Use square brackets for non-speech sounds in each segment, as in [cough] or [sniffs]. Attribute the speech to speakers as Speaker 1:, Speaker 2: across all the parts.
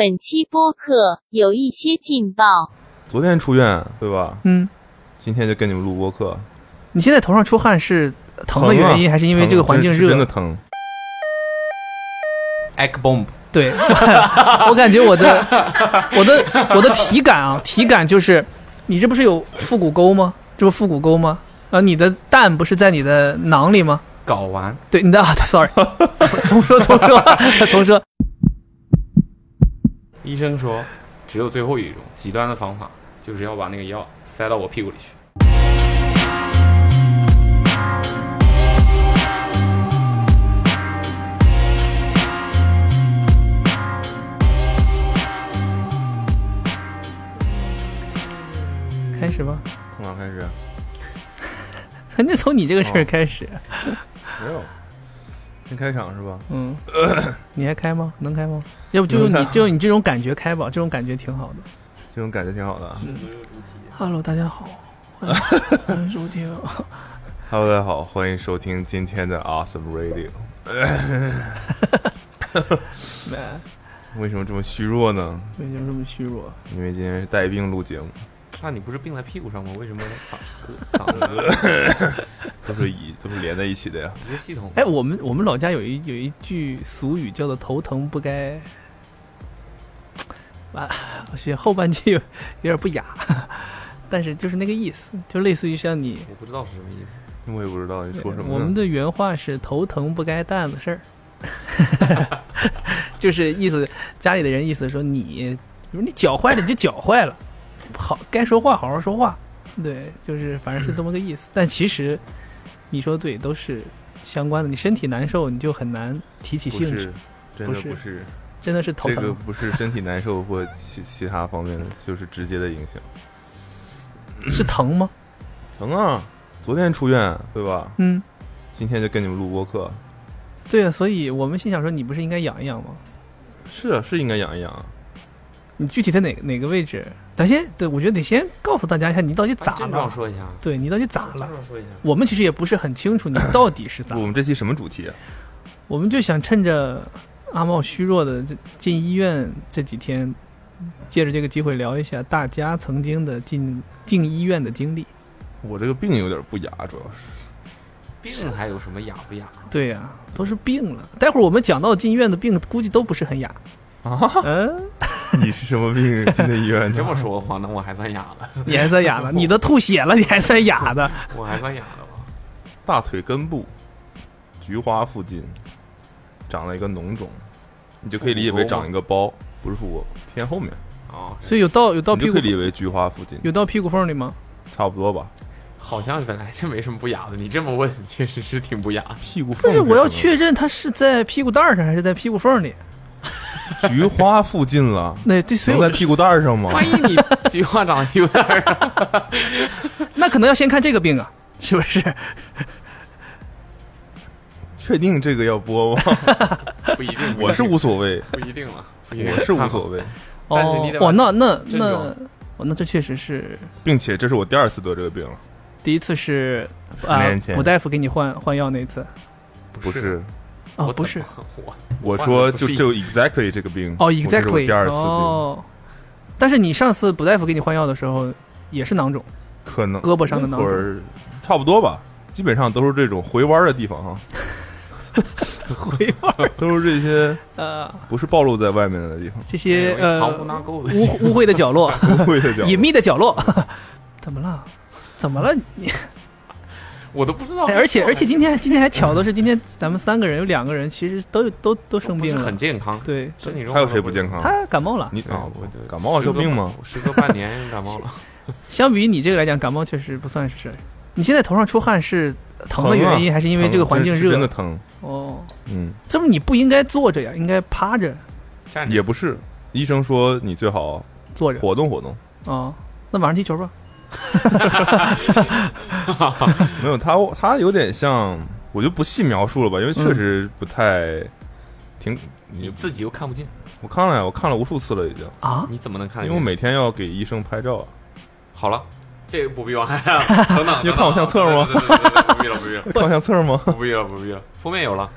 Speaker 1: 本期播客有一些劲爆，
Speaker 2: 昨天出院对吧？
Speaker 3: 嗯，
Speaker 2: 今天就跟你们录播客，
Speaker 3: 你现在头上出汗是呃疼的
Speaker 2: 啊
Speaker 3: 原因，还是因为这个
Speaker 2: 疼啊
Speaker 3: 环境
Speaker 2: 真是
Speaker 3: 热？
Speaker 2: 真的疼。
Speaker 4: egg bomb，
Speaker 3: 对， [laughs] 我感觉我的 [laughs] 我的我的体感啊， [laughs] 体感就是你这不是有腹股沟吗？这不腹股沟吗？啊，你的蛋不是在你的囊里吗？
Speaker 4: 睾丸，
Speaker 3: 对，你的 [laughs] 啊，sorry，重说重说 [laughs] 重说，
Speaker 4: 医生说，只有最后一种极端的方法，就是要把那个药塞到我屁股里去。
Speaker 3: 开始吧。
Speaker 2: 从哪开始？啊
Speaker 3: 那从你这个事儿开
Speaker 2: 嗯
Speaker 3: 始，
Speaker 2: 没有，先开场是吧？
Speaker 3: 嗯，你还开吗？能开吗？要不就用你就用你这种感觉开吧，这种感觉挺好的。
Speaker 2: 这种感觉挺好的啊。
Speaker 3: Hello，大家好，欢迎收 [laughs] 听。
Speaker 2: Hello，大家好，欢迎收听今天的 Awesome Radio。为什么这么虚弱呢？
Speaker 3: 为什么这么虚弱？
Speaker 2: 因为今天是带病录节目，
Speaker 4: 那你不是病在屁股上吗？为什么嗓嗓子
Speaker 2: 都是一 [laughs] 都是连在一起的呀。
Speaker 4: 一个系统？
Speaker 3: 哎，我们我们老家有一有一句俗语叫做“头疼不该”，啊，我觉得后半句有有点不雅， [laughs] 但是就是那个意思，就类似于像你
Speaker 4: 我不知道是什么意思。
Speaker 2: 我也不知道你说什么
Speaker 3: 我们
Speaker 2: 呢。
Speaker 3: 的原话是“头疼不该担子事儿”， [laughs] 就是意思家里的人意思说你，比如你脚坏了你就脚坏了，好该说话好好说话，对，就是反正是这么个意
Speaker 2: 嗯
Speaker 3: 思。但其实你说对，都是相关的。你身体难受，你就很难提起
Speaker 2: 不
Speaker 3: 兴
Speaker 2: 是
Speaker 3: 致，，
Speaker 2: 真
Speaker 3: 不
Speaker 2: 的
Speaker 3: 是
Speaker 2: 不是，
Speaker 3: 真的是头
Speaker 2: 这
Speaker 3: 疼。
Speaker 2: 个不是身体难受或其其他方面的，就是直接的影响。
Speaker 3: 是疼吗？
Speaker 2: 疼啊！昨天出院对吧？
Speaker 3: 嗯，
Speaker 2: 今天就跟你们录播客，
Speaker 3: 对啊，所以我们心想说，你不是应该养一养吗？
Speaker 2: 是啊，是应该养一养啊。
Speaker 3: 你具体在哪哪个位置？咱先，对我觉得得先告诉大家一下，你到底咋
Speaker 4: 按症状
Speaker 3: 了？
Speaker 4: 说一下，
Speaker 3: 对你到底咋
Speaker 4: 按
Speaker 3: 了
Speaker 4: 症？状说一下。
Speaker 3: 我们其实也不是很清楚你到底是
Speaker 2: [laughs]
Speaker 3: 咋
Speaker 2: 我，们这期什么主题啊？
Speaker 3: 我们就想趁着阿茂虚弱的这进医院这几天，借着这个机会聊一下大家曾经的进进医院的经历。
Speaker 2: 我这个病有点不雅，主要是
Speaker 4: 病还有什么雅不雅？
Speaker 3: 对呀、都是病了。待会儿我们讲到进医院的病，估计都不是很雅。
Speaker 2: 啊，
Speaker 3: 嗯，
Speaker 2: 你是什么病进的医院
Speaker 4: 你
Speaker 2: 呢？
Speaker 4: 这么说的话，那我还算雅了，
Speaker 3: 你还算
Speaker 2: [laughs]
Speaker 3: 哑的，你都吐血了，你还算哑的。
Speaker 4: 我还算雅了吧？
Speaker 2: 大腿根部菊花附近长了一个脓肿，你就可以理解为长一个包，不是腹股，偏后面，
Speaker 4: 哦，
Speaker 3: 所以有到有到
Speaker 2: 你
Speaker 3: 屁
Speaker 2: 就可
Speaker 3: 股
Speaker 2: 以理解为菊花附近，
Speaker 3: 有到屁股缝里吗？
Speaker 2: 差不多吧。
Speaker 4: 好像本来就没什么不雅的。你这么问，确实是挺不雅的。
Speaker 2: 屁股缝
Speaker 3: 但
Speaker 2: 什
Speaker 3: 是
Speaker 2: 么的。
Speaker 3: 我要确认它是在屁股蛋儿上还是在屁股缝里。
Speaker 2: 菊花附近了，
Speaker 3: 那对，所以
Speaker 2: 能
Speaker 3: 我
Speaker 2: 在
Speaker 3: 就
Speaker 2: 屁股蛋儿上吗？
Speaker 4: 万一 [laughs] 你菊花长得有点儿，
Speaker 3: 那可能要先看这个病啊，是不是？
Speaker 2: 确定这个要播 [laughs] 吗？
Speaker 4: 不一定。不一定
Speaker 2: 我是无所谓，
Speaker 4: 不一定了，不一定
Speaker 2: 我是无所谓，
Speaker 4: 但是你得把
Speaker 3: 哇，哦那那
Speaker 4: 症
Speaker 3: 那
Speaker 4: 状
Speaker 3: 哇，那这确实是
Speaker 2: 并且这是我第二次得这个病了，
Speaker 3: 第一次是
Speaker 2: 十
Speaker 3: 啊
Speaker 2: 年，前
Speaker 3: 卜大夫给你换换药那次
Speaker 2: 不是。
Speaker 3: 啊，
Speaker 4: 我
Speaker 3: 不
Speaker 4: 怎
Speaker 3: 是
Speaker 4: 么我
Speaker 2: 我说
Speaker 4: 不
Speaker 2: 就是就 exactly 这个病
Speaker 3: 哦
Speaker 2: 我这是我
Speaker 3: ，exactly
Speaker 2: 第二次病，
Speaker 3: 哦，但是你上次卜大夫给你换药的时候也是囊肿，
Speaker 2: 可能
Speaker 3: 胳膊上的
Speaker 2: 那
Speaker 3: 囊
Speaker 2: 会
Speaker 3: 肿，
Speaker 2: 儿差不多吧，基本上都是这种回弯的地方哈，
Speaker 3: 回弯儿
Speaker 2: 都是这些
Speaker 3: 呃
Speaker 2: 不是暴露在外面的地方，
Speaker 3: 这些
Speaker 4: 哎容易
Speaker 3: 呃
Speaker 4: 藏污纳垢的地
Speaker 3: 污
Speaker 4: 方。
Speaker 3: 污秽的角落，
Speaker 2: 不会 [laughs] 的角
Speaker 3: 隐秘的角落， [laughs] 怎么了？怎么了？
Speaker 4: 我都不知道。
Speaker 3: 哎而且而且今天今天还巧的是，今天咱们三个人有两个人其实都都都生
Speaker 4: 不是
Speaker 3: 病了
Speaker 4: 很，健康，啊
Speaker 3: 对，
Speaker 4: 身体状况
Speaker 2: 还有谁不健康？
Speaker 3: 他感冒了。
Speaker 2: 你
Speaker 4: 对
Speaker 2: 啊
Speaker 4: 我就，
Speaker 2: 感冒
Speaker 4: 时
Speaker 2: 是
Speaker 4: 隔
Speaker 2: 病吗？？
Speaker 4: 时隔半年感冒了，
Speaker 3: 相比于你这个来讲，感冒确实不算是事儿。你现在头上出汗是
Speaker 2: 疼
Speaker 3: 疼
Speaker 2: 啊
Speaker 3: 的原因，还是因为这个环境
Speaker 2: 疼是
Speaker 3: 热？
Speaker 2: 真的疼，
Speaker 3: 哦，
Speaker 2: 嗯，
Speaker 3: 这不你不应该坐着呀，应该趴着
Speaker 4: 站着
Speaker 2: 也不是，医生说你最好
Speaker 3: 坐着。
Speaker 2: 活动活动，
Speaker 3: 哦，那晚上踢球吧。
Speaker 2: 没有他他有点像，我就不细描述了吧，因为确实不太挺
Speaker 4: 你
Speaker 2: 你
Speaker 4: 自己又看不见，
Speaker 2: 我看了呀我看了无数次了已经，
Speaker 3: 啊，
Speaker 4: 你怎么能看
Speaker 2: 因为
Speaker 4: 得见？
Speaker 2: 我每天要给医生拍照啊，
Speaker 4: 好了，这个不必往下
Speaker 2: [laughs]
Speaker 4: 等等。
Speaker 2: 你看我相册吗
Speaker 4: 等等？等等等等不必
Speaker 2: 哎
Speaker 4: 了，不必了，
Speaker 2: 看我相册吗？
Speaker 4: 不必了，不必了。封面有了，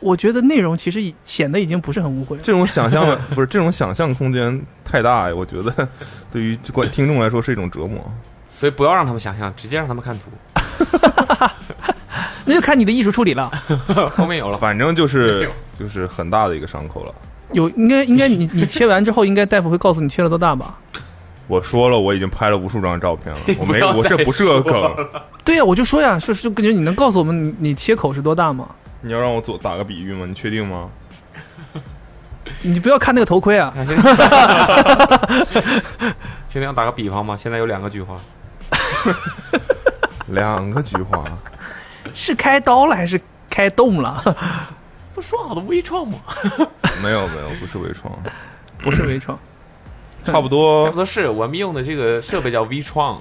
Speaker 3: 我觉得内容其实已显得已经不是很污秽了。
Speaker 2: 这种想象的不是这种想象空间太大呀，我觉得对于观听众来说是一种折磨。
Speaker 4: 所以不要让他们想象，直接让他们看图。 [laughs]
Speaker 3: 那就看你的艺术处理了。
Speaker 2: [laughs]
Speaker 4: 后面有了，
Speaker 2: 反正就
Speaker 4: 没
Speaker 2: 是
Speaker 4: 有
Speaker 2: 就是很大的一个伤口了。
Speaker 3: 有应该应该你你切完之后，应该大夫会告诉你切了多大吧？
Speaker 2: 我说了，我已经拍了无数张照片了，我没
Speaker 4: 不要
Speaker 2: 我
Speaker 4: 再
Speaker 2: 这不是个
Speaker 4: 说
Speaker 2: 梗。
Speaker 3: 对呀、我就说呀，是是，感觉你能告诉我们你你切口是多大吗？
Speaker 2: 你要让我做打个比喻吗？你确定吗？
Speaker 3: 你不要看那个头盔啊，
Speaker 4: [laughs] 看现在，现在要打个比方嘛，现在有两个菊花，
Speaker 2: 两个菊花，
Speaker 3: 是开刀了还是开洞了？ [laughs]
Speaker 2: [laughs]
Speaker 4: 不说好的微创 [laughs] 吗？
Speaker 2: [laughs] 没有没有，不是微创，
Speaker 3: 不是微创，
Speaker 2: 差不
Speaker 4: 差 [laughs]
Speaker 2: 多
Speaker 4: 不多是我们用的这个设备叫微创，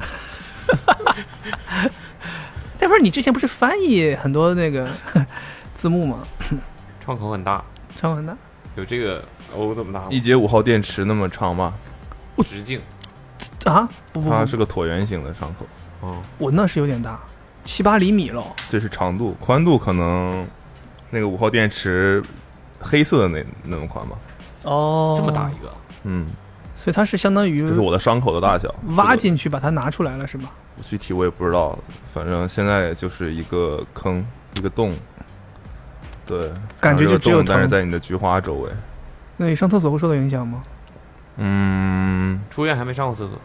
Speaker 3: 大夫，你之前不是翻译很多那个 [laughs] 字幕吗？
Speaker 4: 创口很大，
Speaker 3: 张文娜，
Speaker 4: 有这个哦这么大吗
Speaker 2: 一节五号电池那么长吧，
Speaker 4: 直径，
Speaker 3: 啊，不不
Speaker 2: 它
Speaker 3: 不，
Speaker 2: 是个椭圆形的伤口，
Speaker 4: 哦，
Speaker 3: 我那是有点大，七八厘米了。
Speaker 2: 这是长度，宽度可能那个五号电池黑色的那那么宽吧。
Speaker 3: 哦
Speaker 4: 这么大一，个，
Speaker 2: 嗯，
Speaker 3: 所以它是相当于
Speaker 2: 这是我的伤口的大小。
Speaker 3: 挖
Speaker 2: 这个
Speaker 3: 进去把它拿出来了是吗？
Speaker 2: 具体我也不知道，反正现在就是一个坑，一个洞。对，
Speaker 3: 感觉就
Speaker 2: 这个
Speaker 3: 只有
Speaker 2: 洞，但是
Speaker 3: 疼
Speaker 2: 在你的菊花周围。
Speaker 3: 那你上厕所会受到影响吗？
Speaker 2: 嗯，
Speaker 4: 出院还没上过厕所，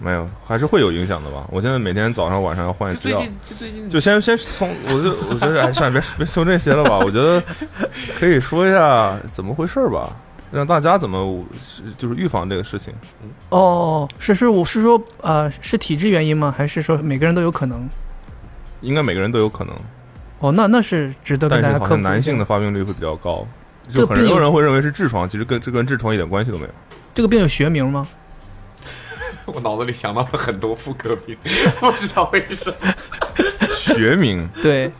Speaker 2: 没有，还是会有影响的吧？我现在每天早上晚上要换
Speaker 4: 就
Speaker 2: 资
Speaker 4: 最
Speaker 2: 料，
Speaker 4: 近就最
Speaker 2: [laughs]
Speaker 4: 近
Speaker 2: 就先先从我就我觉得哎，算了，别别说这些了吧。我觉得可以说一下怎么回事儿吧，让大家怎么就是预防这个事情。
Speaker 3: 哦，是是，我是说，呃，是体质原因吗？还是说每个人都有可能？
Speaker 2: 应该每个人都有可能，
Speaker 3: 哦，那那是值得
Speaker 2: 但
Speaker 3: 跟
Speaker 2: 是
Speaker 3: 大家
Speaker 2: 好
Speaker 3: 科
Speaker 2: 像
Speaker 3: 普一下。
Speaker 2: 男性的发病率会比较高，
Speaker 3: 这
Speaker 2: 就
Speaker 3: 个
Speaker 2: 很
Speaker 3: 病
Speaker 2: 多
Speaker 3: 有
Speaker 2: 人会认为是痔疮，其实跟这跟痔疮一点关系都没有。
Speaker 3: 这个病有学名吗？
Speaker 4: [laughs] 我脑子里想到了很多妇科 [laughs] 病，不知道为什么。
Speaker 2: 学名，
Speaker 3: 对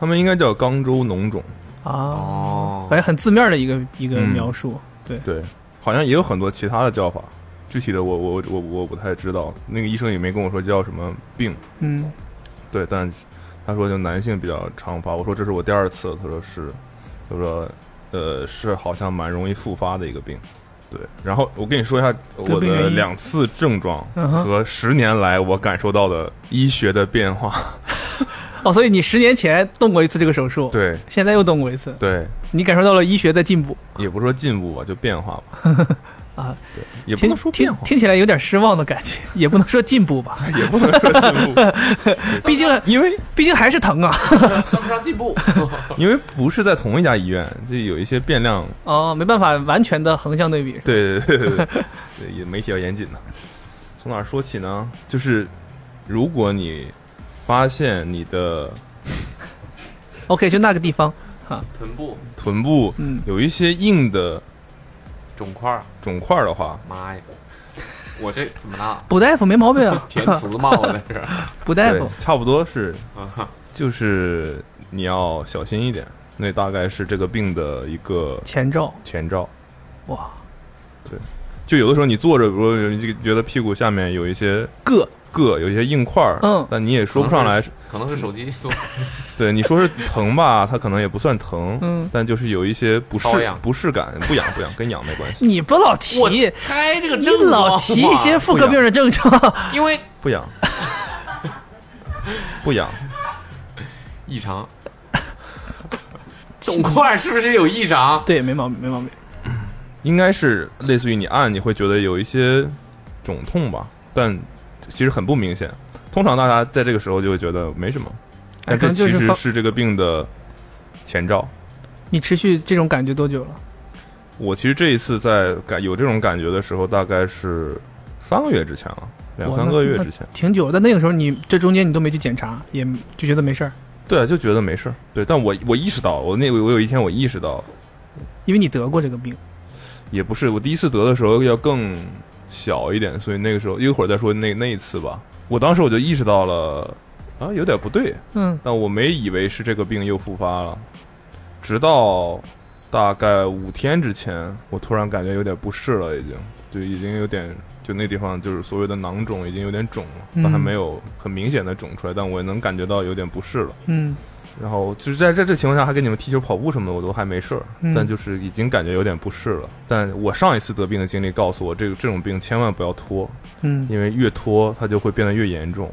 Speaker 2: 他们应该叫肛周脓肿，
Speaker 3: 啊，
Speaker 4: 哦
Speaker 2: 哎
Speaker 3: 反正很字面的一个一个
Speaker 2: 嗯
Speaker 3: 描述。对，
Speaker 2: 对，好像也有很多其他的叫法，具体的我我我我不太知道，那个医生也没跟我说叫什么病。
Speaker 3: 嗯，
Speaker 2: 对，但他说就男性比较常发，我说这是我第二次，他说是，他说呃是好像蛮容易复发的一个病，对。然后我跟你说一下我
Speaker 3: 病原
Speaker 2: 的
Speaker 3: 因
Speaker 2: 两次症状
Speaker 3: 嗯哼
Speaker 2: 和十年来我感受到的医学的变化，
Speaker 3: 哦，所以你十年前动过一次这个手术，，
Speaker 2: 对
Speaker 3: 现在又动过一次，
Speaker 2: 对，
Speaker 3: 你感受到了医学在进步
Speaker 2: 也不是说进步吧，就变化吧，
Speaker 3: [laughs] 啊，
Speaker 2: 对，也不
Speaker 3: 听
Speaker 2: 能说变化，
Speaker 3: 听，听起来有点失望的感觉， [laughs] 也不能说进步吧，
Speaker 2: [laughs] 也不能说进步，
Speaker 3: 毕竟
Speaker 2: 因为
Speaker 3: 毕竟还是疼啊。 [laughs]
Speaker 4: 算不上
Speaker 2: [laughs]
Speaker 4: 进步。
Speaker 2: 因为不是在同一家医院，就有一些变量，
Speaker 3: 哦，没办法，完全的横向对比。
Speaker 2: 对对对对对，对也媒体要严谨呢。从哪儿说起呢？就是如果你发现你的
Speaker 3: OK，就那个地方，
Speaker 4: 臀部
Speaker 2: 臀部
Speaker 3: 嗯
Speaker 2: 有一些硬的
Speaker 4: 肿块儿，
Speaker 2: 肿块儿的话，
Speaker 4: 妈呀！我这怎么了？，
Speaker 3: 补大夫没毛病啊
Speaker 2: [laughs]
Speaker 4: 填词吗？我在这儿
Speaker 3: [laughs] 补大
Speaker 2: 对
Speaker 3: 夫，
Speaker 2: 差不多是
Speaker 4: 啊，
Speaker 2: 就是你要小心一点，那大概是这个病的一个
Speaker 3: 前兆，
Speaker 2: 前兆。
Speaker 3: 哇，
Speaker 2: 就有的时候你坐着，比如说你这个觉得屁股下面有一些
Speaker 3: 硌，
Speaker 2: 硌，有一些硬块儿，
Speaker 3: 嗯
Speaker 2: 但你也 [laughs] 说不上来
Speaker 4: 可能是手机多
Speaker 2: 对，你说是疼吧，它可能也不算疼，
Speaker 3: 嗯
Speaker 2: 但就是有一些不适
Speaker 4: 瘙痒
Speaker 2: 不适感，不痒不痒，跟痒没关系，
Speaker 3: 你不老提，
Speaker 4: 我猜这个
Speaker 3: 你
Speaker 4: 症状
Speaker 3: 老
Speaker 4: 嘛
Speaker 3: 提一些，妇科病的症状， [laughs]
Speaker 4: 因为
Speaker 2: 不痒，不痒，
Speaker 4: 异常， [laughs] 肿块儿是不是有异常？
Speaker 3: 对，没毛病，没毛病。
Speaker 2: 应该是类似于你按你会觉得有一些肿痛吧，但其实很不明显。通常大家在这个时候就会觉得没什么，
Speaker 3: 哎，
Speaker 2: 但这
Speaker 3: 可能就
Speaker 2: 其
Speaker 3: 是
Speaker 2: 实
Speaker 3: 方
Speaker 2: 是这个病的前兆。
Speaker 3: 你持续这种感觉多久了？
Speaker 2: 我其实这一次在感有这种感觉的时候，大概是三个月之前了，两
Speaker 3: 哇
Speaker 2: 三
Speaker 3: 那
Speaker 2: 个月
Speaker 3: 那
Speaker 2: 之前。
Speaker 3: 挺久了，但那个时候你这中间你都没去检查，也就觉得没事儿，
Speaker 2: 对，啊就觉得没事儿。对，但我我意识到，我那我有一天我意识到，
Speaker 3: 因为你得过这个病。
Speaker 2: 也不是，我第一次得的时候要更小一点，所以那个时候一会儿再说那那一次吧。我当时我就意识到了，啊，有点不对，
Speaker 3: 嗯，
Speaker 2: 但我没以为是这个病又复发了，直到大概五天之前，我突然感觉有点不适了，已经就已经有点就那地方就是所谓的囊肿已经有点肿了，但还
Speaker 3: 嗯
Speaker 2: 没有很明显的肿出来，但我能感觉到有点不适了。
Speaker 3: 嗯，
Speaker 2: 然后就是在在这情况下，还跟你们踢球、跑步什么的，我都还没事儿，
Speaker 3: 嗯
Speaker 2: 但就是已经感觉有点不适了。但我上一次得病的经历告诉我，这个这种病千万不要拖，
Speaker 3: 嗯，
Speaker 2: 因为越拖它就会变得越严重。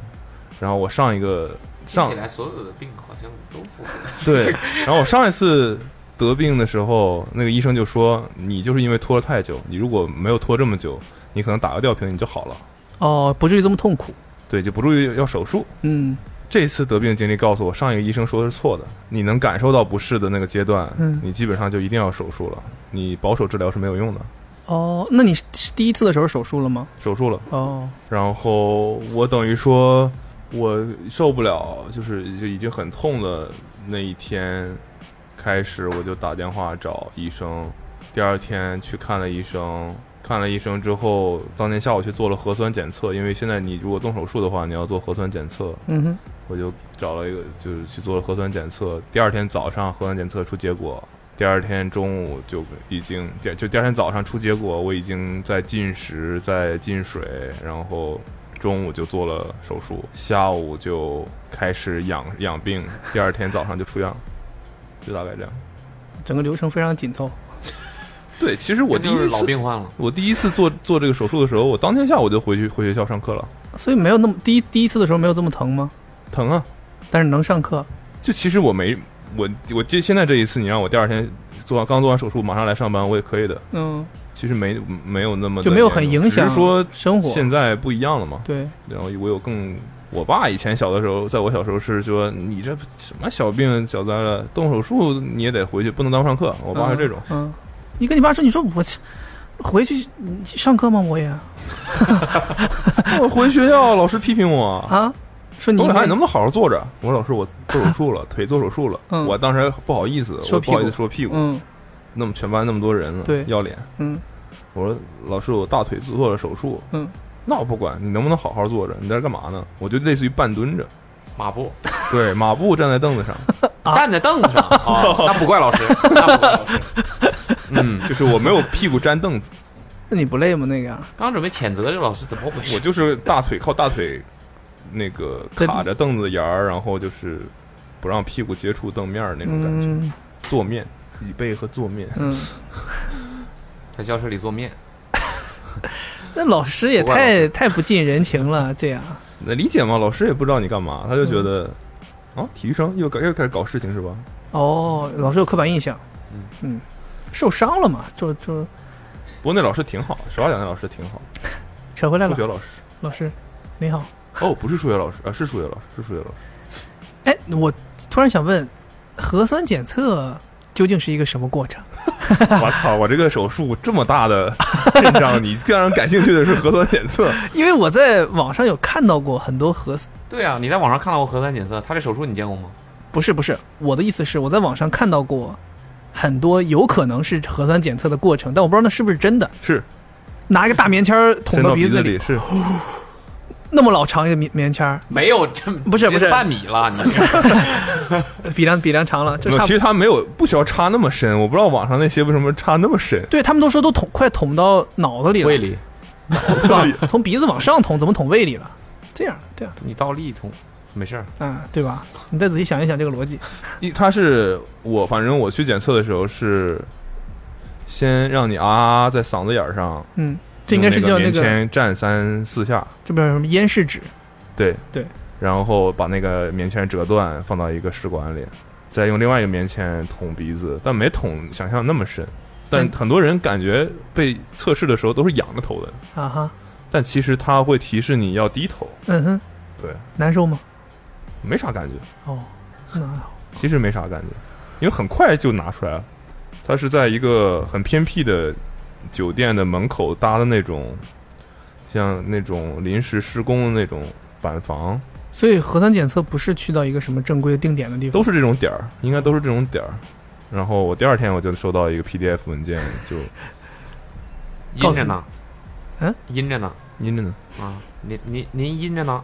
Speaker 2: 然后我上一个
Speaker 4: 听
Speaker 2: 上
Speaker 4: 起来所有的病好像都复合。
Speaker 2: [laughs] 对，然后我上一次得病的时候，那个医生就说，你就是因为拖了太久，你如果没有拖这么久，你可能打个吊瓶你就好了，
Speaker 3: 哦，不至于这么痛苦。
Speaker 2: 对，就不至于要手术。
Speaker 3: 嗯
Speaker 2: 这次得病的经历告诉我，上一个医生说的是错的。你能感受到不适的那个阶段，
Speaker 3: 嗯
Speaker 2: 你基本上就一定要手术了。你保守治疗是没有用的，
Speaker 3: 哦，那你是是第一次的时候手术了吗？
Speaker 2: 手术了。
Speaker 3: 哦，
Speaker 2: 然后我等于说，我受不了，就是就已经很痛的那一天开始，我就打电话找医生。第二天去看了医生，看了医生之后，当天下午去做了核酸检测，因为现在你如果动手术的话，你要做核酸检测。
Speaker 3: 嗯哼，
Speaker 2: 我就找了一个，就是去做了核酸检测。第二天早上核酸检测出结果，第二天中午就已经，第就第二天早上出结果，我已经在进食，在进水，然后中午就做了手术，下午就开始养养病，第二天早上就出院了，就大概这样。
Speaker 3: 整个流程非常紧凑。
Speaker 2: 对，其实我第一
Speaker 4: 老
Speaker 2: 次，
Speaker 4: 病患了，
Speaker 2: 我第一次做做这个手术的时候，我当天下午就回去回学校上课了，
Speaker 3: 所以没有那么第一第一次的时候没有这么疼吗？
Speaker 2: 疼啊！
Speaker 3: 但是能上课，
Speaker 2: 就其实我没我我这现在这一次，你让我第二天做完刚做完手术，马上来上班，我也可以的。
Speaker 3: 嗯，
Speaker 2: 其实没没有那么的
Speaker 3: 就没有很
Speaker 2: 严重
Speaker 3: 影响
Speaker 2: 只是说
Speaker 3: 生活。
Speaker 2: 现在不一样了嘛。
Speaker 3: 对，
Speaker 2: 然后我有更，我爸以前小的时候，在我小时候是说你这什么小病小灾了，动手术你也得回去，不能当上课。我爸是这种，
Speaker 3: 嗯。嗯，你跟你爸说，你说我去回去你上课吗？我也啊
Speaker 2: 我哎回学校老师批评我。
Speaker 3: 嗯啊，说你
Speaker 2: 董磊
Speaker 3: 应
Speaker 2: 涵，
Speaker 3: 该
Speaker 2: 你能不能好好坐着？我说老师，我做手术了，腿做手术了。
Speaker 3: 嗯
Speaker 2: 我当时还不好意思，
Speaker 3: 说
Speaker 2: 我不好意
Speaker 3: 屁
Speaker 2: 思
Speaker 3: 股
Speaker 2: 说屁股。
Speaker 3: 嗯
Speaker 2: 那么全班那么多人了，
Speaker 3: 对
Speaker 2: 要脸。
Speaker 3: 嗯
Speaker 2: 我说老师，我大腿做了手术。
Speaker 3: 嗯，
Speaker 2: 那我不管你能不能好好坐着，你在这干嘛呢？我就类似于半蹲着，
Speaker 4: 马 [laughs] 步
Speaker 2: 对，马步站在凳子上， [laughs]
Speaker 4: 站在凳子 [laughs] 上，啊，那不怪老 [laughs] 师，那不怪老师。嗯， [laughs]
Speaker 2: 就是我没有屁股沾凳子，
Speaker 3: 那你不累吗？那个样
Speaker 4: 刚准备谴责这个老师怎么回
Speaker 2: 我
Speaker 4: 事，
Speaker 2: 就是大腿靠大腿那个卡着凳子沿儿，然后就是不让屁股接触凳面儿那种感觉，
Speaker 3: 嗯
Speaker 2: 坐面、椅背和坐面。
Speaker 3: 嗯，
Speaker 4: 在教室里做面，
Speaker 3: 那老师也
Speaker 4: 不怪老
Speaker 3: 太太不近人情了，这样
Speaker 2: 那理解吗？老师也不知道你干嘛，他就觉得、
Speaker 3: 嗯
Speaker 2: 啊，体育生又搞又开始搞事情是吧？
Speaker 3: 哦，老师有刻板印象
Speaker 4: 嗯，
Speaker 3: 嗯，受伤了嘛，就就
Speaker 2: 不过那老师挺好，实话讲，那老师挺好，
Speaker 3: 扯回来
Speaker 2: 数
Speaker 3: 了，
Speaker 2: 学老师。
Speaker 3: 老师你好。
Speaker 2: 哦，不是数学老师啊，是数学老师，是数学老师。
Speaker 3: 哎，我突然想问，核酸检测究竟是一个什么过程？
Speaker 2: [laughs] 我操！我这个手术这么大 [laughs] 的阵仗，你更让人感兴趣的是核酸检测。
Speaker 3: 因为我在网上有看到过很多核，
Speaker 4: 对啊，你在网上看到过核酸检测，他这手术你见过吗？
Speaker 3: 不是不是，我的意思是我在网上看到过很多有可能是核酸检测的过程，但我不知道那是不是真的。
Speaker 2: 是
Speaker 3: 拿一个大棉签儿捅
Speaker 2: 伸到
Speaker 3: 鼻
Speaker 2: 子
Speaker 3: 里，
Speaker 2: [laughs] 是
Speaker 3: 那么老长一个棉棉签儿，
Speaker 4: 没有， [laughs] 这
Speaker 3: 不是
Speaker 4: 这
Speaker 3: 不是
Speaker 4: 半米 [laughs] 了，你这
Speaker 3: 呃鼻梁鼻梁长了，就
Speaker 2: 没有
Speaker 3: 差
Speaker 2: 其实
Speaker 3: 不
Speaker 2: 它没有不需要插那么深，我不知道网上那些为什么插那么深。
Speaker 3: 对他们都说都捅快捅到脑子里了，
Speaker 4: 胃里，
Speaker 3: 对吧？从鼻子往上捅，怎么捅胃里了？这样这样
Speaker 4: 你倒立从没事儿，
Speaker 3: 啊，对吧？你再仔细想一想这个逻辑，
Speaker 2: 一，它是我反正我去检测的时候是先让你啊啊在嗓子眼儿上，
Speaker 3: 嗯，这应该是叫
Speaker 2: 用
Speaker 3: 那
Speaker 2: 那个
Speaker 3: 个，
Speaker 2: 棉签蘸三四下，
Speaker 3: 这不叫什么咽拭子。
Speaker 2: 对
Speaker 3: 对，
Speaker 2: 然后把那个棉签折断放到一个试管里，再用另外一个棉签捅鼻子，但没捅想象那么深。但
Speaker 3: 嗯
Speaker 2: 很多人感觉被测试的时候都是仰着头的，
Speaker 3: 啊哈，
Speaker 2: 但其实它会提示你要低头，
Speaker 3: 嗯哼，
Speaker 2: 对，
Speaker 3: 难受吗？
Speaker 2: 没啥感觉，
Speaker 3: 哦，那还好，
Speaker 2: 其实没啥感觉，因为很快就拿出来了。它是在一个很偏僻的酒店的门口搭的那种，像那种临时施工的那种板房，
Speaker 3: 所以核酸检测不是去到一个什么正规的定点的地方，
Speaker 2: 都是这种点儿，应该都是这种点儿。然后我第二天我就收到一个 PDF 文件，就
Speaker 3: 告诉
Speaker 4: 阴着
Speaker 3: 你
Speaker 4: 呢，
Speaker 3: 嗯，
Speaker 4: 阴着呢，
Speaker 2: 阴着
Speaker 3: [laughs]
Speaker 2: 呢，
Speaker 4: 啊，您您您阴着呢，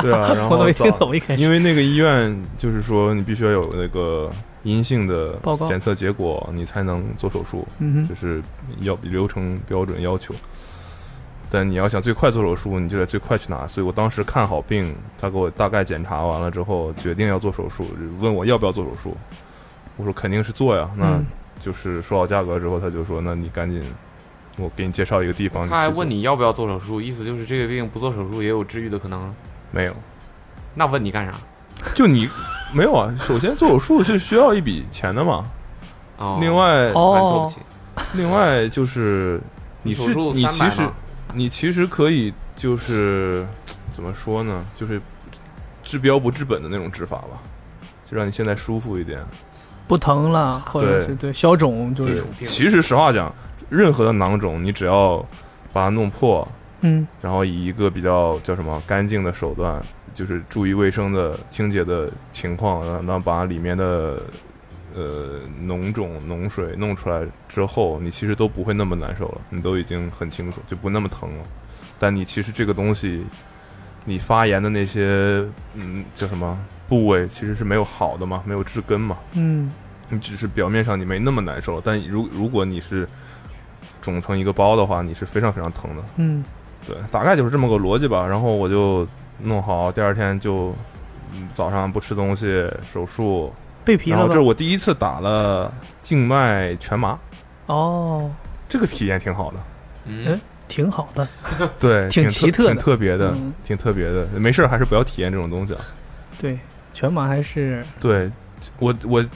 Speaker 2: 对啊，然
Speaker 3: 我都
Speaker 2: 后
Speaker 3: 没听
Speaker 2: 早
Speaker 3: 懂一开始。
Speaker 2: 因为那个医院就是说你必须要有那个阴性的
Speaker 3: 报告
Speaker 2: 检测结果，你才能做手术。
Speaker 3: 嗯
Speaker 2: 就是要流程标准要求。但你要想最快做手术，你就得最快去拿。所以我当时看好病，他给我大概检查完了之后，决定要做手术，问我要不要做手术。我说肯定是做呀，那
Speaker 3: 嗯
Speaker 2: 就是说好价格之后，他就说那你赶紧，我给你介绍一个地方。
Speaker 4: 他还
Speaker 2: 去做
Speaker 4: 问你要不要做手术，意思就是这个病不做手术也有治愈的可能啊。
Speaker 2: 没有？
Speaker 4: 那问你干啥？
Speaker 2: 就你没有啊？首先做手术是需要一笔钱的嘛。
Speaker 4: 哦，
Speaker 2: 另外，
Speaker 4: 那你做不
Speaker 3: 哦
Speaker 4: 起，
Speaker 2: 另外就是你
Speaker 4: 手
Speaker 2: 是
Speaker 4: 术
Speaker 2: 你其
Speaker 4: 300
Speaker 2: 实
Speaker 4: 嘛
Speaker 2: 你其实可以就是怎么说呢？就是治标不治本的那种治法吧，就让你现在舒服一点。
Speaker 3: 不疼了，或者是对消肿，就
Speaker 2: 对
Speaker 3: 是，
Speaker 4: 病
Speaker 2: 其实实话讲，任何的囊肿，你只要把它弄破，
Speaker 3: 嗯
Speaker 2: 然后以一个比较叫什么干净的手段，就是注意卫生的清洁的情况，然后然后把里面的呃脓肿、脓水弄出来之后，你其实都不会那么难受了，你都已经很轻松，就不那么疼了。但你其实这个东西，你发炎的那些嗯叫什么部位，其实是没有好的嘛，没有治根嘛。
Speaker 3: 嗯，
Speaker 2: 你只是表面上你没那么难受，但如如果你是肿成一个包的话，你是非常非常疼的。
Speaker 3: 嗯，
Speaker 2: 对，大概就是这么个逻辑吧。然后我就弄好，第二天就嗯早上不吃东西，手术。
Speaker 3: 嗯被皮
Speaker 2: 然
Speaker 3: 了
Speaker 2: 后这
Speaker 3: 吧
Speaker 2: 是？我第一次打了静脉全麻，
Speaker 3: 哦，
Speaker 2: 这个体验挺好的。
Speaker 4: 嗯，
Speaker 3: 挺好的，
Speaker 2: 对，
Speaker 3: 挺
Speaker 2: 挺
Speaker 3: 奇
Speaker 2: 特，
Speaker 3: 特的
Speaker 2: 挺特别的
Speaker 3: 嗯，
Speaker 2: 挺特别的。没事儿还是不要体验这种东西啊。
Speaker 3: 对，全麻还是
Speaker 2: 对，我我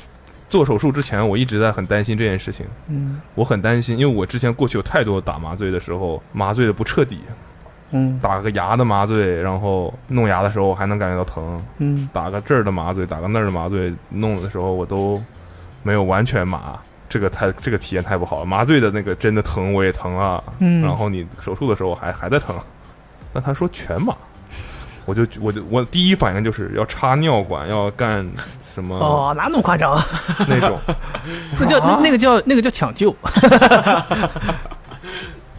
Speaker 2: 做手术之前，我一直在很担心这件事情。
Speaker 3: 嗯
Speaker 2: 我很担心，因为我之前过去有太多打麻醉的时候，麻醉的不彻底，
Speaker 3: 嗯
Speaker 2: 打个牙的麻醉，然后弄牙的时候我还能感觉到疼，
Speaker 3: 嗯
Speaker 2: 打个这儿的麻醉，打个那儿的麻醉，弄的时候我都没有完全麻，这个太这个体验太不好了。麻醉的那个真的疼，我也疼啊，
Speaker 3: 嗯，
Speaker 2: 然后你手术的时候还还在疼，但他说全麻，我就我就我第一反应就是要插尿管，要干什么
Speaker 3: 哦，哪那么夸
Speaker 2: [laughs]
Speaker 3: 张？
Speaker 2: 那种，
Speaker 3: 那叫
Speaker 2: 啊
Speaker 3: 那那个叫那个叫抢救，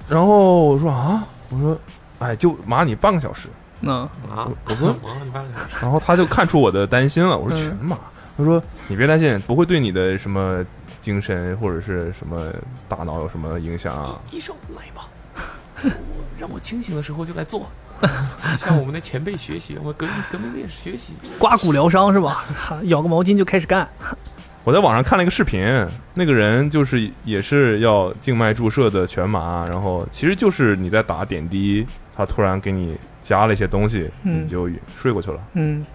Speaker 2: 然后我说啊，我说哎，就麻你半个小时。
Speaker 3: 嗯
Speaker 4: [laughs] 啊，
Speaker 2: 我不
Speaker 4: 忙了你半个小时，
Speaker 2: 然后他就看出我的担心了，我说
Speaker 3: 嗯
Speaker 2: 全麻，他说你别担心，不会对你的什么精神或者是什么大脑有什么影响啊。
Speaker 4: 医生来 [laughs] 吧，让我清醒的时候就来 [laughs] 做，向我们的前辈学习，我们革命革命烈士学习。
Speaker 3: 刮骨疗伤是吧？哈咬个毛巾就开始干，
Speaker 2: 我在网上看了一个视频，那个人就是也是要静脉注射的全麻，然后其实就是你在打点滴，他突然给你加了一些东西，
Speaker 3: 嗯
Speaker 2: 你就睡过去了。
Speaker 3: 嗯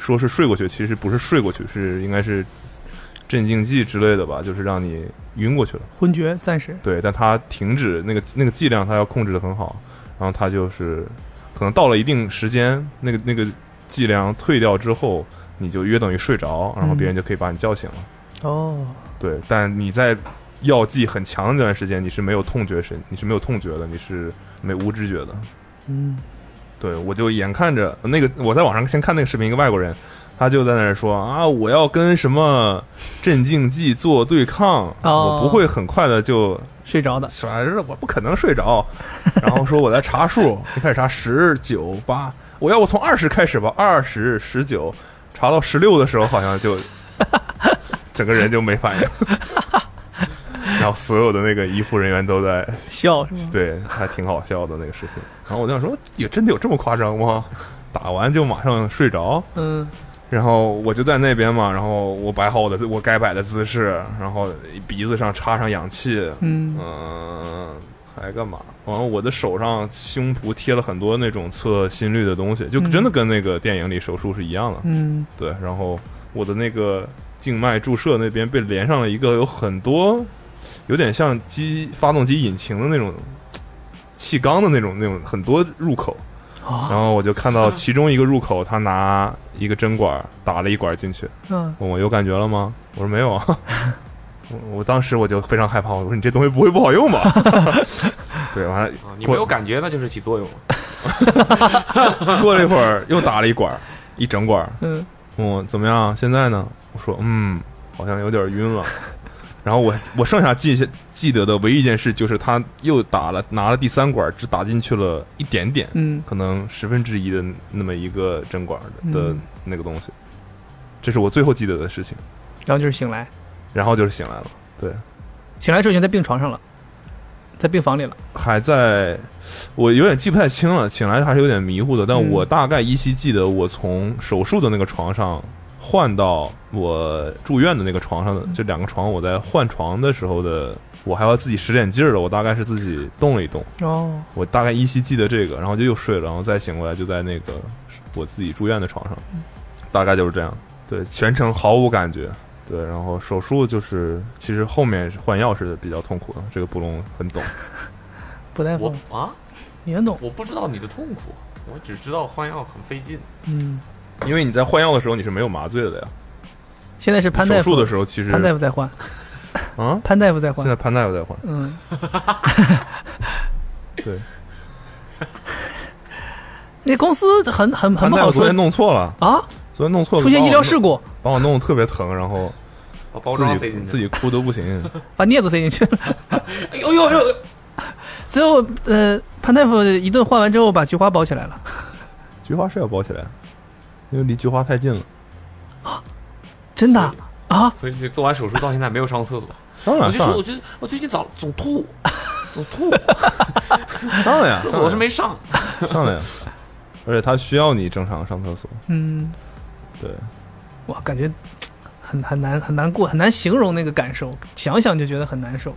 Speaker 2: 说是睡过去，其实不是睡过去，是应该是镇静剂之类的吧，就是让你晕过去了。
Speaker 3: 昏厥暂时，
Speaker 2: 对，但他停止那个那个剂量，他要控制的很好，然后他就是可能到了一定时间，那个那个剂量退掉之后，你就约等于睡着，然后别人就可以把你叫醒了。
Speaker 3: 哦，
Speaker 2: 对，但你在药剂很强的那段时间，你是没有痛觉神，你是没有痛觉的，你是没无知觉的。
Speaker 3: 嗯
Speaker 2: 对，我就眼看着那个，我在网上先看那个视频，一个外国人，他就在那儿说啊，我要跟什么镇静剂做对抗，
Speaker 3: 哦
Speaker 2: 我不会很快的就
Speaker 3: 睡着的，
Speaker 2: 啥是我不可能睡着， [laughs] 然后说我在查数，一开始查十九八，我要不从二十开始吧，二十十九，查到十六的时候好像就整个人就没反应， [laughs] 然后所有的那个医护人员都在
Speaker 3: 笑是吗？
Speaker 2: 对，还挺好笑的那个视频，然后我就想说，也真的有这么夸张吗？打完就马上睡着，
Speaker 3: 嗯
Speaker 2: 然后我就在那边嘛，然后我摆好我的我该摆的姿势，然后鼻子上插上氧气，
Speaker 3: 嗯
Speaker 2: 嗯，还干嘛？然后我的手上、胸脯贴了很多那种测心率的东西，就
Speaker 3: 嗯
Speaker 2: 真的跟那个电影里手术是一样的。
Speaker 3: 嗯，
Speaker 2: 对，然后我的那个静脉注射那边被连上了一个有很多，有点像机发动机引擎的那种气缸的那种那种很多入口。然
Speaker 3: 哦，
Speaker 2: 后我就看到其中一个入口，他拿一个针管打了一管进去，
Speaker 3: 嗯
Speaker 2: 问我有感觉了吗？我说没有啊。 [laughs] 我我当时我就非常害怕，我说你这东西不会不好用吧？对，完了
Speaker 4: 啊，你没
Speaker 2: 过
Speaker 4: 有感觉那就是起 [laughs] 作用了。
Speaker 2: 过了一会儿又打了一管儿，一整管儿，
Speaker 3: 嗯
Speaker 2: 问我怎么样？现在呢？我说嗯，好像有点晕了。然后我我剩下记下记得的唯一一件事就是他又打了拿了第三管儿，只打进去了一点点，
Speaker 3: 嗯
Speaker 2: 可能十分之一的那么一个针管儿的的
Speaker 3: 嗯
Speaker 2: 那个东西，这是我最后记得的事情。
Speaker 3: 然后就是醒来，
Speaker 2: 然后就是醒来了。
Speaker 3: 醒来之后已经在病床上了，在病房里了。
Speaker 2: 还在，我有点记不太清了，醒来还是有点迷糊的。但
Speaker 3: 嗯
Speaker 2: 我大概依稀记得，我从手术的那个床上换到我住院的那个床上的这两个床，我在换床的时候的，我还要自己使点劲儿了。我大概是自己动了一动，
Speaker 3: 哦，
Speaker 2: 我大概依稀记得这个，然后就又睡了，然后再醒过来就在那个我自己住院的床上，大概就是这样。对，全程毫无感觉。对，然后手术就是，其实后面换药是比较痛苦的，这个布隆很懂。
Speaker 3: 不太
Speaker 4: 我
Speaker 3: 懂，
Speaker 4: 啊，
Speaker 3: 你很懂。
Speaker 4: 我不知道你的痛苦，我只知道换药很费劲。
Speaker 3: 嗯，
Speaker 2: 因为你在换药的时候你是没有麻醉的呀。
Speaker 3: 现在是潘大
Speaker 2: 手术
Speaker 3: 夫，
Speaker 2: 的时候其实
Speaker 3: 潘大夫在换，
Speaker 2: 啊，
Speaker 3: [laughs] 潘大夫在
Speaker 2: 现
Speaker 3: 换
Speaker 2: 在。潘大夫在换，
Speaker 3: 嗯，
Speaker 2: 对，
Speaker 3: 啊那公司很很很
Speaker 2: 潘
Speaker 3: 不
Speaker 2: 大
Speaker 3: 好
Speaker 2: 夫昨
Speaker 3: 说
Speaker 2: 天弄错了，
Speaker 3: 啊，
Speaker 2: 昨天弄错了，
Speaker 3: 出现医疗事
Speaker 2: 故，
Speaker 3: 故，
Speaker 2: 把我弄得特别疼，然后
Speaker 4: 把包
Speaker 2: 自
Speaker 4: 装塞
Speaker 2: 己
Speaker 4: 进去，
Speaker 2: 自己哭的不行。
Speaker 3: 把镊子塞进去了。 [laughs]
Speaker 4: 哎呦呦呦！
Speaker 3: 最后，呃，潘大夫一顿换完之后，把菊花包起来了。
Speaker 2: 菊花是要包起来，因为离菊花太近了。
Speaker 3: 真的啊啊？
Speaker 4: 所以就做完手术到现在没有上厕所，
Speaker 2: 上
Speaker 4: [laughs] 我
Speaker 2: 了
Speaker 4: 就说，
Speaker 2: 上
Speaker 4: 我就我最近早总吐，总吐，
Speaker 2: 上了呀，上了
Speaker 4: 厕所
Speaker 2: 呀
Speaker 4: 是没上。
Speaker 2: 上了呀，而且他需要你正常上厕所。
Speaker 3: 嗯，
Speaker 2: 对，
Speaker 3: 哇，感觉很很难很难过，很难形容那个感受，想想就觉得很难受。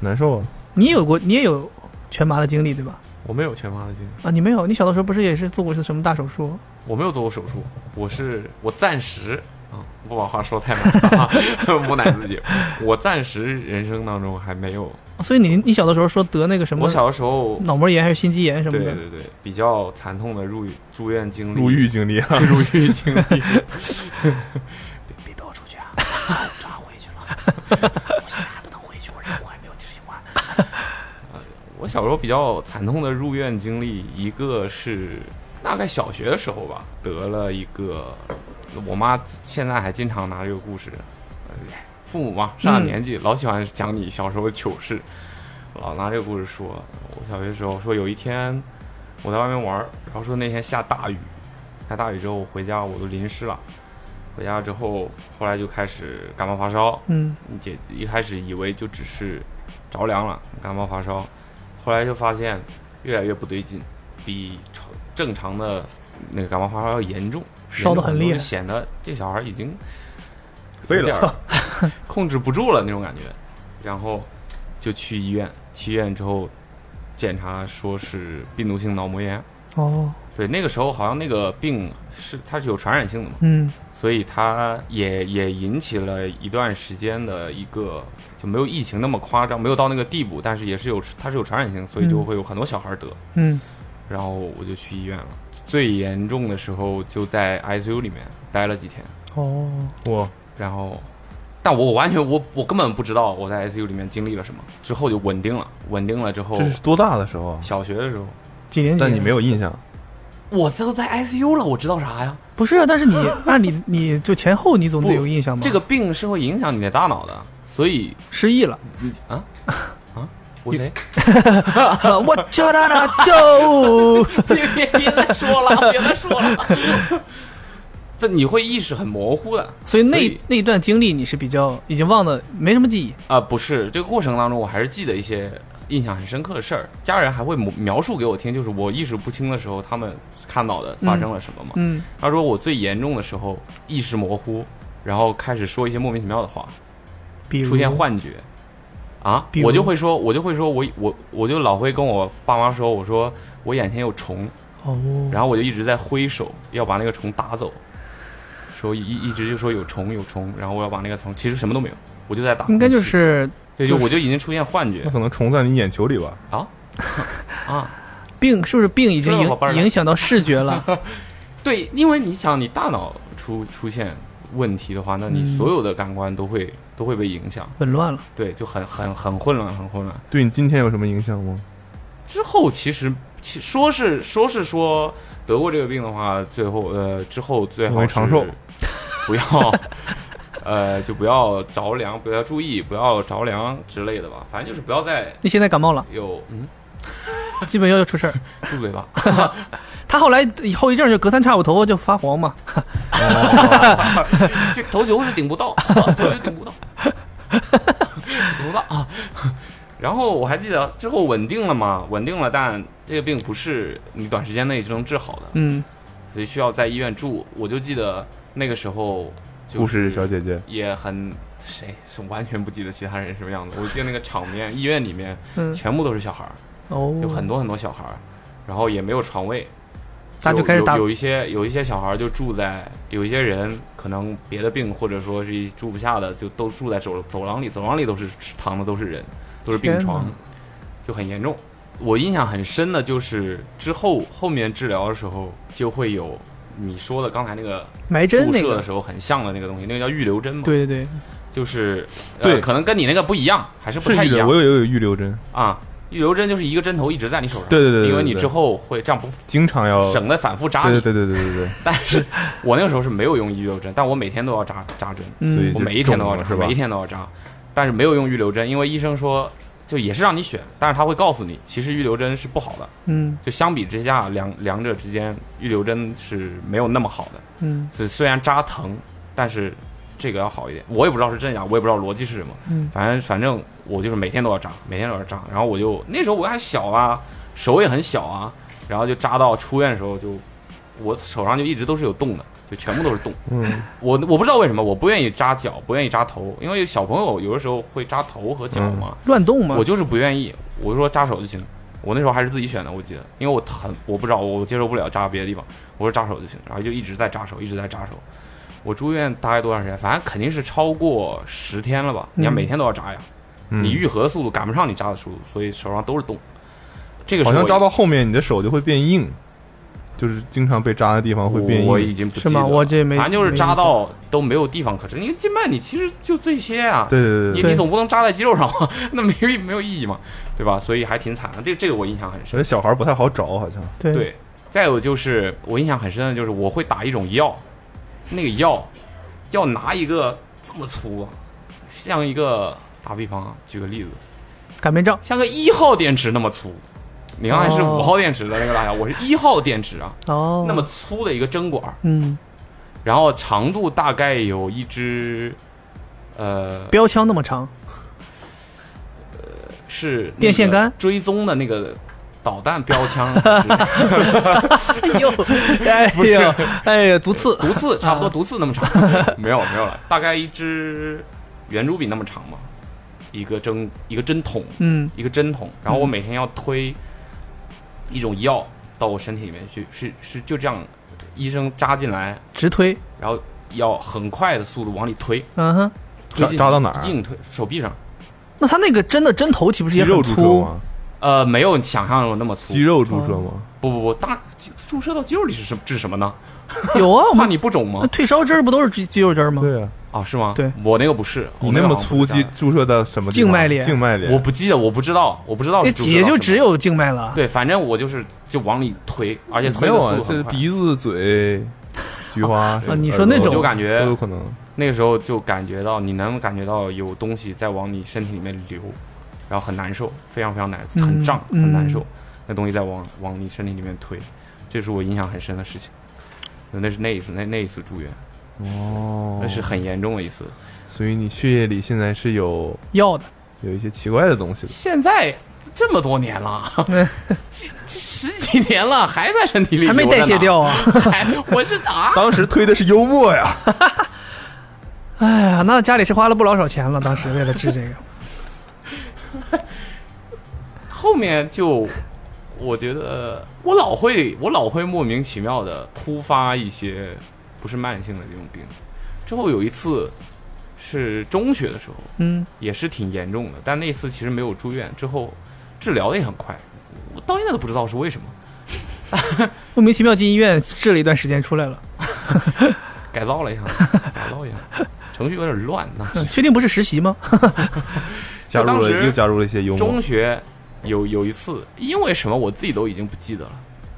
Speaker 2: 难受啊。
Speaker 3: 你也有过，你也有全麻的经历对吧？
Speaker 4: [laughs] 我没有全麻的经历，
Speaker 3: 啊，你没有，你小的时候不是也是做过是什么大手术？
Speaker 4: 我没有做过手术，我是我暂时
Speaker 3: 嗯
Speaker 4: 啊，不把话说太满 [laughs] 了啊，无奈自己。我暂时人生当中还没有，
Speaker 3: 哦所以你你小的时候说得那个什么
Speaker 4: 我小的时候，
Speaker 3: 脑膜炎还是心肌炎什么
Speaker 4: 对
Speaker 3: 的，
Speaker 4: 对对，比较惨痛的入住院经历，
Speaker 2: 入狱经历啊，
Speaker 4: 入狱经历。别别把我出去啊！我抓回去了。我现在还不能回去，我任务还没有执行完。我小时候比较惨痛的入院经历，一个是大概小学的时候吧，得了一个，我妈现在还经常拿这个故事，哎父母嘛上了年纪，老喜欢讲你小时候的糗事，老拿这个故事说。我小学的时候说有一天我在外面玩儿，然后说那天下大雨，下大雨之后回家我都淋湿了，回家之后后来就开始感冒发烧，
Speaker 3: 嗯，
Speaker 4: 也一开始以为就只是着凉了，感冒发烧，后来就发现越来越不对劲，比常正常的那个感冒发烧要严重，
Speaker 3: 烧得很厉害
Speaker 4: 严重就显得这小孩已经
Speaker 2: 废
Speaker 4: 有点
Speaker 2: 了。
Speaker 4: 儿
Speaker 3: [laughs]
Speaker 4: 控制不住了那种感觉，然后就去医院，去医院之后检查说是病毒性脑膜炎。
Speaker 3: 哦，
Speaker 4: 对，那个时候好像那个病是它是有传染性的嘛，
Speaker 3: 嗯，
Speaker 4: 所以它也也引起了一段时间的一个就没有疫情那么夸张，没有到那个地步，但是也是有它是有传染性，所以就
Speaker 3: 嗯
Speaker 4: 会有很多小孩得。
Speaker 3: 嗯，
Speaker 4: 然后我就去医院了，最严重的时候就在 ICU 里面待了几天，
Speaker 3: 哦，
Speaker 2: 哇，
Speaker 4: 然后，但我完全我我根本不知道我在 ICU 里面经历了什么，之后就稳定了，稳定了之后
Speaker 2: 这，是多大的时候啊？
Speaker 4: 小学的时候
Speaker 3: 几年级？
Speaker 2: 但你没有印象，
Speaker 4: 我都在 ICU 了，我知道啥呀？
Speaker 3: 不是啊？但是你那你你就前后你总得
Speaker 4: 不
Speaker 3: 有印象吧？
Speaker 4: 这个病是会影响你的大脑的，所以
Speaker 3: 失忆了，
Speaker 4: 你啊啊，我谁？
Speaker 3: 啊 [laughs] 我叫他那就
Speaker 4: [laughs] 别别别再说 [laughs] 了，别再说 [laughs] 了。这你会意识很模糊的，
Speaker 3: 所以那那一段经历你是比较已经忘的没什么记忆，
Speaker 4: 啊、不是这个过程当中，我还是记得一些印象很深刻的事儿。家人还会描描述给我听，就是我意识不清的时候，他们看到的发生了什么嘛。
Speaker 3: 嗯，
Speaker 4: 他说我最严重的时候意识模糊，然后开始说一些莫名其妙的话，
Speaker 3: 比如
Speaker 4: 出现幻觉，啊
Speaker 3: 比，如
Speaker 4: 我就会说，我就会说我我我就老会跟我爸妈说，我说我眼前有虫，
Speaker 3: 哦，
Speaker 4: 然后我就一直在挥手要把那个虫打走，说一一直就说有虫有虫，然后我要把那个虫，其实什么都没有，我就在打空气，
Speaker 3: 应该就是
Speaker 4: 对，就
Speaker 3: 就是嗯
Speaker 4: 我就已经出现幻觉
Speaker 2: 那可能虫在你眼球里吧？
Speaker 4: 啊 [laughs] 啊，
Speaker 3: 病是不是病已经
Speaker 4: 这
Speaker 3: 影
Speaker 4: 老伴儿了
Speaker 3: 影响到视觉
Speaker 4: [laughs]
Speaker 3: 了？
Speaker 4: 对，因为你想，你大脑出出现问题的话，那你
Speaker 3: 嗯
Speaker 4: 所有的感官都会都会被影响，
Speaker 3: 紊乱了，
Speaker 4: 对，就很很很混乱，很混乱。
Speaker 2: 对你今天有什么影响吗？
Speaker 4: 之后其实其说是说是说得过这个病的话，最后呃之后最好
Speaker 2: 容易
Speaker 4: 是
Speaker 2: 长寿，
Speaker 4: 不要呃就不要着凉，不要注意，不要着凉之类的吧，反正就是不要再
Speaker 3: 你现在感冒了，
Speaker 4: 有嗯
Speaker 3: 基本要出事儿。
Speaker 4: 住嘴
Speaker 2: [laughs]
Speaker 4: 吧，
Speaker 3: 他后来后遗症就隔三差五头发就发黄嘛，
Speaker 4: 这 [laughs] 头球是顶不到，啊头球顶不到，顶不到啊，然后我还记得之后稳定了嘛，稳定了，但这个病不是你短时间内就能治好的，
Speaker 3: 嗯，
Speaker 4: 所以需要在医院住。我就记得那个时候，就
Speaker 2: 护士小姐姐，
Speaker 4: 也很谁是完全不记得其他人什么样子。我记得那个场面，医院里面
Speaker 3: 嗯
Speaker 4: 全部都是小孩儿，
Speaker 3: 哦，
Speaker 4: [laughs] 有很多很多小孩儿，然后也没有床位，
Speaker 3: 那就
Speaker 4: 有
Speaker 3: 开始打
Speaker 4: 有有一些有一些小孩儿就住在有一些人可能别的病或者说是一住不下的，就都住在走走廊里，走廊里都是躺的都是人，都是病
Speaker 3: 天
Speaker 4: 床
Speaker 3: 哪，
Speaker 4: 就很严重。我印象很深的就是之后后面治疗的时候就会有你说的刚才那个
Speaker 3: 埋针哎
Speaker 4: 注
Speaker 3: 那
Speaker 4: 射的
Speaker 3: 个，
Speaker 4: 时候很像的那个东西，那个叫预留针嘛，，
Speaker 3: 对对对，
Speaker 4: 就是、呃
Speaker 2: 对
Speaker 4: 可能跟你那个不一样，还是不
Speaker 2: 是
Speaker 4: 太
Speaker 2: 预
Speaker 4: 一
Speaker 2: 留，
Speaker 4: 样
Speaker 2: 我有有预留针，
Speaker 4: 啊。预留针就是一个针头一直在你手上，
Speaker 2: 对对对对
Speaker 4: 因为
Speaker 2: 对
Speaker 4: 你
Speaker 2: 对
Speaker 4: 之后会这样不
Speaker 2: 经常要，
Speaker 4: 省啊得反复扎你。
Speaker 2: 对对对对对
Speaker 4: [laughs]
Speaker 2: 对
Speaker 4: 但是我那个时候是没有用预留针，但我每天都要扎扎针，
Speaker 2: 对，所以
Speaker 3: 嗯
Speaker 2: 就
Speaker 4: 我每一天都
Speaker 2: 中
Speaker 4: 要
Speaker 2: 了
Speaker 4: 扎，
Speaker 2: 是吧
Speaker 4: 每一？天都要扎，但是没有用预留针，因为医生说就也是让你选，但是他会告诉你，其实预留针是不好的，
Speaker 3: 嗯
Speaker 4: 就相比之下，两两者之间预留针是没有那么好的，
Speaker 3: 嗯
Speaker 4: 所以虽然扎疼，但是这个要好一点。我也不知道是真假，我也不知道逻辑是什么，
Speaker 3: 嗯
Speaker 4: 反正反正我就是每天都要扎，每天都要扎。然后我就那时候我还小啊，手也很小啊，然后就扎到出院的时候就，我手上就一直都是有洞的，就全部都是洞。
Speaker 2: 嗯，
Speaker 4: 我我不知道为什么我不愿意扎脚，不愿意扎头，因为小朋友有的时候会扎头和脚嘛，
Speaker 3: 乱动嘛，
Speaker 4: 我就是不愿意，我就说扎手就行。我那时候还是自己选的，我记得，因为我疼，我不知道，我接受不了扎别的地方，我说扎手就行，然后就一直在扎手，一直在扎手。我住院大概多长时间？反正肯定是超过十天了吧？你看
Speaker 3: 嗯
Speaker 4: 每天都要扎呀，
Speaker 2: 嗯
Speaker 4: 你愈合的速度赶不上你扎的速度，所以手上都是洞。这个时
Speaker 2: 好
Speaker 4: 候
Speaker 2: 像扎
Speaker 4: 我
Speaker 2: 到后面，你的手就会变硬，就是经常被扎的地方会变
Speaker 4: 我
Speaker 2: 硬。
Speaker 4: 已经不记
Speaker 3: 是
Speaker 4: 得
Speaker 3: 吗？
Speaker 4: 了
Speaker 3: 我这没，
Speaker 4: 反正就是
Speaker 3: 没
Speaker 4: 扎
Speaker 3: 印象，
Speaker 4: 到都没有地方可扎。因为静脉你其实就这些啊，
Speaker 2: 对对对
Speaker 4: 你
Speaker 2: 对，
Speaker 4: 你总不能扎在肌肉上嘛， [laughs] 那没有没有意义嘛，对吧？所以还挺惨的，这这个我印象很深
Speaker 2: 而且。小孩不太好找，好像
Speaker 3: 对，
Speaker 4: 对，再有就是我印象很深的就是我会打一种药，那个药要拿一个这么粗啊，像一个打比方啊，举个例子，
Speaker 3: 擀面杖
Speaker 4: 像个一号电池那么粗。你刚才是
Speaker 3: 哦
Speaker 4: 五号电池的那个大小，我是一号电池啊，
Speaker 3: [laughs] 哦，
Speaker 4: 那么粗的一个针管儿，
Speaker 3: 嗯，
Speaker 4: 然后长度大概有一支，呃，
Speaker 3: 标枪那么
Speaker 4: [laughs]
Speaker 3: 长，
Speaker 4: 是那个
Speaker 3: 电线杆
Speaker 4: 追踪的那个导弹标枪，是
Speaker 3: 哎呦，哎呦，哎呦，毒刺，
Speaker 4: 毒
Speaker 2: [laughs]
Speaker 4: 刺差不多毒刺那么长，没有没有了，大概一支圆珠笔那么长嘛，一个针一个针筒
Speaker 3: 嗯
Speaker 4: 一个针筒，然后我每天要推一种药到我身体里面去，是是就这样，医生扎进来，，
Speaker 3: 直推，
Speaker 4: 然后要很快的速度往里推，
Speaker 3: 嗯哼，
Speaker 4: 推
Speaker 2: 扎
Speaker 4: 进
Speaker 2: 扎到哪儿？啊
Speaker 4: 硬推手臂上，
Speaker 3: 那他那个针的针头岂不是
Speaker 2: 肌
Speaker 3: 也
Speaker 2: 肉
Speaker 3: 很
Speaker 2: 注射
Speaker 3: 粗？
Speaker 2: 吗？嗯
Speaker 4: 呃，没有你想象中那么粗
Speaker 2: 肌。肉注射吗？
Speaker 4: 不不不，大注射到肌肉里是什治什么呢？
Speaker 3: 有啊，
Speaker 2: 哦
Speaker 3: 我
Speaker 4: 怕
Speaker 3: 们
Speaker 4: 你不肿
Speaker 3: 那
Speaker 4: 吗？
Speaker 3: 退烧针儿不都是肌肌肉针儿吗？
Speaker 2: 呃对啊，
Speaker 4: 啊，是吗？
Speaker 3: 对，
Speaker 4: 我那个不是，
Speaker 2: 你
Speaker 4: 我那
Speaker 2: 那
Speaker 4: 个
Speaker 2: 么
Speaker 4: 好像
Speaker 2: 粗
Speaker 4: 不是
Speaker 2: 肌注射到什么地方？
Speaker 3: 静脉里
Speaker 2: 静脉里，
Speaker 4: 我不记得，我不知道，我不知道是
Speaker 3: 那
Speaker 4: 注射到
Speaker 3: 也
Speaker 4: 什
Speaker 3: 就
Speaker 4: 么
Speaker 3: 只有静脉了。
Speaker 4: 对，反正我就是就往里推，而且
Speaker 2: 没
Speaker 4: 推的
Speaker 2: 有
Speaker 4: 速
Speaker 2: 啊
Speaker 4: 度，
Speaker 2: 这
Speaker 4: 很快。哦
Speaker 2: 鼻子、嘴、菊
Speaker 4: [laughs]
Speaker 2: 花什么的。
Speaker 3: 你说那种
Speaker 4: 我就感觉
Speaker 2: 都有可能。
Speaker 4: 那个时候就感觉到，你能感觉到有东西在往你身体里面流，然后很难受，非常非常难，
Speaker 3: 嗯
Speaker 4: 很胀，
Speaker 3: 嗯
Speaker 4: 很难受。那东西在往往你身体里面推，这是我印象很深的事情。那是那一次，那那一次住院，
Speaker 2: 哦
Speaker 4: 那是很严重的一次。
Speaker 3: 哦
Speaker 2: 所以你血液里现在是有
Speaker 3: 要的，
Speaker 2: 有一些奇怪的东西的。
Speaker 4: 现在这么多
Speaker 3: [laughs]
Speaker 4: 年了，
Speaker 3: 嗯
Speaker 4: 这这十几年了，还在身体里
Speaker 3: 还没
Speaker 4: 流着
Speaker 3: 代谢
Speaker 4: 呢，
Speaker 3: 掉啊！
Speaker 4: [laughs] 还我是啊，
Speaker 2: 当时推的是幽默呀，
Speaker 3: 哎呀，那家里是花了不老少钱了，当时为了治这个，
Speaker 4: 后面就我觉得我老会我老会莫名其妙的突发一些不是慢性的这种病。之后有一次是中学的时候，
Speaker 3: 嗯，
Speaker 4: 也是挺严重的，但那次其实没有住院，之后治疗的也很快，我到现在都不知道是为什么
Speaker 3: 莫名其妙进医院治了一段时间出来了，
Speaker 4: 改造了一下，改造一下，程序有点乱。那是
Speaker 3: 确定不是实习吗？
Speaker 2: 加入
Speaker 4: 当
Speaker 2: 了
Speaker 4: 时
Speaker 2: 又加入了一些幽默
Speaker 4: 中。学有有一次，因为什么我自己都已经不记得了，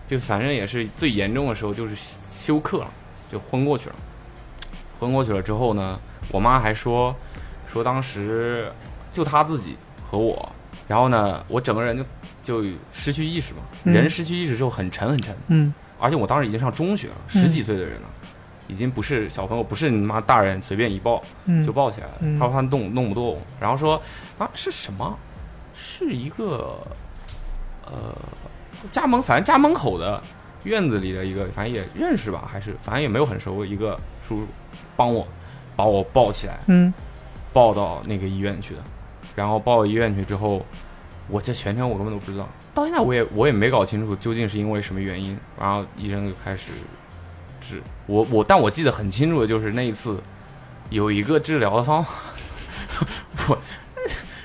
Speaker 4: 就反正也是最严重的时候，就是休休克了，就昏过去了。昏过去了之后呢，我妈还说说当时就她自己和我，然后呢，我整个人就就失去意识嘛，
Speaker 3: 嗯
Speaker 4: 人失去意识之后很沉很沉，
Speaker 3: 嗯
Speaker 4: 而且我当时已经上中学了，
Speaker 3: 嗯
Speaker 4: 十几岁的人了。已经不是小朋友，不是你妈大人随便一抱，
Speaker 3: 嗯
Speaker 4: 就抱起来了。
Speaker 3: 嗯
Speaker 4: 他说他弄弄不动，然后说啊是什么？是一个呃家门，反正家门口的院子里的一个，反正也认识吧，还是反正也没有很熟，一个叔叔帮我把我抱起来，
Speaker 3: 嗯，
Speaker 4: 抱到那个医院去的。然后抱到医院去之后，我这全程我根本都不知道，到现在我也我也没搞清楚究竟是因为什么原因。然后医生就开始治我我，但我记得很清楚的就是那一次有一个治疗的方法， [laughs] 我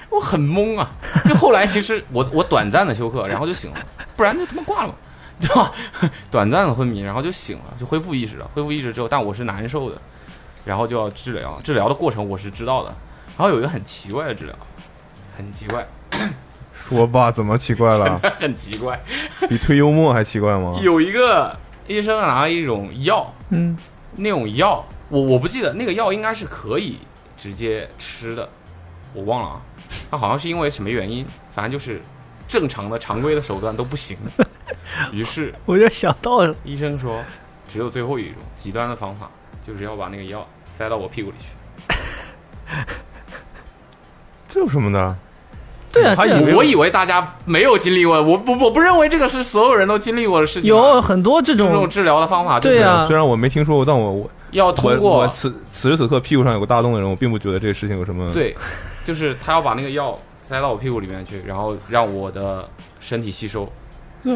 Speaker 4: 我很懵啊。就后来其实我我短暂的休克，然后就醒了，不然就他妈挂了。对吧？短暂的昏迷，然后就醒了，就恢复意识了。恢复意识之后，但我是难受的，然后就要治疗。治疗的过程我是知道的，然后有一个很奇怪的治疗，很奇怪，
Speaker 2: 说吧，怎么奇怪了？
Speaker 4: [laughs] 很奇怪，
Speaker 2: 比推幽默还奇怪吗？
Speaker 4: 有一个医生啊拿一种药，
Speaker 3: 嗯，
Speaker 4: 那种药，我我不记得那个药应该是可以直接吃的，我忘了啊。他好像是因为什么原因，反正就是正常的常规的手段都不行。于是
Speaker 3: 我就想到了，
Speaker 4: 医生说，只有最后一种极端的方法，就是要把那个药塞到我屁股里去。
Speaker 2: 这有什么的？
Speaker 3: 对啊，
Speaker 2: 他
Speaker 3: 这样
Speaker 2: 以为
Speaker 4: 我嗯以为大家没有经历过，我不我不认为这个是所有人都经历过的事情啊、
Speaker 3: 有很多这
Speaker 4: 这种
Speaker 3: 种，
Speaker 4: 治疗的方法，
Speaker 3: 对啊
Speaker 2: 虽然我没听说过，但我我
Speaker 4: 要通
Speaker 2: 我
Speaker 4: 过
Speaker 2: 我此此时此刻屁股上有个大洞的人，我并不觉得这个事情有什么。，
Speaker 4: 对，就是他要把那个药塞到我屁股里面去，然后让我的身体吸收。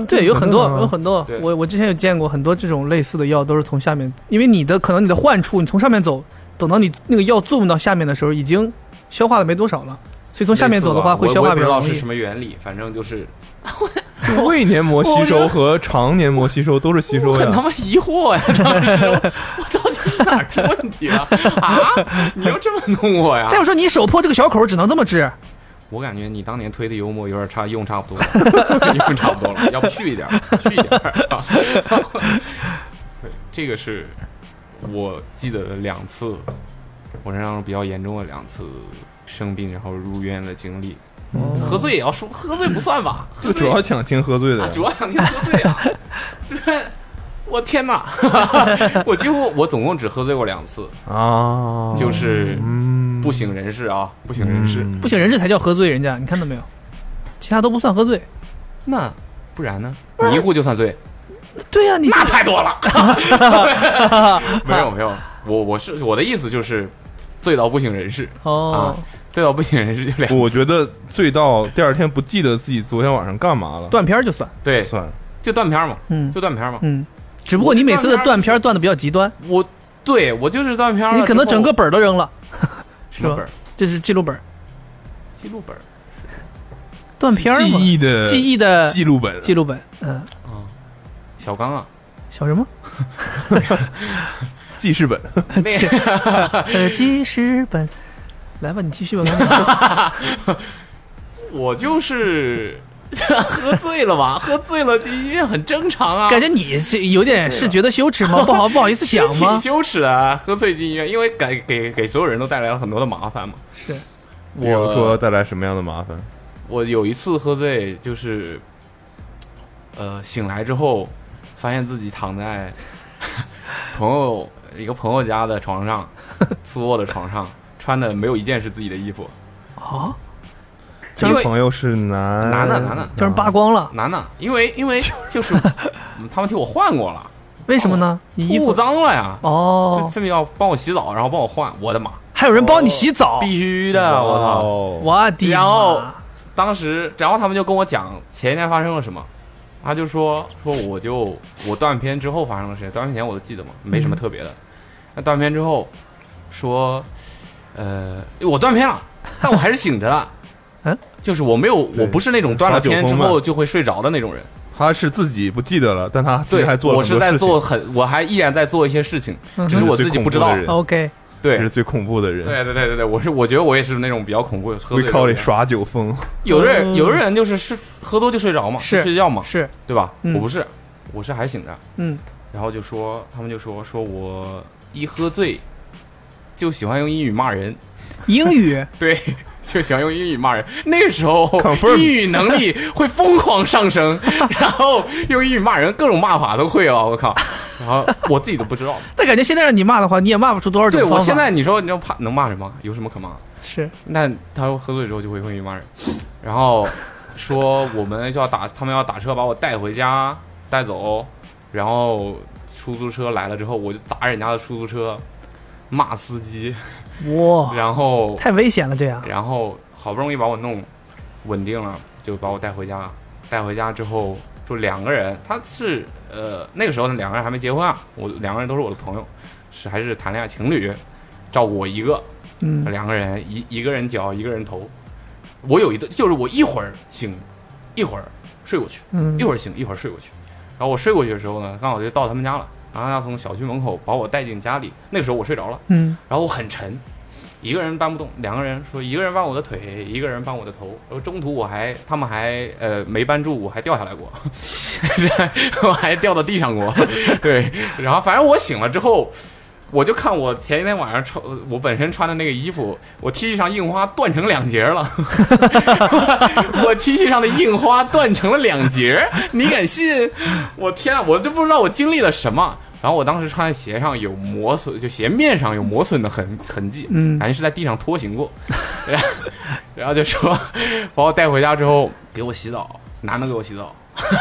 Speaker 3: 对，有很多
Speaker 2: 啊
Speaker 3: 有很多
Speaker 4: 对，
Speaker 3: 我我之前有见过很多这种类似的药，都是从下面，因为你的可能你的患处，你从上面走，等到你那个药作用到下面的时候，已经消化的没多少了，所以从下面走的话
Speaker 4: 类似吧
Speaker 3: 会消
Speaker 4: 我
Speaker 3: 化
Speaker 4: 我也
Speaker 3: 比
Speaker 4: 不
Speaker 3: 较
Speaker 4: 知道
Speaker 3: 容
Speaker 4: 是
Speaker 3: 易
Speaker 4: 什。么原理，反正就是
Speaker 2: 胃黏膜吸
Speaker 4: 我觉
Speaker 2: 收
Speaker 4: 得
Speaker 2: 和肠黏膜吸收都是吸
Speaker 4: 我
Speaker 3: 啊
Speaker 2: 收
Speaker 4: 很他
Speaker 2: 呀。
Speaker 4: 妈疑惑
Speaker 3: [laughs]
Speaker 4: 呀、当时我我到底是哪儿出问题了啊？你又这么弄我呀
Speaker 3: 但？我说你手破这个小口只能这么治，
Speaker 4: 我感觉你当年推的幽默有点差，用差不多了， [laughs] 用差不多了，要不去一点儿， [laughs] 去一点儿。啊、对 [laughs] 这个是我记得的两次，我身上比较严重的两次生病然后入院的经历。喝醉也要说，喝醉不算 [laughs] 吧？
Speaker 2: [laughs]
Speaker 4: 喝
Speaker 2: 就
Speaker 4: 醉
Speaker 2: 主要想听喝醉的
Speaker 4: 啊，
Speaker 2: 人，
Speaker 4: 主要想听喝醉啊， [laughs] 就是我天哪， [laughs] 我几乎我总共只喝醉过两次，
Speaker 2: 啊，
Speaker 4: 就是
Speaker 2: 嗯，
Speaker 4: 不省人事啊，不省人事。
Speaker 2: 嗯
Speaker 3: 不省人事才叫喝醉人家，你看到没有？其他都不算喝醉。
Speaker 4: 那不然呢？迷糊就算醉，
Speaker 3: 对呀、你
Speaker 4: 那太多了。
Speaker 3: [laughs]
Speaker 4: 没有没有，我我是我的意思就是，醉到不省人事
Speaker 3: 哦
Speaker 4: 啊，，醉到不省人事就两
Speaker 2: 我觉得醉到第二天不记得自己昨天晚上干嘛了，
Speaker 3: 断片儿就算，
Speaker 4: 对，
Speaker 2: 算
Speaker 4: 就断片儿嘛，
Speaker 3: 嗯
Speaker 4: 就断片儿嘛。
Speaker 3: 嗯，只不过你每次的断片儿断的比较极端，
Speaker 4: 我对我就是断片儿了之
Speaker 3: 你
Speaker 4: 后，
Speaker 3: 可能整个本儿都扔了，是
Speaker 4: 什么
Speaker 3: 吧
Speaker 4: 本儿
Speaker 3: 这是记录本儿，
Speaker 4: 记录本儿
Speaker 3: 断片儿嘛，
Speaker 2: 记忆的
Speaker 3: 记忆的
Speaker 2: 记录本，
Speaker 3: 记录本，嗯、
Speaker 4: 啊，小刚啊，
Speaker 3: 小什么？
Speaker 2: 记事
Speaker 4: [laughs]
Speaker 2: 本。
Speaker 4: 那个
Speaker 3: 呃，记事本。来吧，你继续
Speaker 4: [laughs]
Speaker 3: 吧。刚才
Speaker 4: 我就是 [laughs] 喝醉了吧，喝醉了进医院很正常啊，
Speaker 3: 感觉你是有点是觉得羞耻吗？不好不好意思讲
Speaker 4: 挺 [laughs]
Speaker 3: 吗？
Speaker 4: 羞耻的、啊，喝醉进医院，因为给给给所有人都带来了很多的麻烦嘛。
Speaker 3: 是，
Speaker 2: 比如说
Speaker 4: 我
Speaker 2: 带来什么样的麻烦？
Speaker 4: 我有一次喝醉，就是呃醒来之后，发现自己躺在 [laughs] 朋友一个朋友家的床上， [laughs] 次卧的床上，穿的没有一件是自己的衣服，
Speaker 3: 啊，
Speaker 2: 这
Speaker 4: 因
Speaker 2: 个
Speaker 4: 为
Speaker 2: 朋友是男
Speaker 4: 男的男的
Speaker 3: 叫人扒光了，
Speaker 4: 男的，因为因为就是嗯他们替我换过了，
Speaker 3: 为什么呢？你衣
Speaker 4: 哦裤
Speaker 3: 服
Speaker 4: 脏了呀。
Speaker 3: 哦，
Speaker 4: 这这要帮我洗澡，然后帮我换，我的妈！
Speaker 3: 还有人帮你洗澡，
Speaker 4: 必须的，啊我操！
Speaker 2: 操！
Speaker 3: 我的妈
Speaker 4: 哦然后当时，然后他们就跟我讲前一天发生了什么，他就说说我就我断片之后发生了谁，断片前我都记得嘛，没什么特别的。那断片之后说，呃，我断片了，但我还是醒着的。
Speaker 3: [laughs] 嗯，
Speaker 4: 就是我没有，
Speaker 2: 对
Speaker 4: 我不是那种断了
Speaker 2: 耍酒
Speaker 4: 片之
Speaker 2: 疯嘛
Speaker 4: 后就会睡着的那种人。
Speaker 2: 他是自己不记得了，但他自己
Speaker 4: 对，
Speaker 2: 还做了
Speaker 4: 我
Speaker 2: 很
Speaker 4: 是
Speaker 2: 多
Speaker 4: 在
Speaker 2: 事情
Speaker 4: 做，很，我还依然在做一些事情，
Speaker 3: 嗯哼
Speaker 4: 只是我自己不知道。哦
Speaker 2: 这是最恐怖的人
Speaker 3: OK，
Speaker 2: 这是
Speaker 4: 对，
Speaker 2: 最恐怖的人。
Speaker 4: 对对对对对，我是我觉得我也是那种比较恐怖，喝
Speaker 2: 会
Speaker 4: 醉
Speaker 2: 靠
Speaker 4: 的
Speaker 2: 里
Speaker 4: 人
Speaker 2: 耍酒疯， [laughs]
Speaker 4: 有的人，
Speaker 3: 嗯
Speaker 4: 有的人就是睡喝多就睡着嘛，
Speaker 3: 是
Speaker 4: 就睡觉嘛，
Speaker 3: 是，
Speaker 4: 对吧？
Speaker 3: 嗯
Speaker 4: 我不是，我是还醒着，
Speaker 3: 嗯，
Speaker 4: 然后就说他们就说说我一喝醉就喜欢用英语骂人， [laughs]
Speaker 3: 英语
Speaker 4: 对，就想用英语骂人。那时候
Speaker 2: Confirm
Speaker 4: 英语能力会疯狂上
Speaker 3: [laughs]
Speaker 4: 升，然后用英语骂人，各种骂法都会哦，我靠！然后我自己都不知
Speaker 3: [laughs]
Speaker 4: 道。
Speaker 3: 但感觉现在让你骂的话，你也骂不出多少种
Speaker 4: 对
Speaker 3: 方法。
Speaker 4: 我现在你说你要怕能骂人吗？有什么可骂？
Speaker 3: 是
Speaker 4: 那他喝醉之后就会用英语骂人，然后说我们就要打，他们要打车把我带回家带走，然后出租车来了之后我就砸人家的出租车，骂司机，
Speaker 3: 哇，
Speaker 4: 然后
Speaker 3: 太危险了，这样
Speaker 4: 然后好不容易把我弄稳定了，就把我带回家。带回家之后，就两个人，他是呃那个时候呢，两个人还没结婚啊，我两个人都是我的朋友，是还是谈恋爱情侣，照顾我一个，
Speaker 3: 嗯，
Speaker 4: 两个人一一个人脚一个人头。我有一顿就是我一会儿醒，一会儿睡过去，
Speaker 3: 嗯
Speaker 4: 一会儿醒一会儿睡过去。然后我睡过去的时候呢，刚好就到他们家了，然后他从小区门口把我带进家里。那个时候我睡着了，
Speaker 3: 嗯
Speaker 4: 然后我很沉，一个人搬不动，两个人说一个人搬我的腿，一个人搬我的头，然后中途我还他们还呃没搬住，我还掉下来过， [laughs] 我还掉到地上过，对，然后反正我醒了之后。我就看我前一天晚上穿我本身穿的那个衣服，我 T 恤上印花断成两截了，我 T 恤上的印花断成了两截，你敢信？我天啊，我都不知道我经历了什么。然后我当时穿的鞋上有磨损，就鞋面上有磨损的痕痕迹，
Speaker 3: 嗯
Speaker 4: 感觉是在地上拖行过。 [laughs] 然后然后就说把我带回家之后给我洗澡，男的给我洗澡，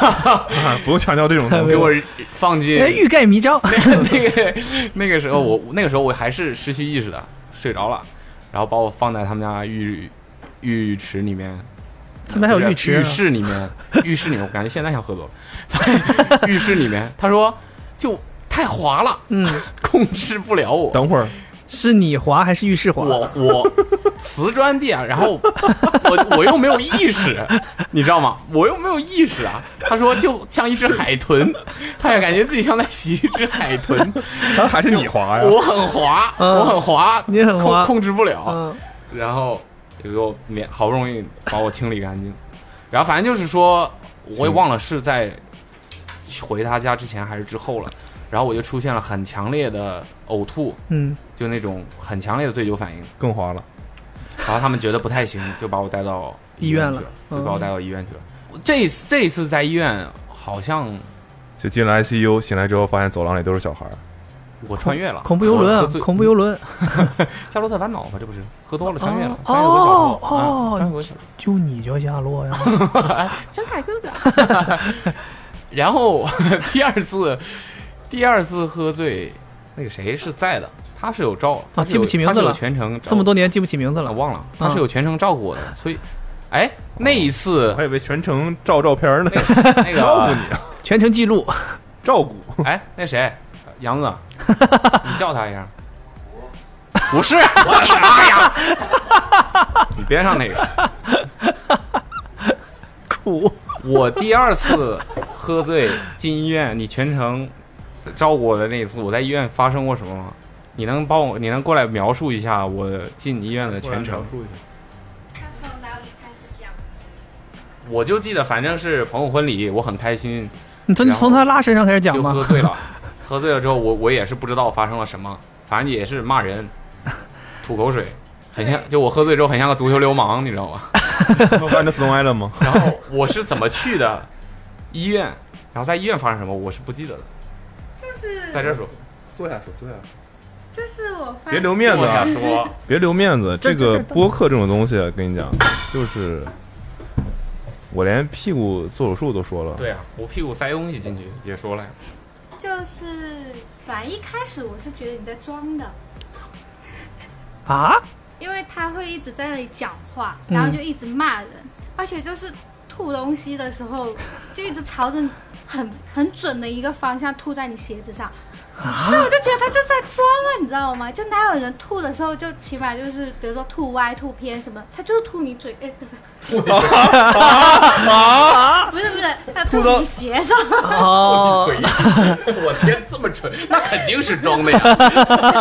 Speaker 2: 啊不用强调这种东
Speaker 4: [laughs] 给
Speaker 2: 西。
Speaker 4: 我放进
Speaker 3: 哎，欲盖弥彰，
Speaker 4: 那个那个时候我那个时候我还是失去意识的，睡着了，然后把我放在他们家浴浴池里面，
Speaker 3: 他们还有浴池啊
Speaker 4: 浴，室
Speaker 3: [laughs]
Speaker 4: 里面，浴室里面，我感觉现在想喝多了， [laughs] 浴室里面，他说就太滑了，
Speaker 3: 嗯，
Speaker 4: [laughs] 控制不了我。
Speaker 2: 等会儿，
Speaker 3: 是你滑还是浴室滑？
Speaker 4: 我
Speaker 3: [laughs]
Speaker 4: 我瓷砖地啊，然后我我又没有意识，你知道吗？我又没有意识啊。他说就像一只海豚，他也感觉自己像在洗一只海豚，
Speaker 2: 他还是你滑呀？
Speaker 4: [laughs] 我很滑，
Speaker 3: 嗯
Speaker 4: 我很滑，
Speaker 3: 你很滑
Speaker 4: 控控制不了。
Speaker 3: 嗯，
Speaker 4: 然后就给我免好不容易把我清理干净，然后反正就是说，我也忘了是在回他家之前还是之后了。然后我就出现了很强烈的呕吐，
Speaker 3: 嗯，
Speaker 4: 就那种很强烈的醉酒反应。
Speaker 2: 更滑了。
Speaker 4: 然后他们觉得不太行，就把我带到去
Speaker 3: 医院
Speaker 4: 了
Speaker 3: 了，嗯
Speaker 4: 就把我带到医院去了。我这一次这一次在医院，好像
Speaker 2: 就进了 ICU，醒来之后发现走廊里都是小孩儿。
Speaker 4: 我穿越了
Speaker 3: 恐怖游
Speaker 4: 我喝
Speaker 3: 轮，啊
Speaker 4: 醉
Speaker 3: 恐怖游轮，
Speaker 4: 夏洛特烦恼吧？这不是喝多了穿越了
Speaker 3: 哦，
Speaker 4: 穿越回小时候
Speaker 3: 哦
Speaker 4: 啊穿越回小时候
Speaker 3: 就你叫亚
Speaker 4: [laughs]
Speaker 3: 洛呀，
Speaker 4: 真凯哥哥。然后 [laughs] 第二次，第二次喝醉，那个谁是在的，他是有照，他是
Speaker 3: 啊记不
Speaker 4: 有
Speaker 3: 起名字
Speaker 4: 他是有
Speaker 3: 了
Speaker 4: 全程
Speaker 3: [laughs]
Speaker 4: 照
Speaker 3: 这么多嗯年记不起名字
Speaker 4: 了
Speaker 3: 了，
Speaker 4: 忘了，他是有全程照顾我的，所以，哎，那一次
Speaker 2: 哦我还以为全程照照片呢， [laughs]
Speaker 4: 那
Speaker 2: 照顾
Speaker 4: 个，
Speaker 2: 你，啊
Speaker 3: 全程记
Speaker 4: [laughs]
Speaker 3: 录，
Speaker 2: 照顾。
Speaker 4: 哎，那谁，
Speaker 3: [laughs]
Speaker 4: 杨子，你叫他一下。不是， [laughs] 我的妈呀！你边上那个，
Speaker 3: 苦，
Speaker 4: [laughs] 我第二次喝醉进医院，你全程照顾我的那一次，我在医院发生过什么吗？你能帮我，你能过来描述一下我进医院的全 [laughs] 程？
Speaker 5: 他从哪里开始讲？
Speaker 4: 我就记得，反正是朋友婚礼，我很开心，
Speaker 3: 你从
Speaker 4: 然后
Speaker 3: 从他拉身上开始讲
Speaker 4: 就
Speaker 3: 吧
Speaker 4: 喝，醉 [laughs] 了。喝醉了之后，我我也是不知道发生了什么，反正也是骂 [laughs] 人、吐口水，很像。就我喝醉之后，很像个足球流氓，你知 [laughs] 道吗？
Speaker 2: 翻着 Stone Island 吗？
Speaker 4: 然后我是怎么去的医院，然后在医院发生什么，我是不记得的。
Speaker 5: 就是
Speaker 4: 在这儿说，
Speaker 2: 坐下说，坐下。
Speaker 5: 就是我发
Speaker 2: 别留面子
Speaker 4: 坐下
Speaker 2: 啊！
Speaker 4: 说。
Speaker 2: 别留面子。这个播客这种东西，跟你讲，就是我连屁股做手术都说了。
Speaker 4: 对啊，我屁股塞东西进去也说了呀。
Speaker 5: 就是反正一开始我是觉得你在装的，
Speaker 3: 啊，
Speaker 5: 因为他会一直在那里讲话，
Speaker 3: 嗯
Speaker 5: 然后就一直骂人，而且就是吐东西的时候就一直朝着很很准的一个方向吐在你鞋子上。所以我就觉得他就是在装啊，你知道吗？就哪有人吐的时候，就起码就是比如说吐歪、吐偏什么，他就是吐你嘴，哎，对不对？不是不是，他吐
Speaker 3: 到
Speaker 5: 你鞋上。
Speaker 3: 哦，
Speaker 4: 嘴， [laughs] 我天，这么蠢，那肯定是装的呀。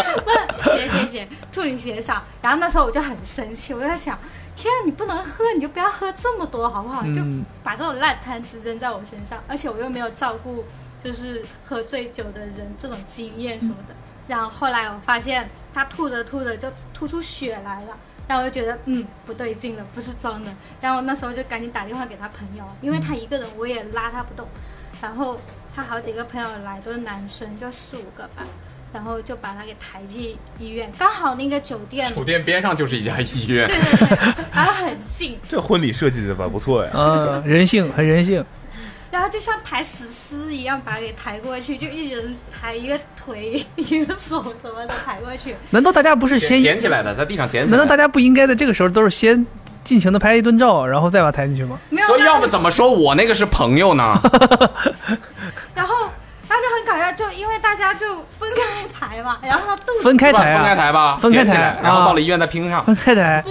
Speaker 3: [laughs]
Speaker 5: 写写写，吐你鞋上。然后那时候我就很生气，我就在想，天啊，你不能喝，你就不要喝这么多，好不好？就
Speaker 3: 嗯
Speaker 5: 把这种烂摊子扔在我身上，而且我又没有照顾，就是喝醉酒的人这种经验什么的。然后后来我发现他吐着吐着就吐出血来了，然后我就觉得嗯不对劲了，不是装的。然后我那时候就赶紧打电话给他朋友，因为他一个人我也拉他不动。然后他好几个朋友来都是男生，就四五个吧。然后就把他给抬进医院，刚好那个酒店，
Speaker 4: 酒店边上就是一家医院，
Speaker 5: 然后很近，
Speaker 2: 这婚礼设计的吧，不错呀。
Speaker 3: 啊，人性很人性，
Speaker 5: 然后就像抬死尸一样把他给抬过去，就一人抬一个腿、一个手什么的抬过去。
Speaker 3: 难道大家不是先？
Speaker 4: 捡起来的，在地上捡
Speaker 3: 难
Speaker 4: 起来
Speaker 3: 道
Speaker 4: 的。
Speaker 3: 大家不应该在这个时候都是先尽情的拍一顿照，然后再把它抬进去吗？
Speaker 5: 没有，
Speaker 4: 所以
Speaker 5: 那
Speaker 4: 要么怎么说我那个是朋友呢？
Speaker 5: 然后，然后就很搞笑，就因为大家就分开抬嘛，然后他肚子
Speaker 3: 分开
Speaker 4: 是吧
Speaker 3: 抬
Speaker 4: 分开
Speaker 3: 啊，
Speaker 4: 抬吧，
Speaker 3: 分开抬
Speaker 4: 捡起来然后
Speaker 3: 啊
Speaker 4: 到了医院再拼上。
Speaker 3: 分开抬。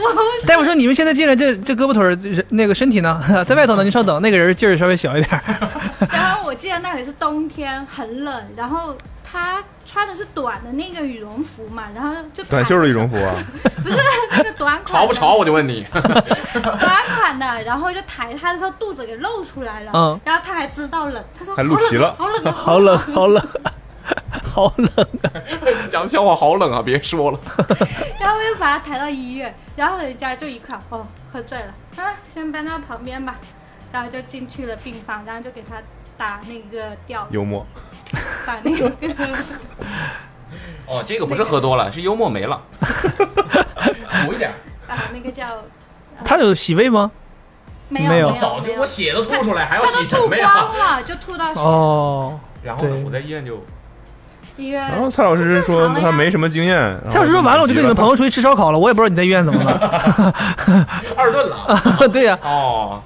Speaker 3: 大夫说：“你们现在进来这，这胳膊腿儿人那个身体呢， [laughs] 在外头呢，您稍等，那个人劲儿稍微小一点儿。 [laughs]
Speaker 5: 然后我记得那里是冬天，很冷，然后他穿的是短的那个羽绒服嘛，然后就
Speaker 2: 短袖的羽绒服啊，
Speaker 5: 不是那个短款的，
Speaker 4: 潮不潮？我就问你， [laughs]
Speaker 5: 短款的，然后就抬他的时候肚子给露出来了，
Speaker 3: 嗯
Speaker 5: 然后他还知道冷，他说
Speaker 2: 还露脐了
Speaker 5: 好冷，好
Speaker 3: 好
Speaker 5: 冷，
Speaker 2: [laughs]
Speaker 3: 冷，好冷，好冷。啊
Speaker 4: 讲笑话好冷啊！别说了，
Speaker 5: 然后我就把他抬到医院，然后人家就一看，哦，喝醉了，啊，先搬到旁边吧，然后就进去了病房，然后就给他打那个吊，
Speaker 2: 幽默。
Speaker 5: 打那个，
Speaker 4: 哦，这个不是喝多了，是幽默没了， [laughs] 补一点。
Speaker 5: 打那个叫
Speaker 3: [laughs] 他有洗胃吗？
Speaker 5: 没有
Speaker 3: 没有
Speaker 4: 早就
Speaker 5: 没有
Speaker 4: 我血都吐出来，还要
Speaker 5: 他
Speaker 4: 洗
Speaker 5: 都
Speaker 4: 什
Speaker 5: 吐
Speaker 4: 么呀
Speaker 5: 光？了，就吐到
Speaker 3: 哦，
Speaker 4: 然后呢
Speaker 3: 对，
Speaker 4: 我在医院就
Speaker 5: 医院。
Speaker 2: 然后蔡老师说
Speaker 5: 哎这正常了呀
Speaker 2: 他没什么经验，然后
Speaker 3: 蔡老师说：“完了，我就跟你们朋友出去吃烧烤了，我也不知道你在医院怎么了。 [laughs]
Speaker 4: 二顿了。”
Speaker 3: 对呀、
Speaker 4: 哦，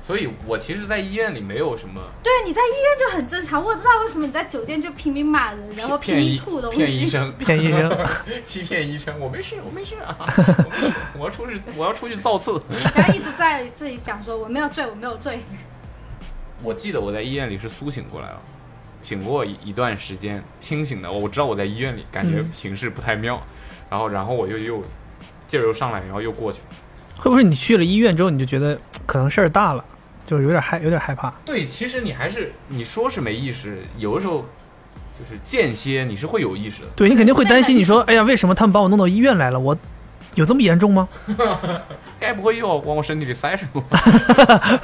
Speaker 4: 所以我其实，在医院里没有什么
Speaker 5: 对，你在医院就很正常，我也不知道为什么你在酒店就拼命骂人，然后拼
Speaker 4: 骗
Speaker 5: 命
Speaker 4: 医
Speaker 5: 吐东
Speaker 4: 骗医
Speaker 5: 西。
Speaker 4: 生， [laughs]
Speaker 3: 骗医生，
Speaker 4: 欺骗医生，我没事，我没事啊，我没事，我要出去，我要出去造次。
Speaker 5: 然后一直在自己讲说我没有醉，我没有醉。
Speaker 4: 我记得我在医院里是苏醒过来了，醒过一一段时间，清醒的。我知道我在医院里，感觉
Speaker 3: 嗯
Speaker 4: 形势不太妙，然后然后我就又劲儿又上来，然后又过去。
Speaker 3: [laughs] 会不会你去了医院之后，你就觉得可能事儿大了，就是有点害，有点害怕？
Speaker 4: 对，其实你还是你说是没意识，有的时候就是间歇你是会有意识的。
Speaker 3: 对你肯定会担心，你说：“哎呀，为什么他们把我弄到医院来了？我有这么严重吗？
Speaker 4: 该不会又要往我身体里塞什么？
Speaker 3: [laughs]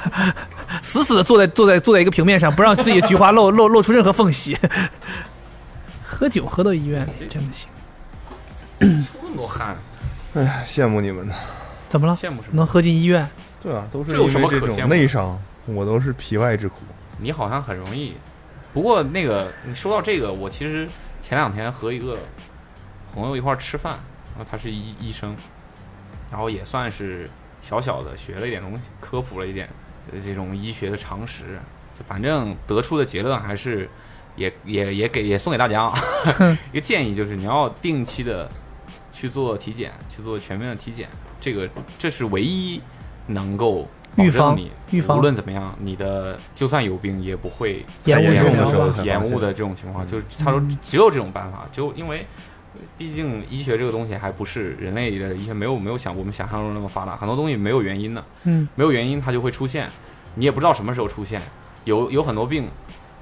Speaker 3: 死死的坐在坐在坐在一个平面上，不让自己的菊花 [laughs] 露露露出任何缝隙。 [laughs] 喝酒喝到医院里真的行，
Speaker 4: [laughs] 出那么多汗，
Speaker 2: 哎呀，羡慕你们呢。
Speaker 3: 怎么了？
Speaker 4: 羡慕什么？
Speaker 3: 能喝进医院？
Speaker 2: 对啊，都是
Speaker 4: 这有什
Speaker 2: 因
Speaker 4: 么
Speaker 2: 为
Speaker 4: 可
Speaker 2: 这
Speaker 4: 羡
Speaker 2: 种
Speaker 4: 慕
Speaker 2: 内伤，我都是皮外之苦。
Speaker 4: 你好像很容易。不过那个，你说到这个，我其实前两天和一个朋友一块儿吃饭，然后他是医医生，然后也算是小小的学了一点东西，科普了一点呃这种医学的常识，就反正得出的结论还是也也也给也送给大家 [laughs] 啊，一个建议就是你要定期的去做体检，去做全面的体检，这个这是唯一能够保
Speaker 3: 预
Speaker 4: 证
Speaker 3: 防
Speaker 4: 你
Speaker 3: 预防
Speaker 4: 无论怎么样，你的就算有病也不会
Speaker 3: 延误
Speaker 4: 延
Speaker 3: 治
Speaker 4: 误
Speaker 3: 疗
Speaker 4: 的时候
Speaker 3: 吧嗯
Speaker 2: 才
Speaker 4: 延
Speaker 2: 发现
Speaker 4: 误的这种情况，就是他说只有这种办法，就因为毕竟医学这个东西还不是人类的医学没有没有想我们想象中那么发达，很多东西没有原因的，
Speaker 3: 嗯，
Speaker 4: 没有原因它就会出现，你也不知道什么时候出现，有有很多病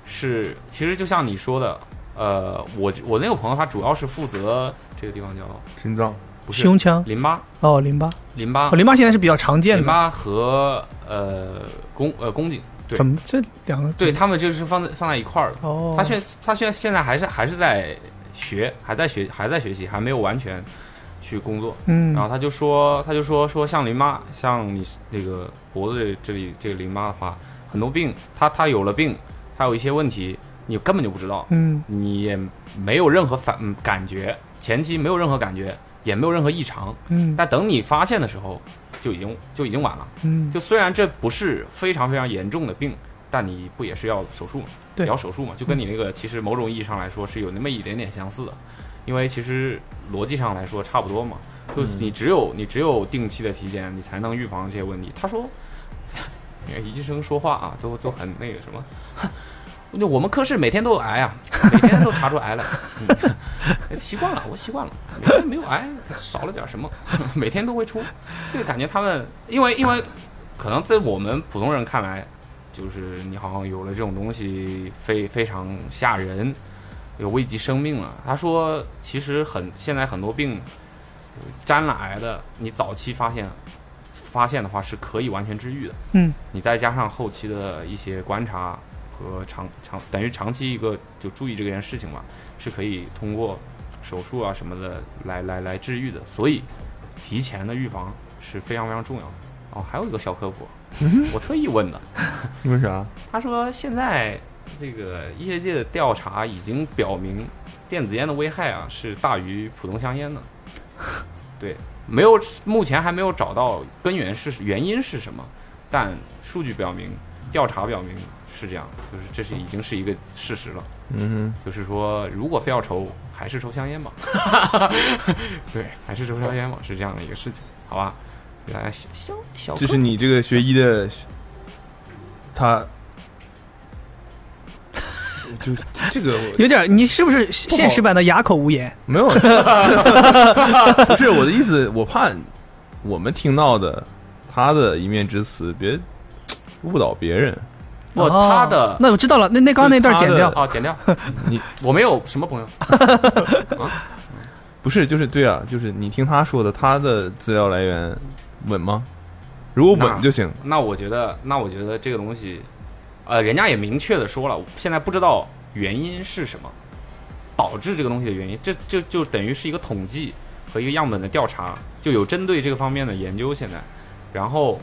Speaker 4: 是其实就像你说的，呃，我我那个朋友他主要是负责这个地方叫
Speaker 2: 心脏
Speaker 4: 不是
Speaker 3: 胸腔
Speaker 4: 淋巴
Speaker 3: 哦，淋巴
Speaker 4: 淋巴
Speaker 3: 哦，淋巴现在是比较常见
Speaker 4: 淋
Speaker 3: 的。
Speaker 4: 巴和呃宫呃宫颈，对
Speaker 3: 怎么这两个？
Speaker 4: 对他们就是放在放在一块儿的。
Speaker 3: 哦，
Speaker 4: 他现他现在现在还是还是在学，还在学还在学习，还没有完全去工作。
Speaker 3: 嗯
Speaker 4: 然后他就说，他就说说像淋巴，像你那个脖子这里这个淋巴的话，很多病，他他有了病，他有一些问题，你根本就不知道，
Speaker 3: 嗯
Speaker 4: 你也没有任何反嗯感觉，前期没有任何感觉，也没有任何异常，
Speaker 3: 嗯
Speaker 4: 但等你发现的时候，就已经就已经晚了。
Speaker 3: 嗯，
Speaker 4: 就虽然这不是非常非常严重的病，但你不也是要手术吗？
Speaker 3: 对
Speaker 4: 也要手术嘛，就跟你那个其实某种意义上来说是有那么一点点相似的，因为其实逻辑上来说差不多嘛。就是你只有你只有定期的体检，你才能预防这些问题。他说，哎医生说话啊，都都很那个什么。 [laughs] 就我们科室每天都有癌啊， [laughs] 每天都查出癌来，嗯 [laughs] 习惯了，我习惯了，每天没有癌，少了点什么， [laughs] 每天都会出，就感觉他们，因为因为可能在我们普通人看来，就是你好像有了这种东西，非非常吓人，有危及生命了。他说，其实很现在很多病，沾染癌的，你早期发现发现的话是可以完全治愈的。
Speaker 3: 嗯，
Speaker 4: 你再加上后期的一些观察和长长等于长期一个就注意这件事情嘛，是可以通过手术啊什么的来来来治愈的。所以提前的预防是非常非常重要的。哦，还有一个小科普，我特意问的，
Speaker 2: 你为啥？
Speaker 4: 他说现在这个医学界的调查已经表明，电子烟的危害啊是大于普通香烟的。对，没有，目前还没有找到根源是原因是什么，但数据表明，调查表明是这样，就是这是已经是一个事实了。
Speaker 2: 嗯
Speaker 4: 就是说，如果非要抽，还是抽香烟吧。对，还是抽香烟吧，是这样的一个事情，好吧？来，小小小
Speaker 2: 哼，就是你这个学医的， [laughs] 他。就这个我
Speaker 3: 有点，你是不是现实版的哑口无言？
Speaker 2: 没 [laughs] 有，不是我的意思，我怕我们听到的他的一面之词，别误导别人。
Speaker 4: 不，
Speaker 3: 哦
Speaker 4: 他的
Speaker 3: 那我知道了，那那刚刚那段剪掉
Speaker 2: 就。。
Speaker 3: [laughs]
Speaker 4: 哦，剪掉
Speaker 2: 你
Speaker 4: 我没有什么朋友，
Speaker 2: 不是，就是对啊，就是你听他说的，他的资料来源稳吗？如果稳
Speaker 4: 那
Speaker 2: 就行。
Speaker 4: 那我觉得，那我觉得这个东西，呃，人家也明确的说了，现在不知道原因是什么导致这个东西的原因，这这就等于是一个统计和一个样本的调查，就有针对这个方面的研究现在。然后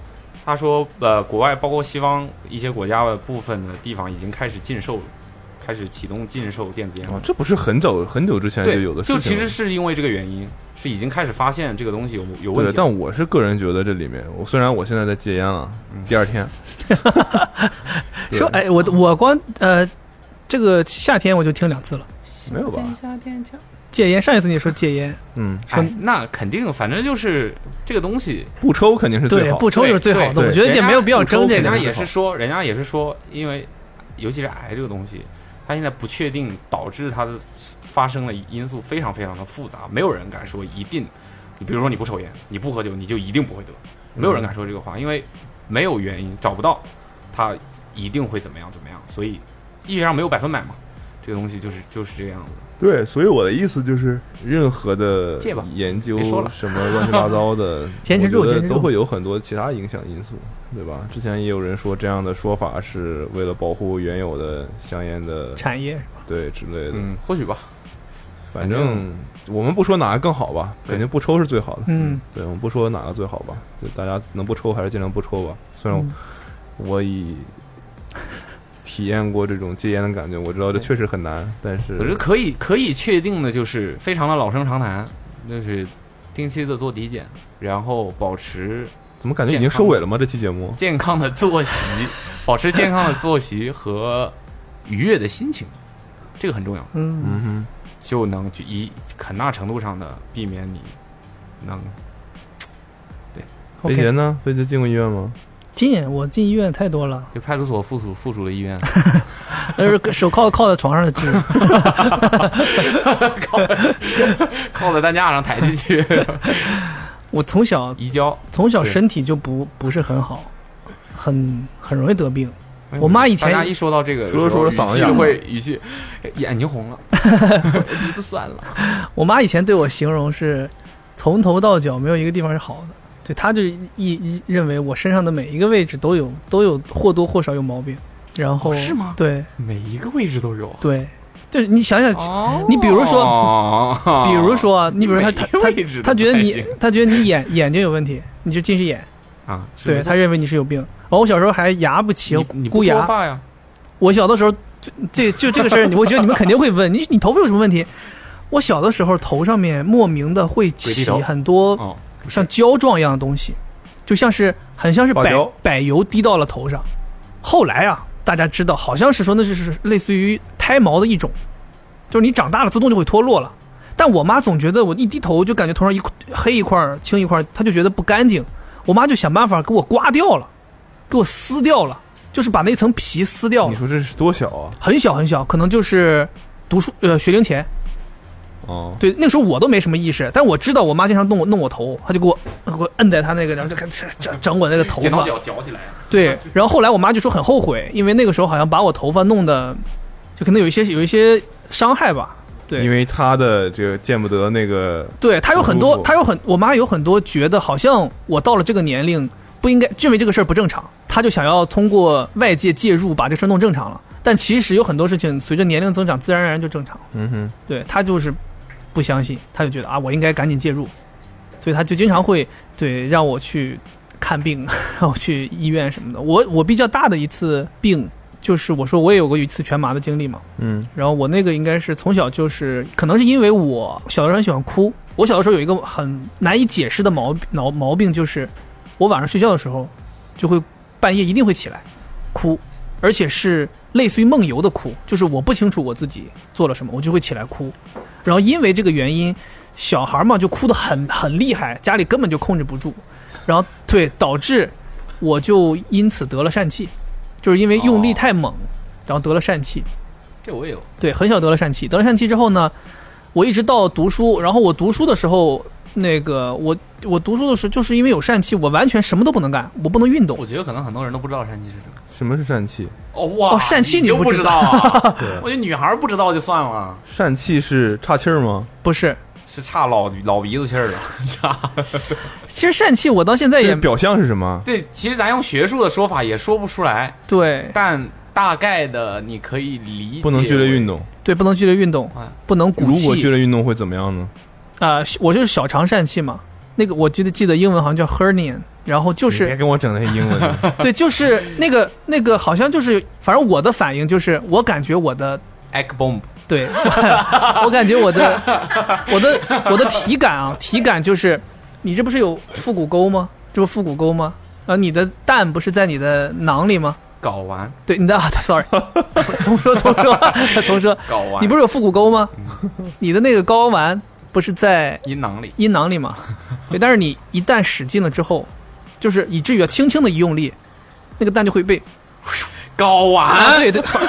Speaker 4: 他说，呃，国外包括西方一些国家的部分的地方已经开始禁售，开始启动禁售电子烟了
Speaker 2: 哦，。这不是很久很久之前就
Speaker 4: 对，
Speaker 2: 有的事情
Speaker 4: 就
Speaker 2: 了。
Speaker 4: 其实是因为这个原因，是已经开始发现这个东西有有
Speaker 2: 对，
Speaker 4: 问题了。哎
Speaker 2: 但我是个人觉得这里面，我虽然我现在在戒烟了，
Speaker 4: 嗯
Speaker 2: 第二天对
Speaker 3: 说，哎，我我光呃，这个夏天我就听两次了。
Speaker 2: 没有吧？
Speaker 3: 戒烟，上一次你说戒烟，
Speaker 2: 嗯，
Speaker 3: 说
Speaker 4: 哎那肯定，反正就是这个东西，
Speaker 2: 不抽肯定是最
Speaker 3: 对，
Speaker 2: 好。
Speaker 3: 不抽就是最好的。
Speaker 2: 对
Speaker 3: 我觉得也没有必要争这
Speaker 4: 人家
Speaker 3: 个。
Speaker 4: 也是说，人家也是说，因为尤其是癌这个东西，它现在不确定导致它的发生的因素非常非常的复杂，没有人敢说一定。你比如说你不抽烟，你不喝酒，你就一定不会得，没有
Speaker 3: 嗯
Speaker 4: 人敢说这个话，因为没有原因，找不到它一定会怎么样怎么样，所以医学上没有百分百嘛，这个东西就是就是这个样子。
Speaker 2: 对，所以我的意思就是，任何的
Speaker 4: 戒吧
Speaker 2: 研究
Speaker 4: 别说了
Speaker 2: 什么乱七八糟
Speaker 4: [laughs]
Speaker 2: 的，
Speaker 3: 坚持住
Speaker 2: 我觉得
Speaker 3: 坚持住
Speaker 2: 都会有很多其他影响因素，对吧？之前也有人说这样的说法是为了保护原有的香烟的
Speaker 3: 产业
Speaker 2: 对之类的，
Speaker 4: 嗯，或许吧。
Speaker 2: 反
Speaker 4: 反
Speaker 2: 正
Speaker 4: 正
Speaker 2: 我们不说哪个更好吧，
Speaker 4: 对
Speaker 2: 肯定不抽是最好的。
Speaker 3: 嗯，
Speaker 2: 对，我们不说哪个最好吧，就大家能不抽还是尽量不抽吧。虽然我,、
Speaker 3: 嗯
Speaker 2: 已体验过这种戒烟的感觉，我知道这
Speaker 4: 对
Speaker 2: 确实很难，但是
Speaker 4: 我觉得可以可以确定的就是非常的老生常谈，就是定期的做体检，然后保持
Speaker 2: 怎么感觉已经收尾了吗？这期节目
Speaker 4: 健康的
Speaker 2: [laughs]
Speaker 4: 作息，保持健康的作息和愉悦的心情，这个很重要，
Speaker 3: 嗯，
Speaker 2: 嗯
Speaker 4: 就能去一很大程度上的避免你能
Speaker 2: 哼，飞杰呢？飞杰进过医院吗？
Speaker 3: 进我进医院太多了，
Speaker 4: 就派出所附属附属的
Speaker 2: [laughs]
Speaker 4: 医院，
Speaker 3: 呃，手铐铐在床上的治。
Speaker 4: 靠在担架上抬
Speaker 2: [laughs]
Speaker 4: 进去
Speaker 3: 我从小
Speaker 4: 移交。
Speaker 3: 从小
Speaker 4: 对
Speaker 3: 身体就不不是很好，很很容易得病。 [laughs] 我妈以前
Speaker 4: 大家一说到这个的时
Speaker 2: 说
Speaker 4: 候，
Speaker 2: 着说着嗓子
Speaker 4: 语气
Speaker 2: 哑了
Speaker 4: 会语气哎眼
Speaker 3: [laughs]
Speaker 4: 睛红了， [laughs] 鼻子酸了。
Speaker 3: 我妈以前对我形容是，从头到脚没有一个地方是好的。对，她就一一认为我身上的每一个位置都有都有或多或少有毛病。然后、
Speaker 4: 哦是吗
Speaker 3: 对
Speaker 4: 每一个位置都有。
Speaker 3: 对，就是你想想，
Speaker 4: 哦
Speaker 3: 你比如说
Speaker 4: 说
Speaker 3: 比如说啊，你比如说她
Speaker 4: 哦每
Speaker 3: 她
Speaker 4: 一个
Speaker 3: 她
Speaker 4: 位置都
Speaker 3: 她觉得
Speaker 4: 还
Speaker 3: 你
Speaker 4: 行
Speaker 3: 她觉得你眼眼睛有问题，你就近视眼，
Speaker 4: 啊，是
Speaker 3: 对
Speaker 4: 不是
Speaker 3: 她认为你是有病。然后我小时候还牙不齐，
Speaker 4: 你你不
Speaker 3: 箍
Speaker 4: 脱
Speaker 3: 牙。
Speaker 4: 发呀？
Speaker 3: 我小的时候，这就这个事儿，我觉得你们肯定会问你你头发有什么问题？我小的时候头上面莫名的会起
Speaker 4: 头
Speaker 3: 很多
Speaker 4: 哦，
Speaker 3: 像胶状一样的东西，就像是很像是
Speaker 2: 发
Speaker 3: 柏
Speaker 2: 胶
Speaker 3: 柏油滴到了头上。后来啊，大家知道，好像是说那就是类似于胎毛的一种，就是你长大了自动就会脱落了。但我妈总觉得我一低头就感觉头上一块黑一块儿青一块儿，她就觉得不干净。我妈就想办法给我刮掉了，给我撕掉了，就是把那层皮撕掉
Speaker 2: 你
Speaker 3: 了。
Speaker 2: 说这是多小啊？
Speaker 3: 很小很小，可能就是读书呃学龄前，
Speaker 2: 哦，
Speaker 3: 对，那个时候我都没什么意识，但我知道我妈经常弄我弄我头，她就给我给我摁在她那个，然后就开始整整我那个头
Speaker 4: 剪刀
Speaker 3: 发。
Speaker 4: 脚绞起来，
Speaker 3: 对，然后后来我妈就说很后悔，因为那个时候好像把我头发弄的，就可能有一些有一些伤害吧。对
Speaker 2: 因为他的这个见不得那个，
Speaker 3: 对他有很
Speaker 2: 不
Speaker 3: 多
Speaker 2: 不，不
Speaker 3: 他有很，我妈有很多觉得好像我到了这个年龄不应该认为这个事儿不正常，她就想要通过外界介入把这事儿弄正常了。但其实有很多事情随着年龄增长，自然而然就正常了。
Speaker 2: 嗯哼，
Speaker 3: 对她就是不相信，她就觉得啊，我应该赶紧介入，所以她就经常会对让我去看病， [laughs] 让我去医院什么的。我我比较大的一次病就是我说我也有过一次全麻的经历嘛，
Speaker 2: 嗯
Speaker 3: 然后我那个应该是从小就是，可能是因为我小的时候很喜欢哭。我小的时候有一个很难以解释的毛毛毛病，就是我晚上睡觉的时候就会半夜一定会起来哭，而且是类似于梦游的哭，就是我不清楚我自己做了什么，我就会起来哭。然后因为这个原因，小孩嘛就哭得很很厉害，家里根本就控制不住，然后对导致我就因此得了疝气，就是因为用力
Speaker 4: 哦
Speaker 3: 太猛，然后得了疝气。
Speaker 4: 这我也有，
Speaker 3: 对，很小得了疝气，得了疝气之后呢，我一直到读书，然后我读书的时候，那个我我读书的时候，就是因为有疝气，我完全什么都不能干，我不能运动
Speaker 4: 我。觉得可能很多人都不知道疝气是什么。
Speaker 2: 什么是疝气？
Speaker 4: 哦哇，
Speaker 3: 哦疝气
Speaker 4: 你
Speaker 3: 你
Speaker 4: 就
Speaker 3: 不
Speaker 4: 不
Speaker 3: 知
Speaker 4: 道
Speaker 3: [laughs]
Speaker 4: 啊？
Speaker 2: 对
Speaker 4: 我觉得女孩不知道就算了，
Speaker 2: 疝气是岔气儿吗？
Speaker 3: 不是，
Speaker 4: 是差老老鼻子气儿了，差。
Speaker 3: 其实疝气我到现在哎也
Speaker 2: 这表象是什么？
Speaker 4: [laughs] 对，其实咱用学术的说法也说不出来，
Speaker 3: 对
Speaker 4: 但大概的你可以理解。
Speaker 2: 不能剧烈运动。
Speaker 3: 对，不能剧烈运动
Speaker 4: 啊，
Speaker 3: 不能
Speaker 2: 哎如
Speaker 3: 鼓
Speaker 2: 果剧
Speaker 3: 气
Speaker 2: 烈运动会怎么样呢？
Speaker 3: 啊、我就是小肠疝气嘛。那个我记得记得英文好像叫 hernia，然后就
Speaker 2: 你别
Speaker 3: 是
Speaker 2: 跟我整那些英文的。
Speaker 3: 对，就是那个那个好像就是，反正我的反应就是，我感觉我的
Speaker 4: egg bomb。
Speaker 3: 对， [laughs] 我我感觉我的我的我的体感啊，体感就是，你这不是有腹股沟吗？这不腹股沟吗？啊，你的蛋不是在你的囊里吗？
Speaker 4: 睾丸，
Speaker 3: 对，你的、 [laughs] 啊、，sorry，重说重说重说，
Speaker 4: 睾丸，
Speaker 3: 你不是有腹股沟吗？你的那个睾丸不是在
Speaker 4: 阴囊里，
Speaker 3: 阴囊里嘛？对，但是你一旦使劲了之后，就是以至于啊轻轻的一用力，那个蛋就会被
Speaker 4: 睾
Speaker 3: 啊，
Speaker 4: 丸，
Speaker 3: 对对，sorry，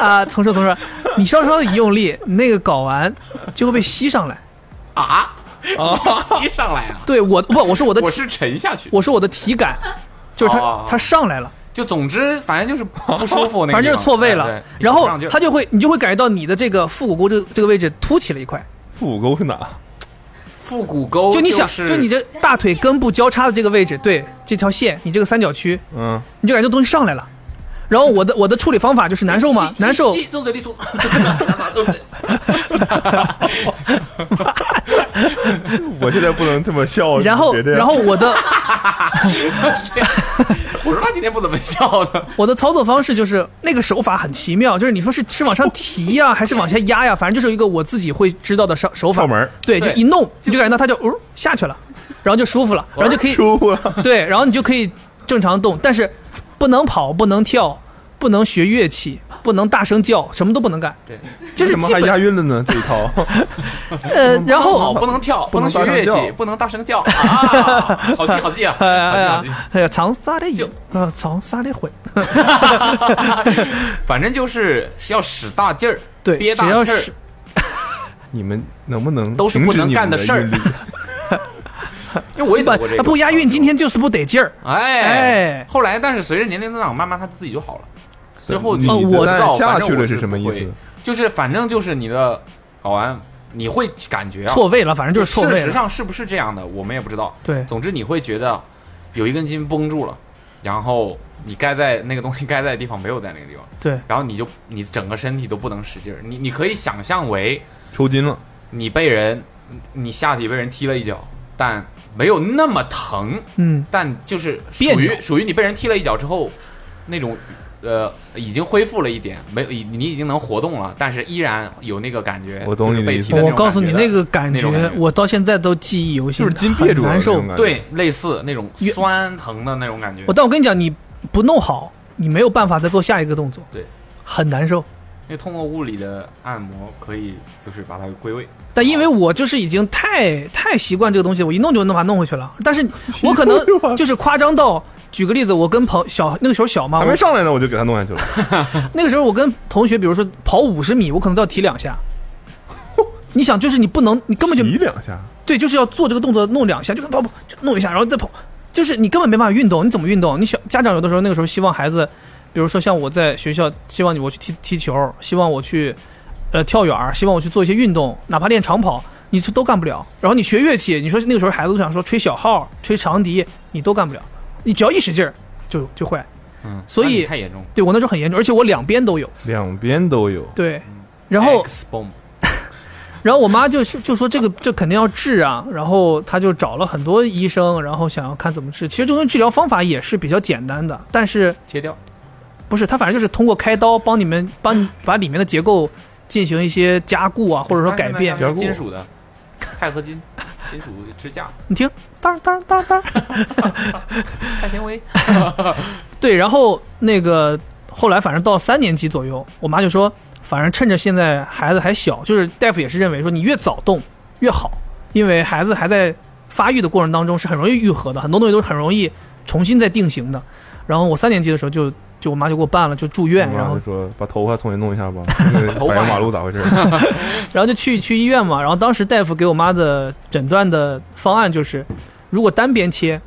Speaker 3: 啊，重说重说，你稍稍的一用力，那个睾丸就会被吸上来。
Speaker 4: 啊， [laughs] 吸上来啊！
Speaker 3: 对我不，我说我的体
Speaker 4: 我是沉下去，
Speaker 3: 我说我的体感，就是它、
Speaker 4: 哦
Speaker 3: 它上来了，
Speaker 4: 就总之反正就是不舒服，那个地方哎
Speaker 3: 反正就是错位
Speaker 4: 对
Speaker 3: 了
Speaker 4: 对，
Speaker 3: 然
Speaker 4: 使
Speaker 3: 后
Speaker 4: 不上劲儿
Speaker 3: 它就会你就会感觉到你的这个腹股沟这个这个位置凸起了一块，
Speaker 2: 腹股沟是哪？
Speaker 4: 腹股沟
Speaker 3: 就你想
Speaker 4: 哦是
Speaker 3: 就你这大腿根部交叉的这个位置，对这条线，你这个三角区，
Speaker 2: 嗯，
Speaker 3: 你就感觉东西上来了。然后我的我的处理方法就是难受嘛
Speaker 4: 吸，吸
Speaker 3: 难受，
Speaker 4: 吸从嘴里吐， [laughs]
Speaker 2: 我现在不能这么
Speaker 3: [laughs]
Speaker 2: 笑。
Speaker 3: 然后
Speaker 2: 别这样
Speaker 3: 然后我的
Speaker 4: 我说他今天不怎么笑
Speaker 3: [laughs]
Speaker 4: 的，
Speaker 3: 我的操作方式就是那个手法很奇妙，就是你说是是往上提呀、还是往下压呀、反正就是一个我自己会知道的手手法
Speaker 2: 窍门儿。
Speaker 3: 对，就
Speaker 4: 对
Speaker 3: 一弄你就感觉到它就呜、下去了，然后就舒服了，然后就可以
Speaker 2: 舒服了。
Speaker 3: 对，然后你就可以正常动，但是不能跑，不能跳，不能学乐器，不能大声叫，什么都不能干，
Speaker 4: 对，
Speaker 3: 就是
Speaker 2: 怎么
Speaker 3: 基
Speaker 2: 还
Speaker 3: 本
Speaker 2: 押韵了呢？这一套 [laughs]
Speaker 3: 呃，然
Speaker 4: 好
Speaker 3: 后
Speaker 4: 哦不能跳，
Speaker 2: 不
Speaker 4: 不
Speaker 2: 能
Speaker 4: 能学乐
Speaker 2: 大声
Speaker 4: 器，
Speaker 2: 叫
Speaker 4: 不能大
Speaker 3: [laughs]
Speaker 4: 声叫啊！好记好记啊！
Speaker 3: 哎呀哎
Speaker 4: 好
Speaker 3: 呀
Speaker 4: 记好
Speaker 3: 哎呀，长沙的
Speaker 4: 就
Speaker 3: 有，呃，长沙的混，
Speaker 4: 记，反正就是是要使大劲儿，
Speaker 3: 对，
Speaker 4: 憋
Speaker 3: 只
Speaker 4: 大
Speaker 3: 要
Speaker 4: 气
Speaker 3: 是
Speaker 4: 儿，
Speaker 2: 你们能不能
Speaker 4: 都是不
Speaker 2: 停止
Speaker 4: 能
Speaker 2: 你们
Speaker 4: 干的
Speaker 2: 的
Speaker 4: 事儿
Speaker 3: [laughs]
Speaker 2: 韵律
Speaker 4: 因为我也得过这
Speaker 3: 不
Speaker 4: 个
Speaker 3: 不押韵，今天就是不得劲儿。
Speaker 4: 哎
Speaker 3: 哎
Speaker 4: 后来但是随着年龄增长，慢慢他自己就好了。之后
Speaker 2: 你
Speaker 4: 就
Speaker 3: 哦
Speaker 2: 的
Speaker 3: 我
Speaker 4: 知
Speaker 2: 蛋
Speaker 4: 道
Speaker 2: 下
Speaker 4: 反正
Speaker 2: 去
Speaker 4: 我
Speaker 2: 了
Speaker 4: 是
Speaker 2: 什么意
Speaker 4: 不
Speaker 2: 思
Speaker 4: 会？就是反正就是你的睾丸，你会感觉啊，
Speaker 3: 错位了，反正就是错位
Speaker 4: 事实
Speaker 3: 了。
Speaker 4: 上是不是这样的，我们也不知道。
Speaker 3: 对
Speaker 4: 总之你会觉得有一根筋绷住了，然后你该在那个东西该在的地方没有在那个地方，
Speaker 3: 对，
Speaker 4: 然后你就你整个身体都不能使劲儿。你你可以想象为
Speaker 2: 抽筋
Speaker 3: 啊
Speaker 2: 了，
Speaker 4: 你被人，你下体被人踢了一脚，但没有那么疼，
Speaker 3: 嗯，
Speaker 4: 但就是属
Speaker 3: 别
Speaker 4: 于
Speaker 3: 扭
Speaker 4: 属于你被人踢了一脚之后，那种呃已经恢复了一点，没有已你已经能活动了，但是依然有那个感觉。
Speaker 2: 我懂
Speaker 4: 就是
Speaker 2: 你的
Speaker 4: 被
Speaker 2: 意
Speaker 4: 踢
Speaker 2: 思
Speaker 4: 的那
Speaker 3: 我
Speaker 4: 种
Speaker 3: 告诉你
Speaker 4: 感觉
Speaker 3: 那
Speaker 4: 的
Speaker 3: 个感
Speaker 4: 那
Speaker 3: 觉
Speaker 4: 种感觉，
Speaker 3: 我到现在都记忆犹新，
Speaker 2: 就是筋憋住
Speaker 3: 很
Speaker 2: 了，
Speaker 3: 难受
Speaker 2: 那种。感觉
Speaker 4: 对，类似那种
Speaker 3: 越
Speaker 4: 酸疼的那种感觉
Speaker 3: 我。但我跟你讲，你不弄好，你没有办法再做下一个动作，
Speaker 4: 对，
Speaker 3: 很难受。
Speaker 4: 因为通过物理的按摩可以就是把它归位。
Speaker 3: 但因为我就是已经太太习惯这个东西，我一弄就能把它弄回去了。但是我可能就是夸张到，举个例子，我跟朋小那个时候小嘛，
Speaker 2: 还
Speaker 3: 我
Speaker 2: 没上来呢，我就给他弄
Speaker 3: [laughs]
Speaker 2: 下去了。
Speaker 3: 那个时候我跟同学，比如说跑五十米，我可能都要提两
Speaker 4: [laughs]
Speaker 3: 下。你想，就是你不能，你根本就
Speaker 2: 提两下，
Speaker 3: 对，就是要做这个动作，弄两下，就跟跑跑，就弄一下，然后再跑，就是你根本没办法运动，你怎么运动？你小家长有的时候那个时候希望孩子，比如说像我在学校，希望你我去踢踢球，希望我去呃跳远儿，希望我去做一些运动，哪怕练长跑，你是都干不了。然后你学乐器，你说那个时候孩子都想说吹小号、吹长笛，你都干不了，你只要一使劲儿就就会。
Speaker 4: 嗯，
Speaker 3: 所以
Speaker 4: 那你太严重了。
Speaker 3: 对我那时候很严重，而且我两边都有。
Speaker 2: 两边都有，
Speaker 3: 对，然后
Speaker 4: X bomb，
Speaker 3: 然后我妈就就说这个这肯定要治啊，然后她就找了很多医生，然后想要看怎么治。其实这种治疗方法也是比较简单的，但是
Speaker 4: 切掉，
Speaker 3: 不是她反正就是通过开刀帮你们帮你把里面的结构进行一些加固啊，或者说改变。
Speaker 2: 加固
Speaker 4: 金属的，钛合金，金属支 [laughs] 架，
Speaker 3: 你听，当当当当，
Speaker 4: 碳纤维，
Speaker 3: 对，然后那个后来反正到三年级左右，我妈就说，反正趁着现在孩子还小，就是大夫也是认为说你越早动越好，因为孩子还在发育的过程当中是很容易愈合的，很多东西都是很容易重新再定型的。然后我三年级的时候就就我妈就给我办了，就住院，
Speaker 2: 我妈
Speaker 3: 然后
Speaker 2: 就说把头发重新弄一下
Speaker 3: [laughs]
Speaker 2: 吧，那个
Speaker 4: 头发
Speaker 2: 柏油
Speaker 4: 呀
Speaker 2: 马路咋回事？
Speaker 3: 然后就去去医院嘛，然后当时大夫给我妈的诊断的方案就是，如果单边切，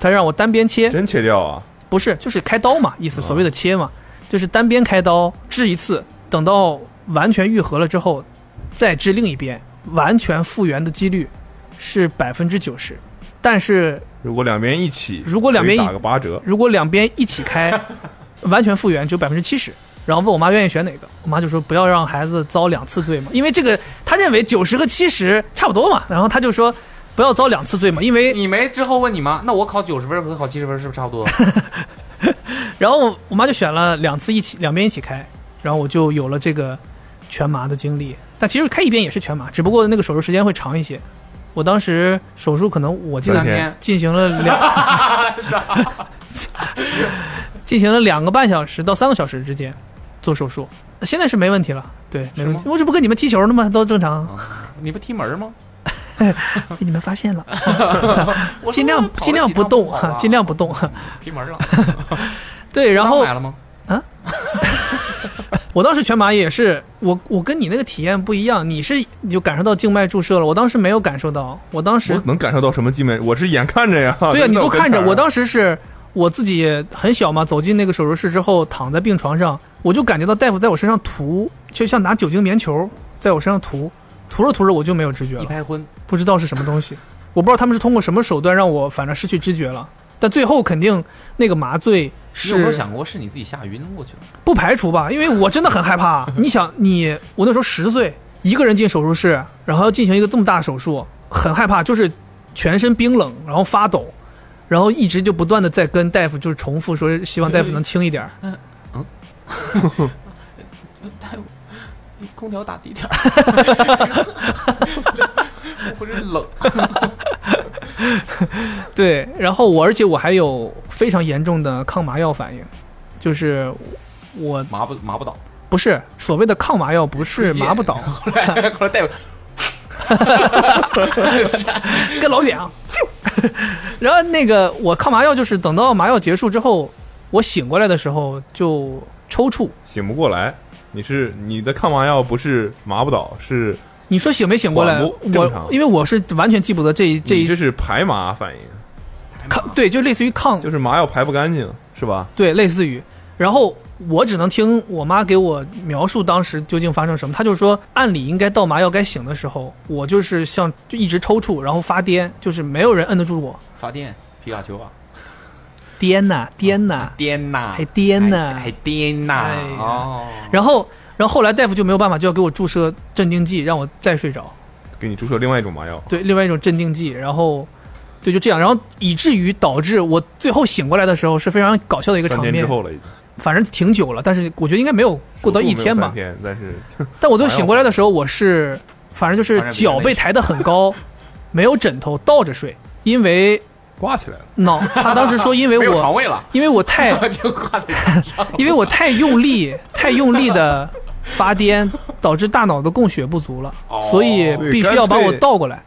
Speaker 3: 他让我单边切，
Speaker 2: 真切掉啊？
Speaker 3: 不是，就是开刀嘛，意思
Speaker 2: 啊
Speaker 3: 所谓的切嘛，就是单边开刀治一次，等到完全愈合了之后，再治另一边，完全复原的几率是百分之九十。但是
Speaker 2: 如果两边一起，
Speaker 3: 如果两边一
Speaker 2: 可以打个八折，
Speaker 3: 如果两边一起开，完全复原只有百分之七十。然后问我妈愿意选哪个，我妈就说不要让孩子遭两次罪嘛，因为这个她认为九十和七十差不多嘛，然后她就说不要遭两次罪嘛，因为
Speaker 4: 你没之后问你妈，那我考九十分和考七十分是不是差不多？
Speaker 3: 然后我妈就选了两次一起，两边一起开，然后我就有了这个全麻的经历。但其实开一边也是全麻，只不过那个手术时间会长一些。我当时手术可能我记
Speaker 4: 三
Speaker 3: 得
Speaker 2: 天
Speaker 4: 天，
Speaker 3: 进行了两，
Speaker 4: [laughs]
Speaker 3: 进行了两个半小时到三个小时之间做手术，现在是没问题了。对，没问题
Speaker 4: 是。
Speaker 3: 我这不跟你们踢球呢吗？都正
Speaker 4: [laughs]
Speaker 3: 常，
Speaker 4: [laughs] 你不踢门吗？
Speaker 3: 被你们发现了，
Speaker 4: [laughs] 我
Speaker 3: 尽量
Speaker 4: 说跑了
Speaker 3: 尽量
Speaker 4: 几
Speaker 3: 不
Speaker 4: 趟
Speaker 3: 动啊
Speaker 4: 跑了，
Speaker 3: 尽量不动。
Speaker 4: [laughs]
Speaker 3: [laughs]
Speaker 4: 踢门了。
Speaker 3: 对，然后
Speaker 4: 买了吗？
Speaker 3: 我当时全麻也是，我我跟你那个体验不一样，你是你就感受到静脉注射了，我当时没有感受到，我当
Speaker 2: 我
Speaker 3: 时
Speaker 2: 能感受到什么静脉？我是眼看着呀。
Speaker 3: 对
Speaker 2: 呀、
Speaker 3: 啊，你都看着，我
Speaker 2: 当
Speaker 3: 当时是
Speaker 4: 啊
Speaker 3: 我自己很小嘛，走进那个手术室之后，躺在病床上，我就感觉到大夫在我身上涂，就像拿酒精棉球在我身上涂，涂着涂着我就没有知觉
Speaker 4: 一
Speaker 3: 了，
Speaker 4: 拍昏，
Speaker 3: 不知道是什么东西，我不知道他们是通过什么手段让我反正失去知觉了，但最后肯定那个麻醉
Speaker 4: 你
Speaker 3: 是
Speaker 4: 有没有想过是你自己吓晕过去
Speaker 3: [laughs]
Speaker 4: 了？
Speaker 3: 不排除吧，因为我真的很害怕。你想，你我那时候十岁，一个人进手术室，然后要进行一个这么大的手术，很害怕，就是全身冰冷，然后发抖，然后一直就不断的在跟大夫就是重复说，希望大夫能轻一点儿。
Speaker 4: 空调打 [laughs] 低点儿，我浑身
Speaker 3: [laughs]
Speaker 4: 冷。
Speaker 3: 对，然后我而且我还有非常严重的抗麻药反应，就是我
Speaker 4: 麻不麻不倒，
Speaker 3: 不是所谓的抗麻药，不是麻不倒，
Speaker 4: [laughs] 后来后来大夫
Speaker 3: 跟老远啊。 [laughs] 咻然后那个我抗麻药就是等到麻药结束之后，我醒过来的时候就抽搐。
Speaker 2: 醒不过来，你是你的抗麻药不是麻不倒，是
Speaker 3: 你说醒没醒过来？
Speaker 2: 恍惚正常
Speaker 3: 我因为我是完全记不得这一这
Speaker 2: 你
Speaker 3: 一
Speaker 2: 这是排麻反应，
Speaker 3: 抗，对，就类似于抗，
Speaker 2: 就是麻药排不干净，是吧？
Speaker 3: 对，类似于。然后我只能听我妈给我描述当时究竟发生什么。她就说，按理应该到麻药该醒的时候，我就是像就一直抽搐，然后发癫，就是没有人摁得住我，
Speaker 4: 发电皮卡丘啊，
Speaker 3: 癫呐、癫
Speaker 2: 嗯
Speaker 3: 呐、
Speaker 4: 颠呐，
Speaker 3: 还颠呐
Speaker 4: 还还颠呐
Speaker 3: 哎呀
Speaker 4: 哦。
Speaker 3: 然后，然后后来大夫就没有办法，就要给我注射镇定剂，让我再睡着。
Speaker 2: 给你注射另外一种麻药，
Speaker 3: 对，另外一种镇定剂，然后。对，就这样，然后以至于导致我最后醒过来的时候是非常搞笑的一个
Speaker 2: 三
Speaker 3: 场
Speaker 2: 天
Speaker 3: 面
Speaker 2: 之。后了已经，
Speaker 3: 反正挺久了，但是我觉得应该没有过到一天吧
Speaker 2: 手术。没有三天，但是 [laughs]
Speaker 3: 但我最后醒过来的时候，我是反正就是脚被抬得很高，没有枕头，倒着睡，因为
Speaker 2: 挂起来了，
Speaker 3: 脑。他当时说，因
Speaker 4: 没
Speaker 3: 为
Speaker 4: 有床
Speaker 3: 我
Speaker 4: 位了，
Speaker 3: 因为我 [laughs] 太
Speaker 4: 就挂在床上。
Speaker 3: 因为我太用力太用力的发癫，导致大脑的供血不足了，
Speaker 4: 哦
Speaker 3: 所以必须要把
Speaker 2: 所
Speaker 3: 我
Speaker 2: 以干脆
Speaker 3: 倒过来，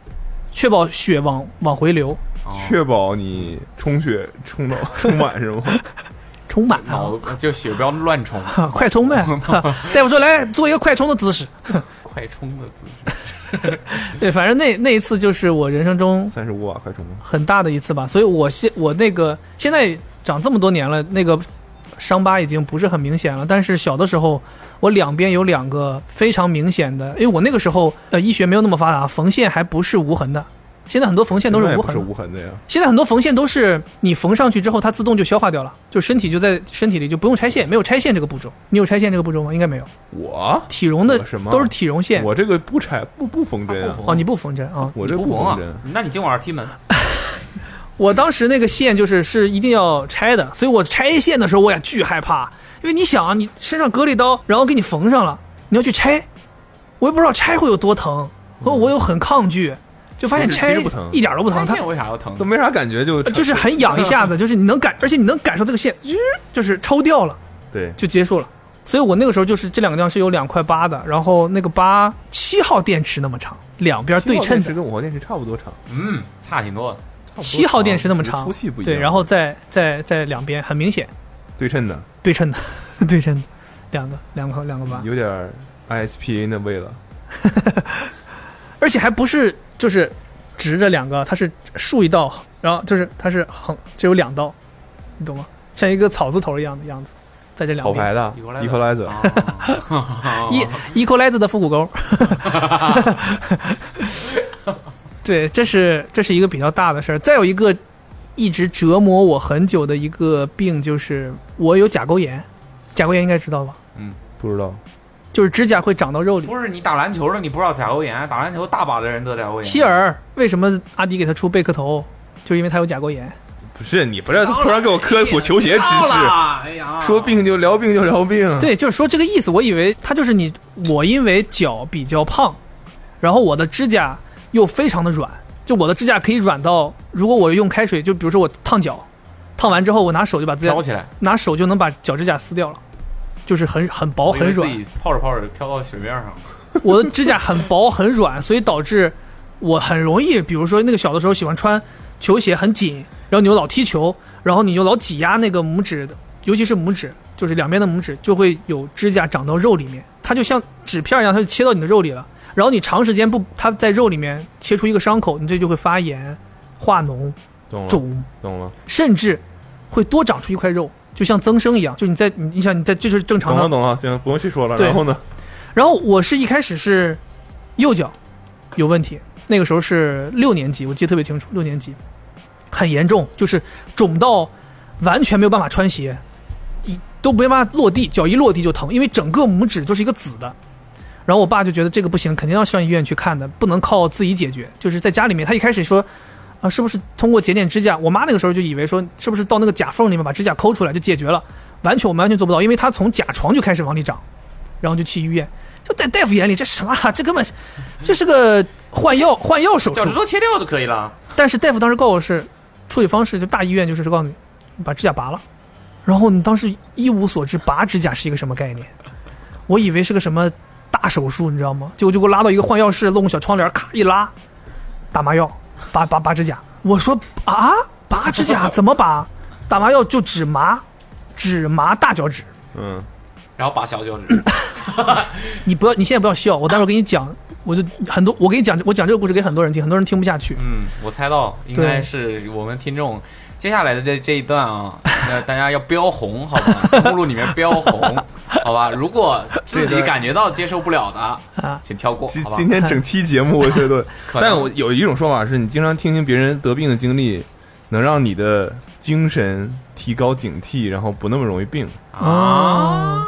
Speaker 3: 确保血往往回流，
Speaker 4: 哦
Speaker 2: 确保你充血充到 [laughs] 充满是吗？
Speaker 3: 充满啊
Speaker 4: 脑。子就血不要乱冲，
Speaker 3: [laughs] 啊快
Speaker 2: [laughs]
Speaker 3: 充呗！大夫说来做一个快充的姿势。
Speaker 4: 快冲的姿势。
Speaker 3: 对，反正那那一次就是我人生中
Speaker 2: 三十五瓦快充吗？
Speaker 3: 很大的一次吧。所以我现我那个现在长这么多年了，那个伤疤已经不是很明显了，但是小的时候我两边有两个非常明显的，因为我那个时候呃医学没有那么发达，缝线还不是无痕的，现在很多缝线都
Speaker 2: 现在
Speaker 3: 是
Speaker 2: 也
Speaker 3: 无
Speaker 2: 不
Speaker 3: 痕
Speaker 2: 是
Speaker 3: 的，
Speaker 2: 无痕的呀。
Speaker 3: 现在很多缝线都是你缝上去之后，它自动就消化掉了，就身体就在身体里就不用拆线，没有拆线这个步骤。你有拆线这个步骤吗？应该没有。
Speaker 2: 我
Speaker 3: 体绒的
Speaker 2: 我什么
Speaker 3: 都是体绒线。
Speaker 2: 我这个不拆不不缝针
Speaker 4: 啊
Speaker 2: 啊
Speaker 4: 不，缝
Speaker 3: 哦，你不缝针啊？
Speaker 2: 我
Speaker 4: 你
Speaker 2: 这
Speaker 4: 不缝
Speaker 2: 缝
Speaker 4: 啊
Speaker 2: 针。？
Speaker 4: 那你今晚上踢门，
Speaker 3: 我当时那个线就是是一定要拆的，所以我拆线的时候我也巨害怕，因为你想啊，你身上割了一刀，然后给你缝上了，你要去拆，我也不知道拆会有多疼，和我又很抗拒，就发现
Speaker 2: 就是
Speaker 3: 拆
Speaker 2: 其实不疼
Speaker 3: 一点都不疼，它
Speaker 4: 关键哎为啥要疼
Speaker 2: 都？没啥感觉就嗯
Speaker 3: 呃就是很痒一
Speaker 2: [laughs]
Speaker 3: 下子，就是你能感，而且你能感受这个线，吱就是抽掉了。
Speaker 2: 对，
Speaker 3: 就结束了。所以我那个时候就是这两个地方是有两块疤的，然后那个疤七号电池那么长，两边对称
Speaker 2: 是
Speaker 3: 的，
Speaker 2: 跟五号电池差不多长，
Speaker 4: 嗯，差挺多的。
Speaker 3: 七号电池那么长，
Speaker 2: 粗细不一样。
Speaker 3: 对，然后在在在两边很明显
Speaker 2: 对称的，
Speaker 3: 对称的， [laughs] 对称的，两个两个两个疤，
Speaker 2: 有点儿 ISPA 那味了。
Speaker 3: 而且还不是就是直着两个，它是竖一道，然后就是它是横，只有两道，你懂吗？像一个草字头一样的样子，在这两
Speaker 2: 草
Speaker 3: 边
Speaker 2: 牌哦的 Equalizer，
Speaker 4: Equalizer 啊
Speaker 3: e e q u a l i z e 的复古钩。 [laughs] 对，这是这是一个比较大的事儿。再有一个一直折磨我很久的一个病，就是我有甲沟炎。甲沟炎应该知道吧？
Speaker 2: 不知道
Speaker 3: 就是指甲会长到肉里。
Speaker 4: [laughs] 不是你打篮球的，你不知道甲沟炎，啊打篮球大把的人得甲沟炎。
Speaker 3: 希尔为什么阿迪给他出贝壳头？就是因为他有甲沟炎。
Speaker 4: 嗯
Speaker 2: 不是你不要突然给我科普球鞋知
Speaker 4: 到
Speaker 2: 识，
Speaker 4: 了，哎呀，
Speaker 2: 说病就聊病就聊病。
Speaker 3: 啊对，就是说这个意思。我以为他就是你，我因为脚比较胖，然后我的指甲又非常的软，就我的指甲可以软到，如果我用开水，就比如说我烫脚，烫完之后我拿手就把自己
Speaker 4: 飘起来，
Speaker 3: 拿手就能把脚指甲撕掉了，就是很很薄
Speaker 4: 我以
Speaker 3: 很
Speaker 4: 为
Speaker 3: 软
Speaker 4: 自。己泡着泡着飘到水面上了。
Speaker 3: 我的指甲很薄很软，所以导致我很容易，比如说那个小的时候喜欢穿球鞋很紧，然后你又老踢球，然后你就老挤压那个拇指的，尤其是拇指，就是两边的拇指就会有指甲长到肉里面，它就像纸片一样，它就切到你的肉里了。然后你长时间不，它在肉里面切出一个伤口，你这就会发炎、化脓、
Speaker 2: 懂了，
Speaker 3: 肿，
Speaker 2: 懂了，
Speaker 3: 甚至会多长出一块肉，就像增生一样。就你在你你想你在这就是正常
Speaker 2: 懂
Speaker 3: 的
Speaker 2: 了，懂了，行，不用细说了。
Speaker 3: 对
Speaker 2: 然后呢？
Speaker 3: 然后我是一开始是右脚有问题，那个时候是六年级，我记得特别清楚，六年级很严重，就是肿到完全没有办法穿鞋，一都没办法落地，脚一落地就疼，因为整个拇指就是一个紫的。然后我爸就觉得这个不行，肯定要上医院去看的，不能靠自己解决。就是在家里面，他一开始说，啊，是不是通过节点指甲？我妈那个时候就以为说，是不是到那个甲缝里面把指甲抠出来就解决了？完全我们完全做不到，因为他从甲床就开始往里长，然后就去医院。就在大夫眼里，这什么啊？这根本是，这是个换药换药手术
Speaker 4: 脚趾。头切掉就可以了。
Speaker 3: 但是大夫当时告诉我是处理方式，就大医院就是告诉你你把指甲拔了，然后你当时一无所知，拔指甲是一个什么概念？我以为是个什么大手术，你知道吗？结果就给我拉到一个换药室，弄个小窗帘，咔一拉，打麻药，拔拔拔指甲。我说啊，拔指甲怎么拔？打麻药就只麻，只麻大脚趾。
Speaker 2: 嗯，
Speaker 4: 然后拔小脚趾，
Speaker 3: 你不要，你现在不要笑，我待会儿给你讲，我就很多，我给你讲，我讲这个故事给很多人听，很多人听不下去。
Speaker 4: 嗯，我猜到应该是我们听众接下来的这这一
Speaker 3: [laughs]
Speaker 4: 段啊，那大家要标红，好吧？目录里面标
Speaker 3: [laughs]
Speaker 4: 红，好吧？如果自己感觉到接受不了的
Speaker 3: 啊，
Speaker 4: 请跳过，
Speaker 2: 今
Speaker 4: 好吧？
Speaker 2: 今天整期节目我觉
Speaker 3: [laughs]
Speaker 2: 得，
Speaker 4: 可能
Speaker 2: 但我有一种说法是你经常听听别人得病的经历，能让你的精神提高警惕，然后不那么容易病。
Speaker 3: 啊。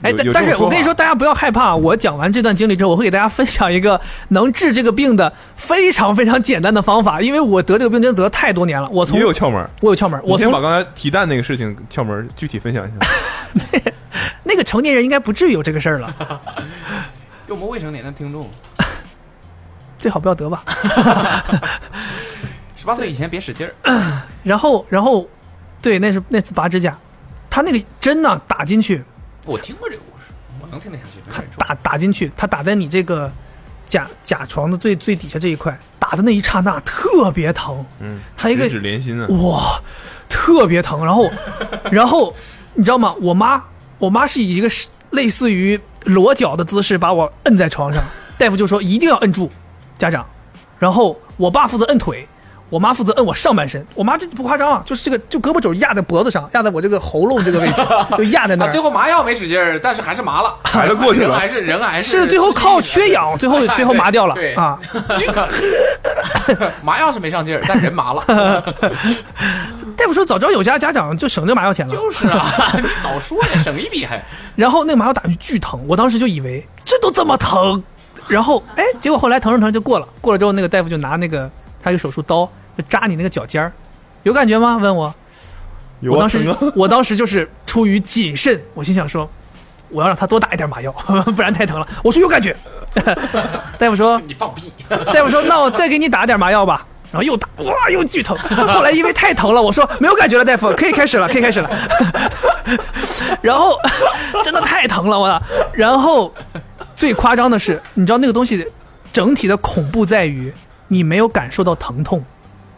Speaker 3: 哎，
Speaker 2: 有
Speaker 3: 但
Speaker 2: 有这种
Speaker 3: 但是
Speaker 2: 说
Speaker 3: 我跟你
Speaker 2: 法
Speaker 3: 说，大家不要害怕。啊我讲完这段经历之后，我会给大家分享一个能治这个病的非常非常简单的方法，因为我得这个病真的得太多年了。我从
Speaker 2: 也有窍门儿。
Speaker 3: 我有窍门，
Speaker 2: 你
Speaker 3: 我
Speaker 2: 先把
Speaker 3: 从
Speaker 2: 刚才提蛋那个事情窍门儿具体分享一下。
Speaker 3: 那个成年人应该不至于有这个事儿了，
Speaker 4: 对我们未成年的听众，
Speaker 3: 最好不要得吧。
Speaker 4: 十八岁以前别使劲儿，
Speaker 3: 然后，然后，对，那是那次拔指甲，他那个针呢打进去，
Speaker 4: 我听过这个故事，我能听得下去，没
Speaker 3: 它
Speaker 4: 忍住。
Speaker 3: 打打进去，它打在你这个甲甲床的最最底下这一块，打的那一刹那特别疼，
Speaker 2: 嗯，
Speaker 3: 还有一个
Speaker 2: 十指连心啊，
Speaker 3: 哇，特别疼。然
Speaker 4: [laughs]
Speaker 3: 后，然后你知道吗？我妈，我妈是以一个是类似于裸脚的姿势把我摁
Speaker 4: [laughs]
Speaker 3: 在床上，大夫就说一定要摁住，家长。然后我爸负责摁腿，我妈负责摁我上半身，我妈这不夸张啊，就是这个就胳膊肘压在脖子上，压在我这个喉咙这个
Speaker 4: [laughs]
Speaker 3: 位置，就压在那
Speaker 4: 啊，
Speaker 3: 儿。
Speaker 4: 最后麻药没使劲儿，但是还是麻了，
Speaker 2: 还是过去了
Speaker 4: 人还是人还
Speaker 3: 是最后靠缺氧，最后最后麻掉了
Speaker 4: [laughs] 哎对
Speaker 3: 啊！
Speaker 4: [laughs] 麻药是没上劲儿，但人麻
Speaker 3: [laughs]
Speaker 4: 了，
Speaker 3: 大夫说早知道有家家长就省这麻药钱了。
Speaker 4: 就是啊，你早说呀，省一笔还。
Speaker 3: 然后那个麻药打进去巨疼，我当时就以为这都这么疼，然后哎，结果后来疼着疼着就过了，过了之后那个大夫就拿那个他有手术刀就扎你那个脚尖儿，有感觉吗？问我，
Speaker 2: 有
Speaker 3: 我
Speaker 2: 啊
Speaker 3: 当时
Speaker 2: 疼啊
Speaker 3: 我当时就是出于谨慎，我心想说。我要让他多打一点麻药， [laughs] 不然太疼了。我说有感觉， [laughs] 大夫说
Speaker 4: 你放屁！
Speaker 3: [laughs] 大夫说：“那我再给你打点麻药吧。”然后又打，哇，又巨疼。后来因为太疼了，我说没有感觉了，大夫，可以开始了，可以开始了。 [laughs] 然后真的太疼了，我。然后最夸张的是，你知道那个东西整体的恐怖在于，你没有感受到疼痛，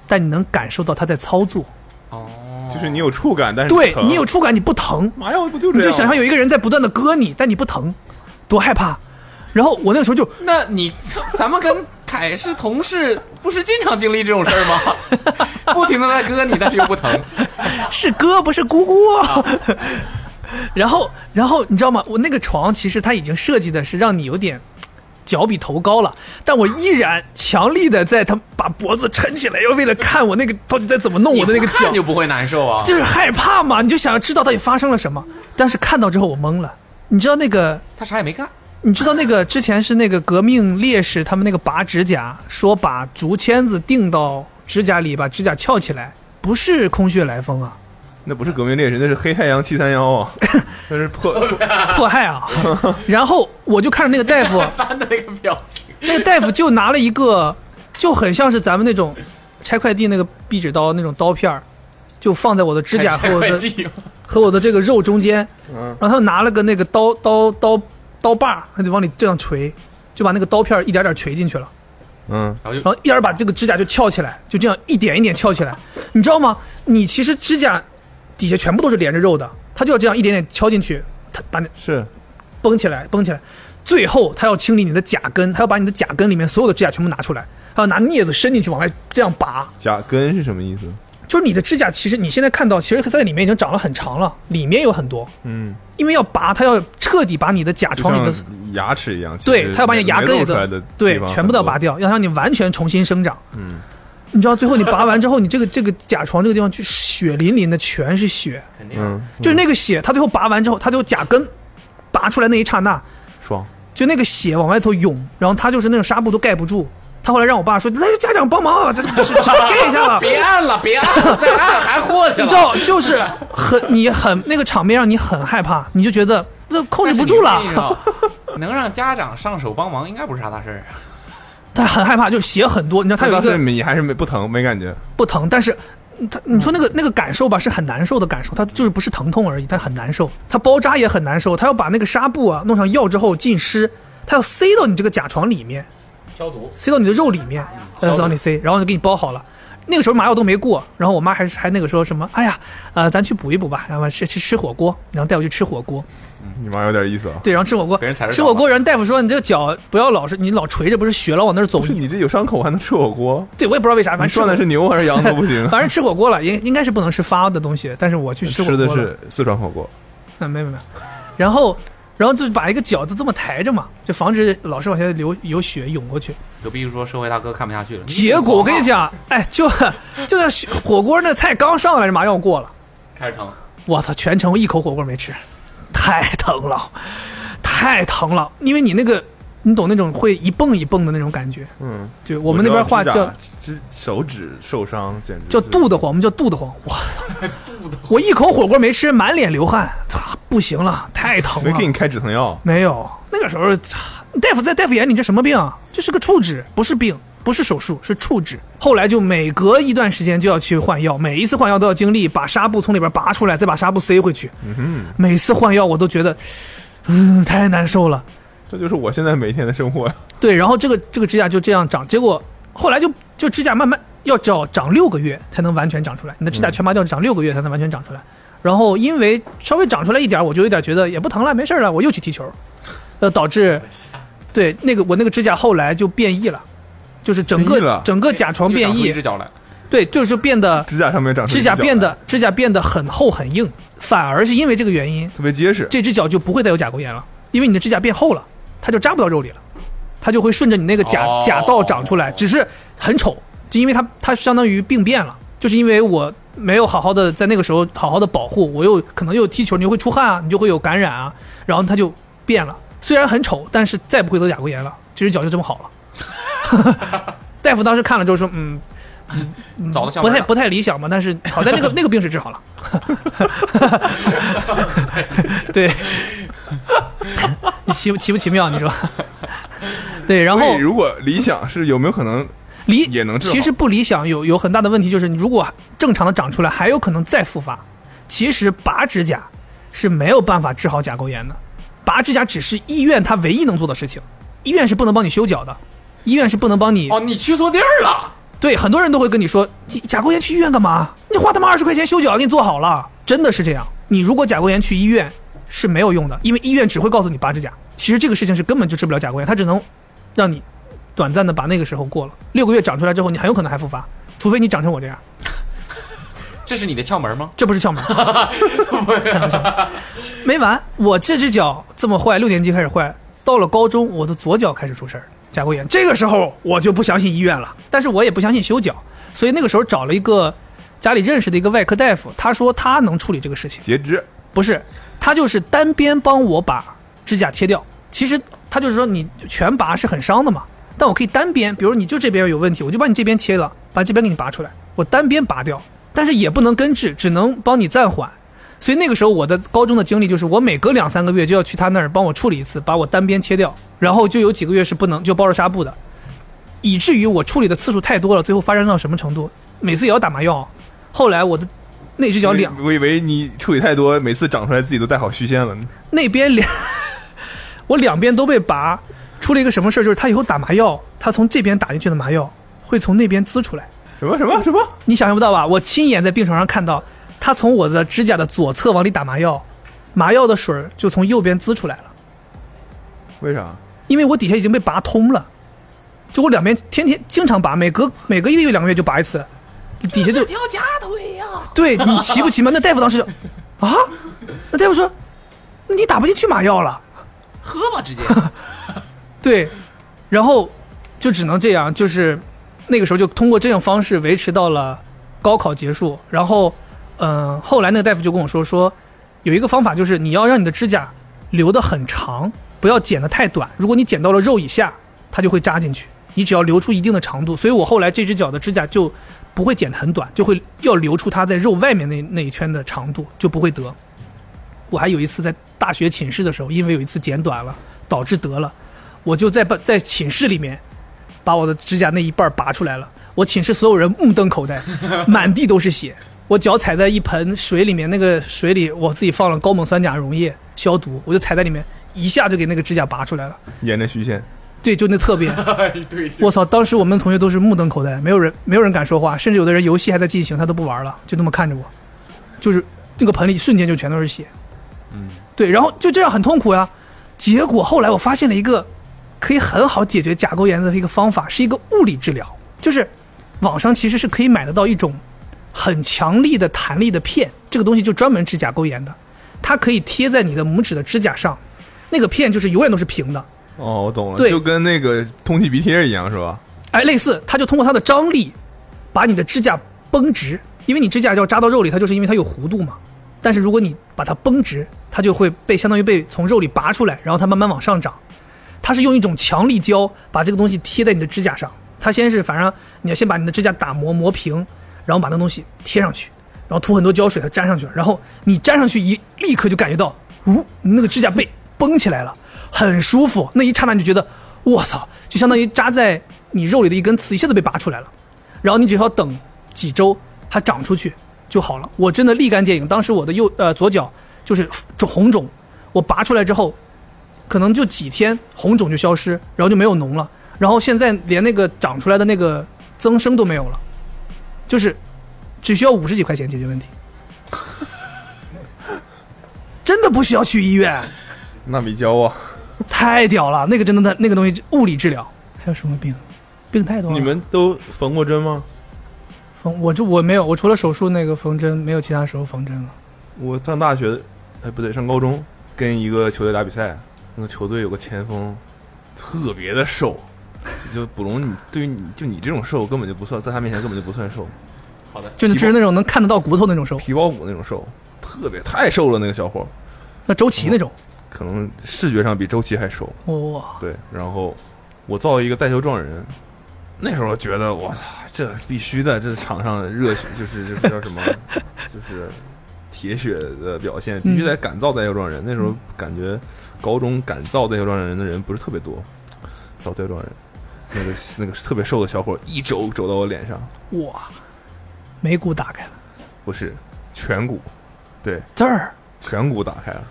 Speaker 3: 但你能感受到它在操作。
Speaker 4: 哦
Speaker 2: 就是你有触感，但是
Speaker 3: 对
Speaker 2: 疼啊
Speaker 3: 你有触感，你不疼，
Speaker 2: 麻药不就这
Speaker 3: 你
Speaker 2: 样？
Speaker 3: 就想象有一个人在不断的割你，但你不疼，多害怕。然后我那个时候就
Speaker 4: [laughs] 那你咱们跟凯是同事，不是经常经历这种事儿吗？ [laughs] 不停的在割你，但是又不疼。
Speaker 3: 是哥不是姑姑。
Speaker 4: 啊
Speaker 3: [laughs] 然后，然后你知道吗？我那个床其实它已经设计的是让你有点脚比头高了，但我依然强力的在他把脖子抻起来，要为了看我那个到底在怎么 [laughs] 弄我的那个
Speaker 4: 你不看
Speaker 3: 脚，
Speaker 4: 就不会难受啊。
Speaker 3: 就是害怕嘛，你就想要知道到底发生了什么。但是看到之后我懵了，你知道那个。
Speaker 4: 他啥也没干，
Speaker 3: 你知道那个之前是那个革命烈士他们那个拔指甲，说把竹签子钉到指甲里，把指甲翘起来，不是空穴来风啊，
Speaker 2: 那不是革命烈士，那是黑太阳七三幺
Speaker 3: [laughs]
Speaker 2: 啊，那是破
Speaker 3: 迫害啊！然后我就看着那个大
Speaker 4: [laughs]
Speaker 3: 夫，
Speaker 4: 翻的那个表情。
Speaker 3: 那个大夫就拿了一个，就很像是咱们那种拆快递那个壁纸刀那种刀片儿，就放在我的指甲和我
Speaker 4: 快
Speaker 3: 的
Speaker 4: 递，
Speaker 3: 和我的这个肉中间，
Speaker 2: 嗯
Speaker 3: 然后他又拿了个那个刀刀刀刀把儿，他就往里这样锤，就把那个刀片儿一点点锤进去了。
Speaker 2: 嗯，
Speaker 4: 然后就
Speaker 3: 然后一点把这个指甲就翘起来，就这样一点一点翘起来，你知道吗？你其实指甲底下全部都是连着肉的，他就要这样一点点敲进去，他把那
Speaker 2: 是
Speaker 3: 绷起来，绷起来，最后他要清理你的甲根，他要把你的甲根里面所有的指甲全部拿出来，还要拿镊子伸进去往外这样拔，
Speaker 2: 甲根是什么意思？
Speaker 3: 就是你的指甲其实你现在看到，其实在里面已经长了很长了，里面有很多，
Speaker 2: 嗯，
Speaker 3: 因为要拔，他要彻底把你的甲
Speaker 2: 就
Speaker 3: 床里的
Speaker 2: 像牙齿一样，其
Speaker 3: 对，
Speaker 2: 实
Speaker 3: 他要把你
Speaker 2: 没
Speaker 3: 牙根
Speaker 2: 没
Speaker 3: 也
Speaker 2: 露出来
Speaker 3: 都
Speaker 2: 的
Speaker 3: 对
Speaker 2: 地方
Speaker 3: 全部都要
Speaker 2: 很多
Speaker 3: 拔掉，要让你完全重新 [laughs] 生长。
Speaker 2: 嗯，
Speaker 3: 你知道最后你拔完之后，你这个这个甲床这个地方就血淋淋的，全是血，
Speaker 4: 肯定啊
Speaker 2: 嗯，
Speaker 3: 就是那个血，他最后拔完之后，他就甲根拔出来那一刹那，
Speaker 2: 爽，
Speaker 3: 就那个血往外头涌，然后他就是那种纱布都盖不住。他后来让我爸说：“来，家长帮忙啊，这
Speaker 4: [laughs]
Speaker 3: 这这盖一下吧。”
Speaker 4: 别按了，别按了，再按还过去
Speaker 3: 你
Speaker 4: 了。
Speaker 3: 知道，就是很你很那个场面让你很害怕，你就觉得这控制不住
Speaker 4: 但是你注意
Speaker 3: 了，
Speaker 4: 啊。能让家长上手帮忙，应该不是啥大事儿。
Speaker 3: [laughs]
Speaker 4: 啊
Speaker 3: 他很害怕，就是血很多。你知道他有一
Speaker 2: 当
Speaker 3: 个
Speaker 2: 时你还是没不疼，没感觉，
Speaker 3: 不疼，但是他你说那个那个感受吧，是很难受的感受，它就是不是疼痛而已，它很难受。它包扎也很难受，它要把那个纱布啊弄上药之后浸湿，它要塞到你这个甲床里面，
Speaker 4: 消毒，
Speaker 3: 塞到你的肉里面，
Speaker 2: 嗯
Speaker 3: 呃，往里塞，然后就给你包好了。那个时候麻药都没过，然后我妈还是还那个时候什么，哎呀，呃，咱去补一补吧，然后吃吃吃火锅，然后带我去吃火锅，
Speaker 2: 你妈有点意思啊。
Speaker 3: 对，然后吃火锅
Speaker 4: 给人踩，着
Speaker 3: 吃
Speaker 4: 脚
Speaker 3: 火
Speaker 4: 嘛
Speaker 3: 锅，人大夫说你这个脚不要老是你老垂着，不是血老往那儿走
Speaker 2: 不，是你这有伤口还能吃火锅？
Speaker 3: 对我也不知道为啥，反
Speaker 2: 你
Speaker 3: 正吃
Speaker 2: 涮的
Speaker 3: 火
Speaker 2: 是牛还是羊都不行
Speaker 3: [laughs] ，反正吃火锅了，应应该是不能吃发的东西，但是我去吃火
Speaker 2: 吃的
Speaker 3: 锅了
Speaker 2: 是四川火锅。
Speaker 3: 嗯，没有没有，然后然后就把一个脚就这么抬着嘛，就防止老是往下流有血涌过去。
Speaker 4: 隔壁说社会大哥看不下去了。
Speaker 3: 结果我跟你，讲，哎，就就那血火锅那菜刚上来，麻药过了，
Speaker 4: 开始疼，
Speaker 3: 我操，全程一口火锅没吃，太疼了，太疼了，因为你那个你懂那种会一蹦一蹦的那种感觉，
Speaker 2: 嗯，
Speaker 3: 对我们那边话
Speaker 2: 知道
Speaker 3: 叫
Speaker 2: 指甲指手指受伤，简直
Speaker 3: 叫
Speaker 2: 是
Speaker 3: 肚得慌，我们叫肚得慌，
Speaker 2: [laughs]
Speaker 3: 我操我一口火锅没吃，满脸流汗，啊不行了，太疼啊
Speaker 2: 没
Speaker 3: 了
Speaker 2: 给。你开止疼药，
Speaker 3: 没有，那个时候，大夫在大夫眼里这什么病啊？这是个触诊，不是病，不是手术，是触诊。后来就每隔一段时间就要去换药，每一次换药都要经历把纱布从里边拔出来，再把纱布塞回去。
Speaker 2: 嗯
Speaker 3: 每次换药我都觉得，嗯，太难受了。
Speaker 2: 这就是我现在每天的生活呀。
Speaker 3: 对，然后这个这个指甲就这样长，结果后来就就指甲慢慢要找长六个月才能完全长出来，你的指
Speaker 2: 嗯
Speaker 3: 甲全拔掉长六个月才能完全长出来。然后因为稍微长出来一点儿，我就有点觉得也不疼了，没事儿了，我又去踢球，呃，导致对那个我那个指甲后来就变异了，就是整
Speaker 2: 变异
Speaker 3: 个
Speaker 2: 了
Speaker 3: 整个甲床变
Speaker 4: 又长出一
Speaker 3: 异
Speaker 4: 只，脚来，
Speaker 3: 对，就是变得
Speaker 2: 指甲上面长出
Speaker 3: 指甲
Speaker 2: 一只
Speaker 3: 变
Speaker 2: 来
Speaker 3: 得指甲变得很厚很硬，反而是因为这个原因，
Speaker 2: 特别结实，
Speaker 3: 这只脚就不会再有甲沟炎了，因为你的指甲变厚了，它就扎不到肉里了，它就会顺着你那个甲、
Speaker 4: 哦
Speaker 3: 甲道长出来，只是很丑，就因为它它相当于病变了，就是因为我没有好好的在那个时候好好的保护，我又可能又踢球，你就会出汗啊，你就会有感染啊，然后它就变了，虽然很丑，但是再不会得甲沟炎了，这只脚就这么好了。 [laughs] 大夫当时看了之后说，嗯，
Speaker 4: 找到窍
Speaker 3: 不
Speaker 4: 门
Speaker 3: 太
Speaker 4: 了
Speaker 3: 不太理想嘛，但 [laughs] 是好在那个那个病是治 [laughs] 好了。对，你奇奇不奇妙？你说？对，然后
Speaker 2: 所以如果理想是有没有可能
Speaker 3: 理
Speaker 2: 也能治好
Speaker 3: 其实不理想有有很大的问题，就是你如果正常的长出来，还有可能再复发。其实拔指甲是没有办法治好甲沟炎的，拔指甲只是医院它唯一能做的事情，医院是不能帮你修脚的，医院是不能帮你
Speaker 4: 哦，你去错地儿了。
Speaker 3: 对，很多人都会跟你说，你甲沟炎去医院干嘛？你花他妈二十块钱修脚，给你做好了，真的是这样。你如果甲沟炎去医院是没有用的，因为医院只会告诉你拔指甲。其实这个事情是根本就治不了甲沟炎，它只能让你短暂的把那个时候过了。六个月长出来之后，你很有可能还复发，除非你长成我这样，
Speaker 4: 这是你的窍门吗？
Speaker 3: 这不是窍门。没完，我这只脚这么坏，六年级开始坏，到了高中，我的左脚开始出事儿，甲沟炎。这个时候我就不相信医院了，但是我也不相信修脚，所以那个时候找了一个家里认识的一个外科大夫，他说他能处理这个事情，
Speaker 2: 截肢？
Speaker 3: 不是，他就是单边帮我把指甲切掉。其实他就是说你全拔是很伤的嘛，但我可以单边，比如你就这边有问题，我就把你这边切了，把这边给你拔出来，我单边拔掉，但是也不能根治，只能帮你暂缓。所以那个时候我的高中的经历就是，我每隔两三个月就要去他那儿帮我处理一次，把我单边切掉，然后就有几个月是不能就包着纱布的，以至于我处理的次数太多了，最后发展到什么程度，每次也要打麻药。后来我的那只脚两
Speaker 2: 我以为你处理太多，每次长出来自己都带好虚线了呢。
Speaker 3: 那边两， [laughs] 我两边都被拔，出了一个什么事儿？就是他以后打麻药，他从这边打进去的麻药会从那边滋出来，
Speaker 2: 什么什么什么？
Speaker 3: 你想象不到吧？我亲眼在病床上看到，他从我的指甲的左侧往里打麻药，麻药的水儿就从右边滋出来了，
Speaker 2: 为啥？
Speaker 3: 因为我底下已经被拔通了，就我两边天天经常拔，每隔每隔一个月两个月就拔一次，底下就
Speaker 4: 条假腿呀、
Speaker 3: 对你奇不奇吗？那大夫当时就啊，那大夫说你打不进去麻药了。
Speaker 4: [laughs] 喝吧，直接。
Speaker 3: 对，然后就只能这样，就是那个时候就通过这样方式维持到了高考结束。然后，嗯、后来那个大夫就跟我说，说有一个方法就是你要让你的指甲留得很长，不要剪得太短。如果你剪到了肉以下，它就会扎进去。你只要留出一定的长度，所以我后来这只脚的指甲就不会剪得很短，就会要留出它在肉外面那那一圈的长度，就不会得。我还有一次在大学寝室的时候，因为有一次剪短了，导致得了，我就在把在寝室里面把我的指甲那一半拔出来了。我寝室所有人目瞪口呆， [laughs] 满地都是血。我脚踩在一盆水里面，那个水里我自己放了高锰酸钾溶液消毒，我就踩在里面，一下就给那个指甲拔出来了。
Speaker 2: 沿着虚线，
Speaker 3: 对，就那侧边，
Speaker 4: 哎对，
Speaker 3: 我操！当时我们同学都是目瞪口呆，没有人没有人敢说话，甚至有的人游戏还在进行，他都不玩了，就那么看着我，就是那个盆里瞬间就全都是血。嗯，对，然后就这样很痛苦呀、结果后来我发现了一个可以很好解决甲沟炎的一个方法，是一个物理治疗，就是网上其实是可以买得到一种很强力的弹力的片，这个东西就专门治甲沟炎的，它可以贴在你的拇指的指甲上，那个片就是永远都是平的。
Speaker 2: 哦，我懂了，
Speaker 3: 对
Speaker 2: 就跟那个通气鼻贴一样，是吧？
Speaker 3: 哎，类似，它就通过它的张力，把你的指甲绷直，因为你指甲要扎到肉里，它就是因为它有弧度嘛。但是如果你把它绷直，它就会被相当于被从肉里拔出来，然后它慢慢往上长。它是用一种强力胶把这个东西贴在你的指甲上，它先是反正你要先把你的指甲打磨磨平，然后把那东西贴上去，然后涂很多胶水，它粘上去了。然后你粘上去一立刻就感觉到，呜、你那个指甲被绷起来了，很舒服。那一刹那你就觉得，我操，就相当于扎在你肉里的一根刺一下子被拔出来了。然后你只需要等几周它长出去就好了。我真的立竿见影，当时我的右呃左脚就是肿红肿，我拔出来之后，可能就几天红肿就消失，然后就没有脓了。然后现在连那个长出来的那个增生都没有了，就是只需要五十几块钱解决问题， [laughs] 真的不需要去医院，
Speaker 2: 纳米胶啊！
Speaker 3: 太屌了！那个真的那个东西物理治疗，还有什么病？病太多了。
Speaker 2: 你们都缝过针吗？
Speaker 3: 缝我就我没有，我除了手术那个缝针，没有其他时候缝针了。
Speaker 2: 我上大学，哎不对，上高中跟一个球队打比赛，那个球队有个前锋特别的瘦，就捕龙你对于你就你这种瘦根本就不算，在他面前根本就不算瘦，
Speaker 4: 好的，
Speaker 3: 就
Speaker 2: 皮包
Speaker 3: 是就是那种能看得到骨头那种瘦，
Speaker 2: 皮包骨那种瘦，特别太瘦了那个小伙儿，
Speaker 3: 那周琦那种。
Speaker 2: 可能视觉上比周琦还瘦。
Speaker 3: 哇、
Speaker 2: 对，然后我造了一个带球撞人，那时候觉得我操，这必须的，这场上的热血就是这叫什么，就是铁血的表现，必须得敢造带球撞人。那时候感觉高中敢造带球撞人的人不是特别多，造带球撞人。那个那个特别瘦的小伙一肘肘到我脸上，
Speaker 3: 哇，眉骨打开了，
Speaker 2: 不是颧骨，
Speaker 3: 这儿，
Speaker 2: 颧骨打开了，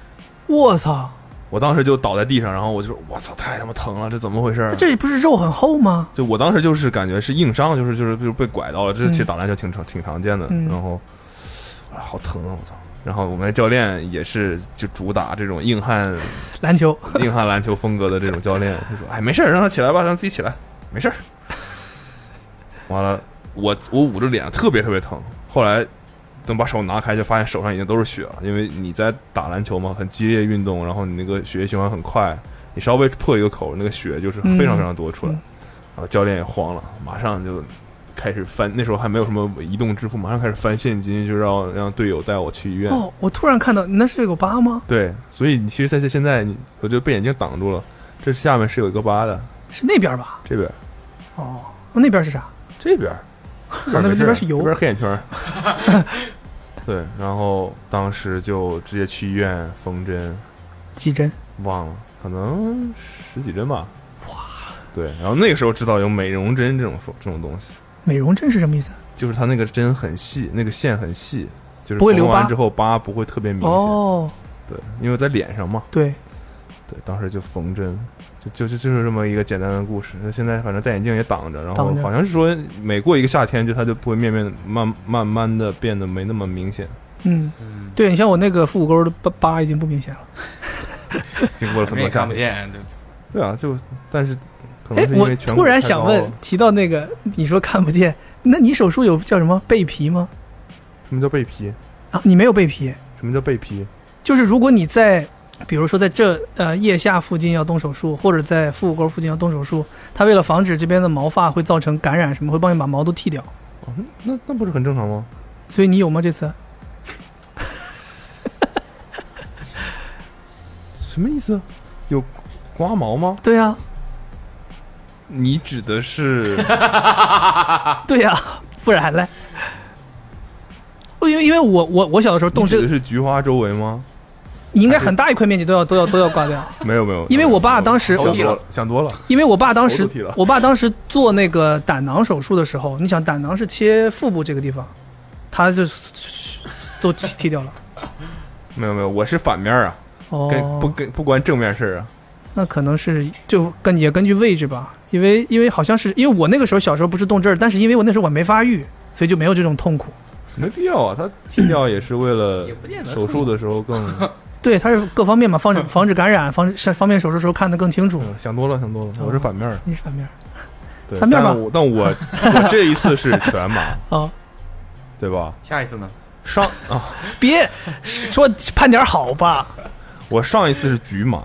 Speaker 3: 我操，我
Speaker 2: 我当时就倒在地上，然后我就说我操，太他妈疼了，这怎么回事儿啊？
Speaker 3: 这不是肉很厚吗？
Speaker 2: 就我当时就是感觉是硬伤，就是就是就是被拐到了，这
Speaker 3: 嗯
Speaker 2: 其实打篮球挺常挺常见的。
Speaker 3: 嗯
Speaker 2: 然后、啊好疼啊，我操！然后我们教练也是就主打这种硬汉
Speaker 3: 篮球，
Speaker 2: [laughs] 硬汉篮球风格的这种教练，就说：“哎，没事儿，让他起来吧，让他自己起来，没事儿。”完了，我我捂着脸，特别特别疼。后来等把手拿开，就发现手上已经都是血了，因为你在打篮球嘛，很激烈运动，然后你那个血液循环很快，你稍微破一个口，那个血就是非常非常多出来。
Speaker 3: 嗯
Speaker 2: 然后教练也慌了，马上就开始翻，那时候还没有什么移动支付，马上开始翻现金，就让让队友带我去医院。
Speaker 3: 哦，我突然看到，那是有疤吗？
Speaker 2: 对，所以你其实在现在你，我就被眼镜挡住了，这下面是有一个疤的，
Speaker 3: 是那边吧？
Speaker 2: 这边儿
Speaker 3: 哦，那边是啥？
Speaker 2: 这边儿，
Speaker 3: 那边那边是油
Speaker 2: 这边黑眼圈儿。
Speaker 3: [laughs]
Speaker 2: 对，然后当时就直接去医院缝针，
Speaker 3: 几针？
Speaker 2: 忘了，可能十几针吧。哇！对，然后那个时候知道有美容针这种说这种东西，
Speaker 3: 美容针是什么意思？
Speaker 2: 就是它那个针很细，那个线很细，就是
Speaker 3: 不会留
Speaker 2: 缝完
Speaker 3: 疤
Speaker 2: 之后疤不会特别明显。
Speaker 3: 哦，
Speaker 2: 对，因为在脸上嘛。
Speaker 3: 对，
Speaker 2: 对，当时就缝针，就就就就是这么一个简单的故事。那现在反正戴眼镜也挡着，然后
Speaker 3: 挡着
Speaker 2: 好像是说每过一个夏天，就它就不会面面慢慢慢的变得没那么明显。
Speaker 3: 嗯，
Speaker 4: 嗯，
Speaker 3: 对你像我那个腹股沟的疤疤已经不明显了。
Speaker 2: 经过了
Speaker 4: 什 [laughs]
Speaker 2: 很
Speaker 4: 么
Speaker 2: 多
Speaker 4: 也
Speaker 2: 夏
Speaker 4: 看不
Speaker 2: 天，
Speaker 4: 见，对
Speaker 2: 对啊，就但是可能
Speaker 3: 哎
Speaker 2: 是，因
Speaker 3: 我
Speaker 2: 为颧骨
Speaker 3: 突然
Speaker 2: 太
Speaker 3: 想
Speaker 2: 高
Speaker 3: 问
Speaker 2: 了，
Speaker 3: 提到那个，你说看不见，那你手术有叫什么背皮吗？
Speaker 2: 什么叫被劈？
Speaker 3: 啊，你没有背皮，
Speaker 2: 什么叫被劈？
Speaker 3: 就是如果你在，比如说在这呃腋下附近要动手术，或者在腹股沟附近要动手术，它为了防止这边的毛发会造成感染什么，会帮你把毛都剃掉。
Speaker 2: 哦，那那不是很正常吗？
Speaker 3: 所以你有吗？这次
Speaker 2: 什么意思？有刮毛吗？
Speaker 3: 对啊呀、
Speaker 2: 你指的 [laughs]
Speaker 3: [laughs]
Speaker 2: 是
Speaker 3: 对呀、 [laughs] 不然嘞？因为因为我我我小的时候动
Speaker 2: 你
Speaker 3: 这
Speaker 2: 指的
Speaker 3: 个，
Speaker 2: 是菊花周围吗？
Speaker 3: 你应该很大一块面积都要都要都要刮
Speaker 2: [laughs]
Speaker 3: 掉。
Speaker 2: 没有没有，
Speaker 3: 因为我爸当时
Speaker 2: 想
Speaker 4: 投递
Speaker 2: 多
Speaker 4: 了
Speaker 2: 了，想多了。
Speaker 3: 因为我爸当
Speaker 2: 头
Speaker 3: 时
Speaker 2: 都剃了，
Speaker 3: 我爸当时做那个胆囊手术的时候，你想胆囊是切腹部这个地方，他就都剃掉了。
Speaker 2: 没有没有，我是反面啊，跟不
Speaker 3: 哦，
Speaker 2: 跟不关正面事儿啊。
Speaker 3: 那可能是就跟也根据位置吧，因为因为好像是因为我那个时候小时候不是动这儿，但是因为我那时候我没发育，所以就没有这种痛苦。
Speaker 2: 没必要啊，他剃掉也是为了
Speaker 4: 嗯也不见得
Speaker 2: 手术的时候
Speaker 4: [laughs]
Speaker 2: 更、
Speaker 3: 对，它是各方面嘛，
Speaker 2: [laughs]
Speaker 3: 防止防止感染，防止方便手术时候看得更清楚。
Speaker 2: 嗯想多了，想多了，
Speaker 4: 哦
Speaker 2: 我是反面儿，
Speaker 3: 你是反面
Speaker 2: 对，
Speaker 3: 反面吧
Speaker 2: 但我但我我这一次是全
Speaker 3: [laughs]
Speaker 2: 麻，
Speaker 3: 啊？
Speaker 2: 对吧？
Speaker 4: 下一次呢？
Speaker 2: 上 [laughs] 啊，
Speaker 3: 别说盼点好吧？
Speaker 2: 我上一次是局麻，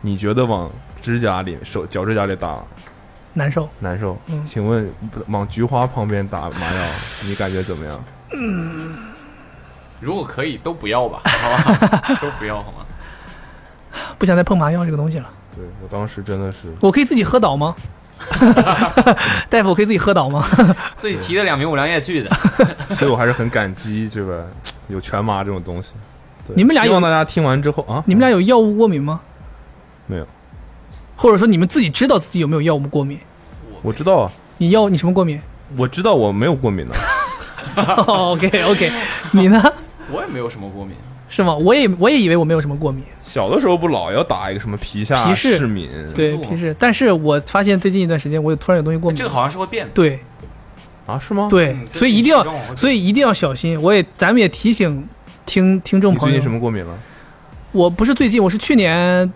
Speaker 2: 你觉得往指甲里、手脚指甲里打
Speaker 3: 难受，
Speaker 2: 难受？
Speaker 3: 嗯
Speaker 2: 请问往菊花旁边打麻
Speaker 3: [laughs]
Speaker 2: 药，你感觉怎么样？
Speaker 4: 如果可以，都不要 [laughs] 吧，好吧，都不要好吗？
Speaker 3: 不想再碰麻药这个东西了。
Speaker 2: 对我当时真的是
Speaker 3: 我可以自己喝倒吗？ [laughs] 大夫，我可以自己喝倒吗？ [laughs]
Speaker 4: 自己提了两瓶五粮液去的，
Speaker 2: 所以我还是很感激这个 [sniffs] 有全麻这种东西。对
Speaker 3: 你们俩有
Speaker 2: 希望大家听完之后啊，
Speaker 3: 你们俩有药物过敏吗？
Speaker 2: 没有？
Speaker 3: 或者说你们自己知道自己有没有药物过敏？
Speaker 2: 我知道啊，
Speaker 3: 你药你什么过敏 [laughs]
Speaker 2: 我知道我没有过敏的，
Speaker 3: ？OK
Speaker 2: [laughs]
Speaker 3: OK，你呢？
Speaker 4: 我也没有什么过敏，
Speaker 3: 是吗？我也我也以为我没有什么过敏，
Speaker 2: 小的时候不老要打一个什么皮下
Speaker 3: 皮试
Speaker 2: 市敏，
Speaker 3: 对
Speaker 4: 做吗
Speaker 3: 平时，但是我发现最近一段时间我有突然有东西
Speaker 2: 哎
Speaker 3: 过敏，
Speaker 4: 这个好像是会变的。
Speaker 3: 对
Speaker 2: 啊，是吗？，
Speaker 3: 对
Speaker 4: 嗯，这
Speaker 3: 所以一定
Speaker 4: 这种我
Speaker 3: 要
Speaker 4: 会
Speaker 3: 所以一定要小心。我也咱们也提醒听听众
Speaker 2: 你
Speaker 3: 朋
Speaker 2: 最
Speaker 3: 友
Speaker 2: 近，什么过敏了？
Speaker 3: 我不是最近，我是去年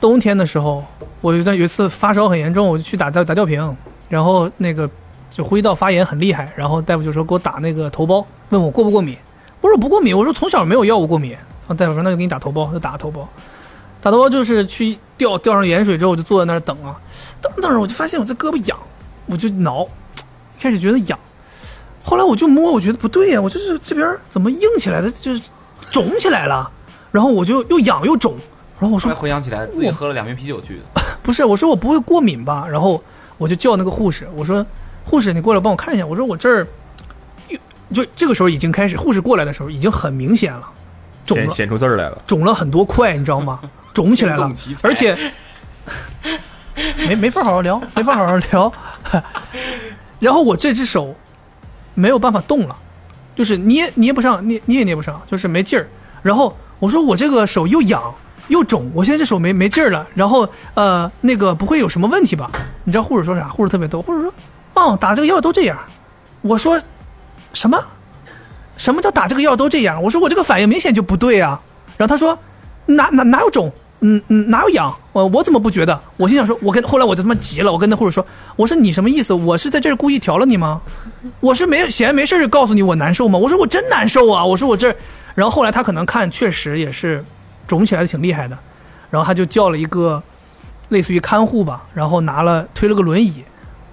Speaker 3: 冬天的时候，我有一段有一次发烧很严重，我就去打打打吊瓶，然后那个就呼吸道发炎很厉害，然后大夫就说给我打那个头孢，问我过不过敏，我说不过敏，我说从小没有药物过敏，然后大夫说那就给你打头孢，就打头孢，打头孢就是去吊吊上盐水之后，我就坐在那儿等啊，等着等着我就发现我这胳膊痒，我就挠，一开始觉得痒，后来我就摸，我觉得不对呀、我就是这边儿怎么硬起来的，就是肿起来了，然后我就又痒又肿，然后我
Speaker 4: 突
Speaker 3: 说
Speaker 4: 然回想起来，自己喝了两瓶啤酒去的，
Speaker 3: 不是，我说我不会过敏吧？然后我就叫那个护士，我说护士，你过来帮我看一下。我说我这儿，就这个时候已经开始，护士过来的时候已经很明显了，肿
Speaker 2: 显
Speaker 3: 了，
Speaker 2: 显出字儿来了。
Speaker 3: 肿了很多块，你知道
Speaker 4: [laughs]
Speaker 3: 吗？肿起来
Speaker 4: 天
Speaker 3: 了
Speaker 4: 纵奇才，
Speaker 3: 而且没没法好好
Speaker 4: [laughs]
Speaker 3: 聊，没法好好聊。 [laughs] 然后我这只手没有办法动了，就是捏捏不上，捏捏也捏不上，就是没劲儿。然后我说我这个手又痒又肿，我现在这手没没劲儿了。然后呃，那个不会有什么问题吧？你知道护士说啥？护士特别逗，护士说，哦，打这个药都这样。我说什么？什么叫打这个药都这样？我说我这个反应明显就不对啊。然后他说哪哪哪有肿？嗯嗯，哪有痒？我我怎么不觉得？我心想说，我跟后来我就他妈急了，我跟那护士说，我说你什么意思？我是在这儿故意调了你吗？我是没有闲没事儿就告诉你我难受吗？我说我真难受啊！我说我这，然后后来他可能看确实也是肿起来的挺厉害的，然后他就叫了一个类似于看护吧，然后拿了推了个轮椅，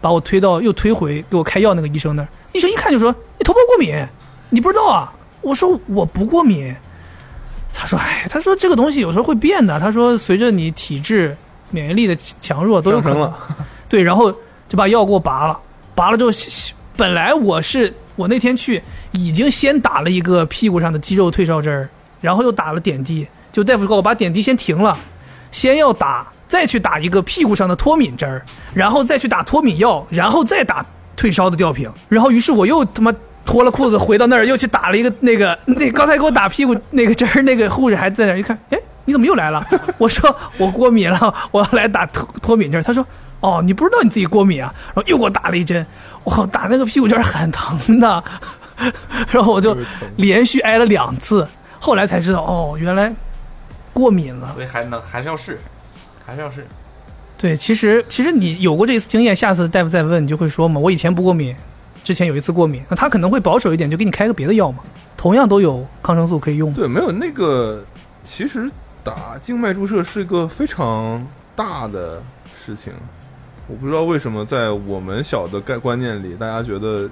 Speaker 3: 把我推到又推回给我开药那个医生那儿。医生一看就说你头孢过敏，你不知道啊？我说我不过敏。他说哎，他说这个东西有时候会变的，他说随着你体质、免疫力的强弱都有可能。
Speaker 2: 上升了
Speaker 3: 对，然后就把药给我拔了，拔了之后，本来我是我那天去已经先打了一个屁股上的肌肉退烧针儿，然后又打了点滴，就大夫告我把点滴先停了，先要打，再去打一个屁股上的脱敏针儿，然后再去打脱敏药，然后再打退烧的吊瓶，然后于是我又他妈。脱了裤子回到那儿，又去打了一个那个那刚才给我打屁股那个针儿，那个护士还在那儿一看，哎，你怎么又来了？我说我过敏了，我要来打脱脱敏针儿。他说哦，你不知道你自己过敏啊，然后又给我打了一针，我靠，打那个屁股针儿很疼的，然后我就连续挨了两次，后来才知道哦，原来过敏了。
Speaker 4: 所以还能还是要试，还是要试。
Speaker 3: 对，其实其实你有过这一次经验，下次大夫再问，你就会说嘛，我以前不过敏，之前有一次过敏，那他可能会保守一点，就给你开个别的药嘛，同样都有抗生素可以用。
Speaker 2: 对，没有那个，其实打静脉注射是个非常大的事情。我不知道为什么在我们小的概观念里，大家觉得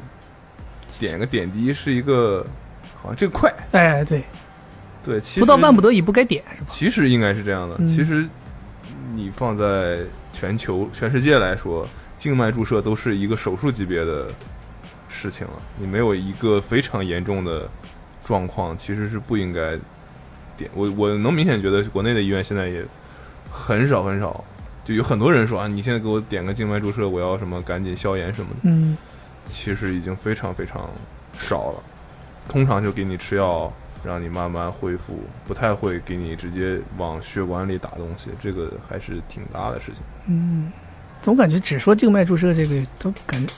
Speaker 2: 点个点滴是一个好像这个快，
Speaker 3: 哎，对，
Speaker 2: 对，其实
Speaker 3: 不到万不得已不该点是吧？
Speaker 2: 其实应该是这样的。
Speaker 3: 嗯
Speaker 2: 其实你放在全球、全世界来说，静脉注射都是一个手术级别的事情了。你没有一个非常严重的状况，其实是不应该点。我我能明显觉得，国内的医院现在也很少很少，就有很多人说啊，你现在给我点个静脉注射，我要什么赶紧消炎什么的。
Speaker 3: 嗯，
Speaker 2: 其实已经非常非常少了。通常就给你吃药，让你慢慢恢复，不太会给你直接往血管里打东西，这个还是挺大的事情。
Speaker 3: 总感觉只说静脉注射这个都感觉，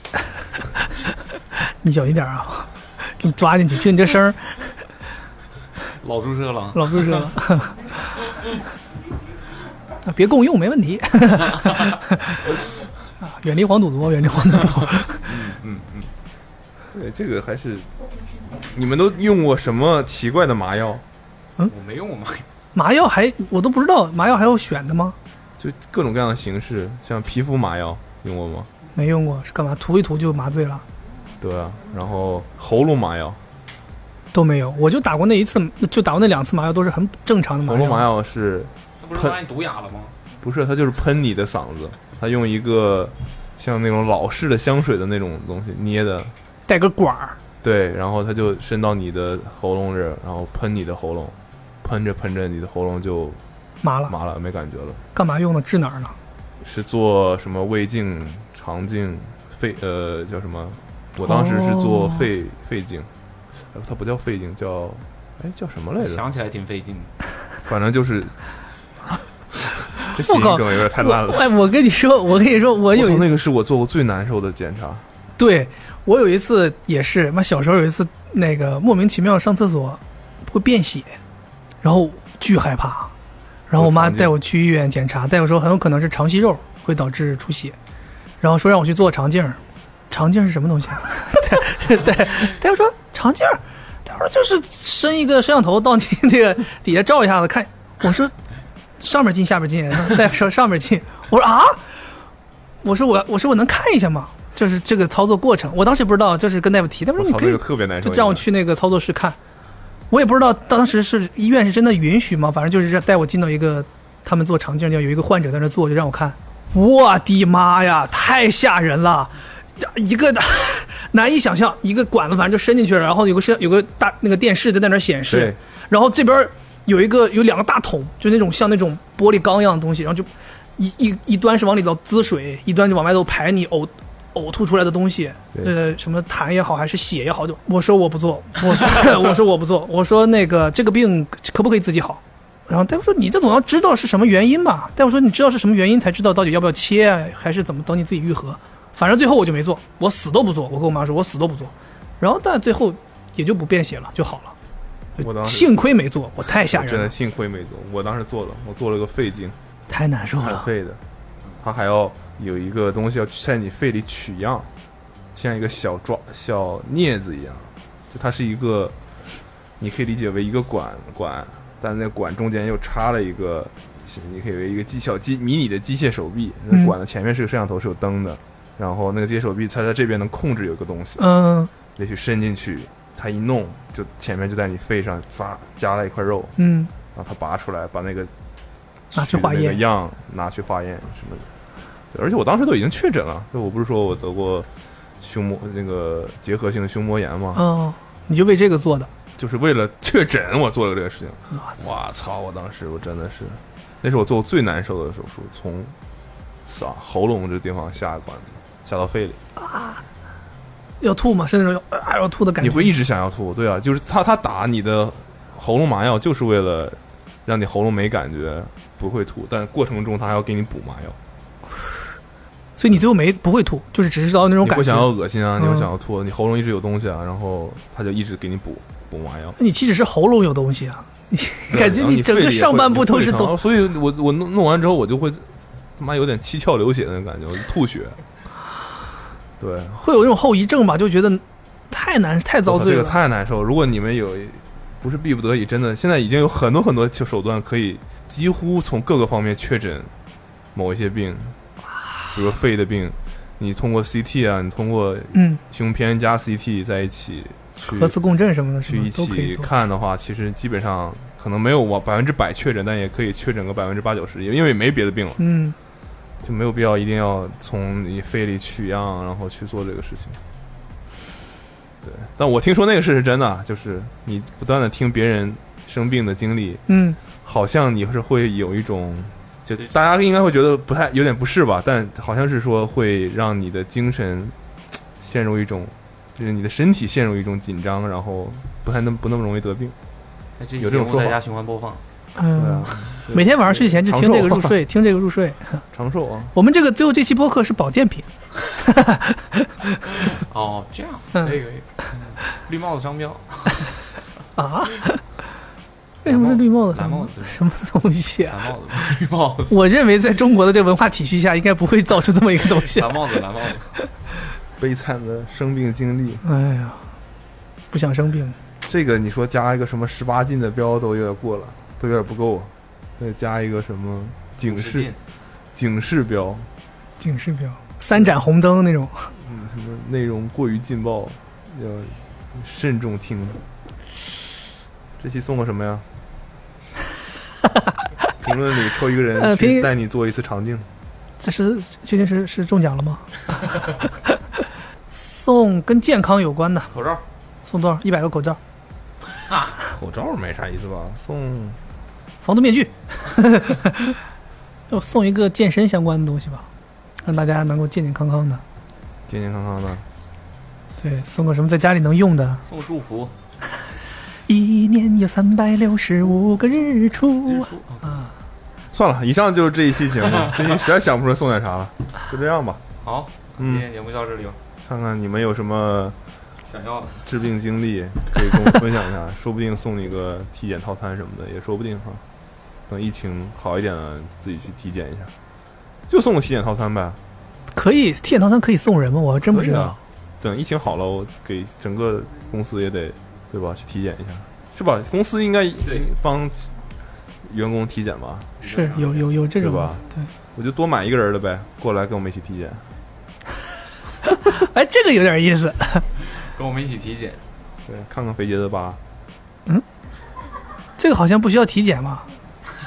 Speaker 3: [laughs] 你小心点儿啊，给你抓进去，听你这声儿，
Speaker 4: 老注射了，
Speaker 3: 老注射了。啊别共用没
Speaker 2: [laughs]
Speaker 3: 问题， [laughs] 啊远离黄赌毒，远离黄赌毒。
Speaker 2: 嗯嗯，对，这个还是你们都用过什么奇怪的麻药？
Speaker 4: 我没用过嘛，
Speaker 3: 麻药还我都不知道，麻药还有选的吗？
Speaker 2: 就各种各样的形式，像皮肤麻药用过吗？
Speaker 3: 没用过，是干嘛？涂一涂就麻醉了？
Speaker 2: 对啊，然后喉咙麻药，
Speaker 3: 都没有，我就打过那一次，就打过那两次麻药，都是很正常的麻
Speaker 2: 喉咙
Speaker 3: 药。
Speaker 2: 麻药是
Speaker 4: 那不是把你毒哑了吗？
Speaker 2: 不是，它就是喷你的嗓子，它用一个像那种老式的香水的那种东西捏的，
Speaker 3: 带个管儿，
Speaker 2: 对，然后它就伸到你的喉咙这儿，然后喷你的喉咙，喷着喷着你的喉咙就
Speaker 3: 麻了，
Speaker 2: 麻了，没感觉了。
Speaker 3: 干嘛用的？治哪儿呢？
Speaker 2: 是做什么胃镜、肠镜、肺呃叫什么？我当时是做
Speaker 3: 哦
Speaker 2: 肺、肺镜，呃它不叫肺镜，叫哎叫什么来着？
Speaker 4: 想起来挺费劲的。
Speaker 2: 反正就是。这谐音
Speaker 3: 我靠
Speaker 2: 梗有点太烂了。
Speaker 3: 哎，我跟你说，我跟你说，我
Speaker 2: 我
Speaker 3: 有
Speaker 2: 操，
Speaker 3: 一
Speaker 2: 那个是我做过最难受的检查。
Speaker 3: 对我有一次也是，妈小时候有一次那个莫名其妙上厕所会便血，然后巨害怕，然后我妈
Speaker 2: 有肠镜
Speaker 3: 带我去医院哦检查，大夫说很有可能是肠息肉会导致出血，然后说让我去做肠镜儿，肠镜是什么东西啊？对 [laughs] 对，大夫说肠镜儿，他说就是伸一个摄像头到你那个底下照一下子看。我说上面进下面进， [laughs] 大夫说上面进，我说啊，我说我我说我能看一下吗？就是这个操作过程，我当时也不知道，就是跟大夫提，他说
Speaker 2: 我
Speaker 3: 你
Speaker 2: 操，
Speaker 3: 可
Speaker 2: 这
Speaker 3: 以
Speaker 2: 个特别难受。
Speaker 3: 就让我去那个操作室看。我也不知道当时是医院是真的允许吗？反正就是带我进到一个他们做肠镜，叫有一个患者在那做，就让我看。我的妈呀，太吓人了！一个 [laughs] 难以想象，一个管子反正就伸进去了，然后有个摄有个大那个电视就在那儿显示
Speaker 2: 对，
Speaker 3: 然后这边有一个有两个大桶，就那种像那种玻璃缸一样的东西，然后就一一一端是往里头滋水，一端就往外头排你呕呕吐出来的东西，
Speaker 2: 对
Speaker 3: 呃，什么痰也好，还是血也好，就我说我不做，我说 [laughs] 我说我不做，我说那个这个病可不可以自己好？然后大夫说你这总要知道是什么原因吧？大夫说你知道是什么原因才知道到底要不要切啊，还是怎么等你自己愈合。反正最后我就没做，我死都不做。我跟我妈说，我死都不做。然后但最后也就不便血了，就好了。
Speaker 2: 我当时
Speaker 3: 幸亏没做，我太吓
Speaker 2: 真
Speaker 3: 人
Speaker 2: 的
Speaker 3: 了，
Speaker 2: 幸亏没做，我当时做了，我做了个肺镜，
Speaker 3: 太难受
Speaker 2: 很
Speaker 3: 了。
Speaker 2: 费的，它还要有一个东西要在你肺里取样，像一个小抓小镊子一样，就它是一个，你可以理解为一个管管，但那管中间又插了一个，你可以为一个机小机迷你的机械手臂，那
Speaker 3: 嗯
Speaker 2: 管的前面是个摄像头，是有灯的，然后那个机械手臂它在这边能控制有个东西，
Speaker 3: 嗯
Speaker 2: 也许伸进去，它一弄就前面就在你肺上抓夹了一块肉，
Speaker 3: 嗯，
Speaker 2: 然后他拔出来，把那个
Speaker 3: 拿去化
Speaker 2: 取的那个
Speaker 3: 验
Speaker 2: 样拿去化验什么的。对而且我当时都已经确诊了，就我不是说我得过胸膜那个结核性的胸膜炎嘛，
Speaker 3: 哦，你就为这个做的。
Speaker 2: 就是为了确诊我做了这个事情。
Speaker 3: 哇塞，
Speaker 2: 我操！我当时我真的是，那是我做过最难受的手术，从嗓喉咙这地方下管子下到肺里，
Speaker 3: 要吐吗？是那种要啊要吐的感
Speaker 2: 你
Speaker 3: 觉。
Speaker 2: 会一直想要吐。对啊，就是他他打你的喉咙麻药，就是为了让你喉咙没感觉，不会吐，但过程中他还要给你补麻药。
Speaker 3: 所以你最后没不会吐，就是只知道那种
Speaker 2: 你
Speaker 3: 感
Speaker 2: 会
Speaker 3: 觉。
Speaker 2: 想要恶心啊，
Speaker 3: 嗯
Speaker 2: 你会想要吐，你喉咙一直有东西啊，然后他就一直给你补补麻药，
Speaker 3: 你岂止是喉咙有东西啊？你 [laughs] 感觉
Speaker 2: 然后你
Speaker 3: 整个上半部都是
Speaker 2: 东，
Speaker 3: 东，
Speaker 2: 所以我我弄弄完之后我就会他妈有点七窍流血的那感觉，我就吐
Speaker 3: [laughs]
Speaker 2: 血。对，
Speaker 3: 会有那种后遗症吧？就觉得太难太遭
Speaker 2: 我操
Speaker 3: 罪
Speaker 2: 这个
Speaker 3: 了。
Speaker 2: 太难受了。如果你们有不是逼不得已，真的现在已经有很多很多手段可以几乎从各个方面确诊某一些病，比如说肺的病，你通过 CT 啊，你通过
Speaker 3: 嗯，
Speaker 2: 胸片加 CT 在一起去
Speaker 3: 核磁共振什么的，是
Speaker 2: 去
Speaker 3: 吗
Speaker 2: 一
Speaker 3: 嗯都可以
Speaker 2: 起
Speaker 3: 做。
Speaker 2: 看的话，其实基本上可能没有我百分之百确诊，但也可以确诊个百分之八九十，因为因为没别的病了，
Speaker 3: 嗯，
Speaker 2: 就没有必要一定要从你肺里取样，然后去做这个事情。对，但我听说那个事是真的，啊就是你不断的听别人生病的经历，
Speaker 3: 嗯，
Speaker 2: 好像你是会有一种，就大家应该会觉得不太有点不适吧，但好像是说会让你的精神陷入一种，就是你的身体陷入一种紧张，然后不太那么不那么容易得病。
Speaker 4: 那这期
Speaker 2: 有这
Speaker 4: 节
Speaker 2: 种
Speaker 4: 目
Speaker 2: 说
Speaker 4: 在
Speaker 2: 法
Speaker 4: 家循环播放，
Speaker 2: 对啊
Speaker 3: 嗯，， [laughs] 每天晚上睡前就听这个
Speaker 2: [laughs]
Speaker 3: 入睡，听这个入睡。
Speaker 2: 长寿啊，
Speaker 3: 我们这个最后这期播客是保健品，
Speaker 4: 哦，这样
Speaker 3: 嗯
Speaker 4: 可以可以，绿帽子商 [laughs] 标，
Speaker 3: 啊？为什么是绿帽子？
Speaker 4: 蓝帽子
Speaker 3: 什么东西啊？
Speaker 4: 蓝帽子，绿帽子，
Speaker 3: 我认为在中国的这个文化体系下，应该不会造出这么一个东西。
Speaker 4: 蓝帽子，蓝帽子，
Speaker 2: 悲惨的生病经历，
Speaker 3: 哎呀，不想生病。
Speaker 2: 这个你说加一个什么十八禁的标都有点过了，都有点不够，啊再加一个什么警
Speaker 4: 使
Speaker 2: 示
Speaker 4: 劲，
Speaker 2: 警示标，
Speaker 3: 警示标，三盏红灯那种。
Speaker 2: 嗯，什么内容过于劲爆，要慎重听。这期送个什么
Speaker 3: [laughs]
Speaker 2: 呀？评论里抽一个
Speaker 3: 呃
Speaker 2: 人
Speaker 3: 评
Speaker 2: 去带你做一次肠镜，
Speaker 3: 这是确定是是中奖了吗？ [laughs] 送跟健康有关的，
Speaker 4: 口罩，
Speaker 3: 送多少？一百个口罩、
Speaker 2: 口罩没啥意思吧？送
Speaker 3: 防毒面具， [laughs] 要送一个健身相关的东西吧，让大家能够健健康康的。
Speaker 2: 健健康康的，
Speaker 3: 对，送个什么在家里能用的。
Speaker 4: 送祝福，
Speaker 3: 一年有三百六十五个日
Speaker 4: 日
Speaker 3: 出，
Speaker 4: 出，啊
Speaker 2: 算了，以上就是这一期节目，这期实在想不出来送点啥了，就这样吧。
Speaker 4: 好，今
Speaker 2: 嗯，
Speaker 4: 天节目就到这里吧，
Speaker 2: 看看你们有什么
Speaker 4: 想要
Speaker 2: 治病经历，可以跟我分享一下，说不定送你个体检套餐什么的，也说不定哈。等疫情好一点了，自己去体检一下，就送个体检套餐呗。
Speaker 3: 可以体检套餐可以送人吗？我还真不
Speaker 2: 可
Speaker 3: 知
Speaker 2: 以
Speaker 3: 道
Speaker 2: 啊。等疫情好了，我给整个公司也得对吧去体检一下，是吧？公司应该帮员工体检吧？
Speaker 3: 是有有有这种
Speaker 2: 对吧
Speaker 3: 对，
Speaker 2: 我就多买一个人了呗，过来跟我们一起体检。
Speaker 3: 哎，这个有点意思，
Speaker 4: 跟我们一起体检。
Speaker 2: 对，看看肥杰的疤，
Speaker 3: 这个好像不需要体检嘛？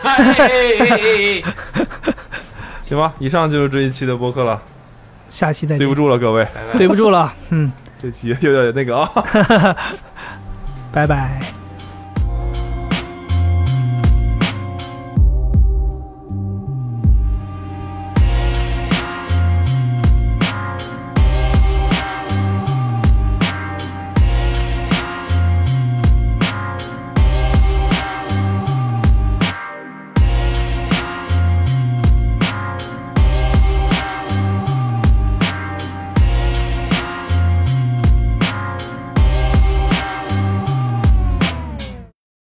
Speaker 4: 哎哎哎哎哎
Speaker 2: 行吧？以上就是这一期的播客了，
Speaker 3: 下期再见。
Speaker 2: 对不住了各位，
Speaker 3: 对不住了，嗯，
Speaker 2: 这期有点那个啊。
Speaker 3: 拜拜。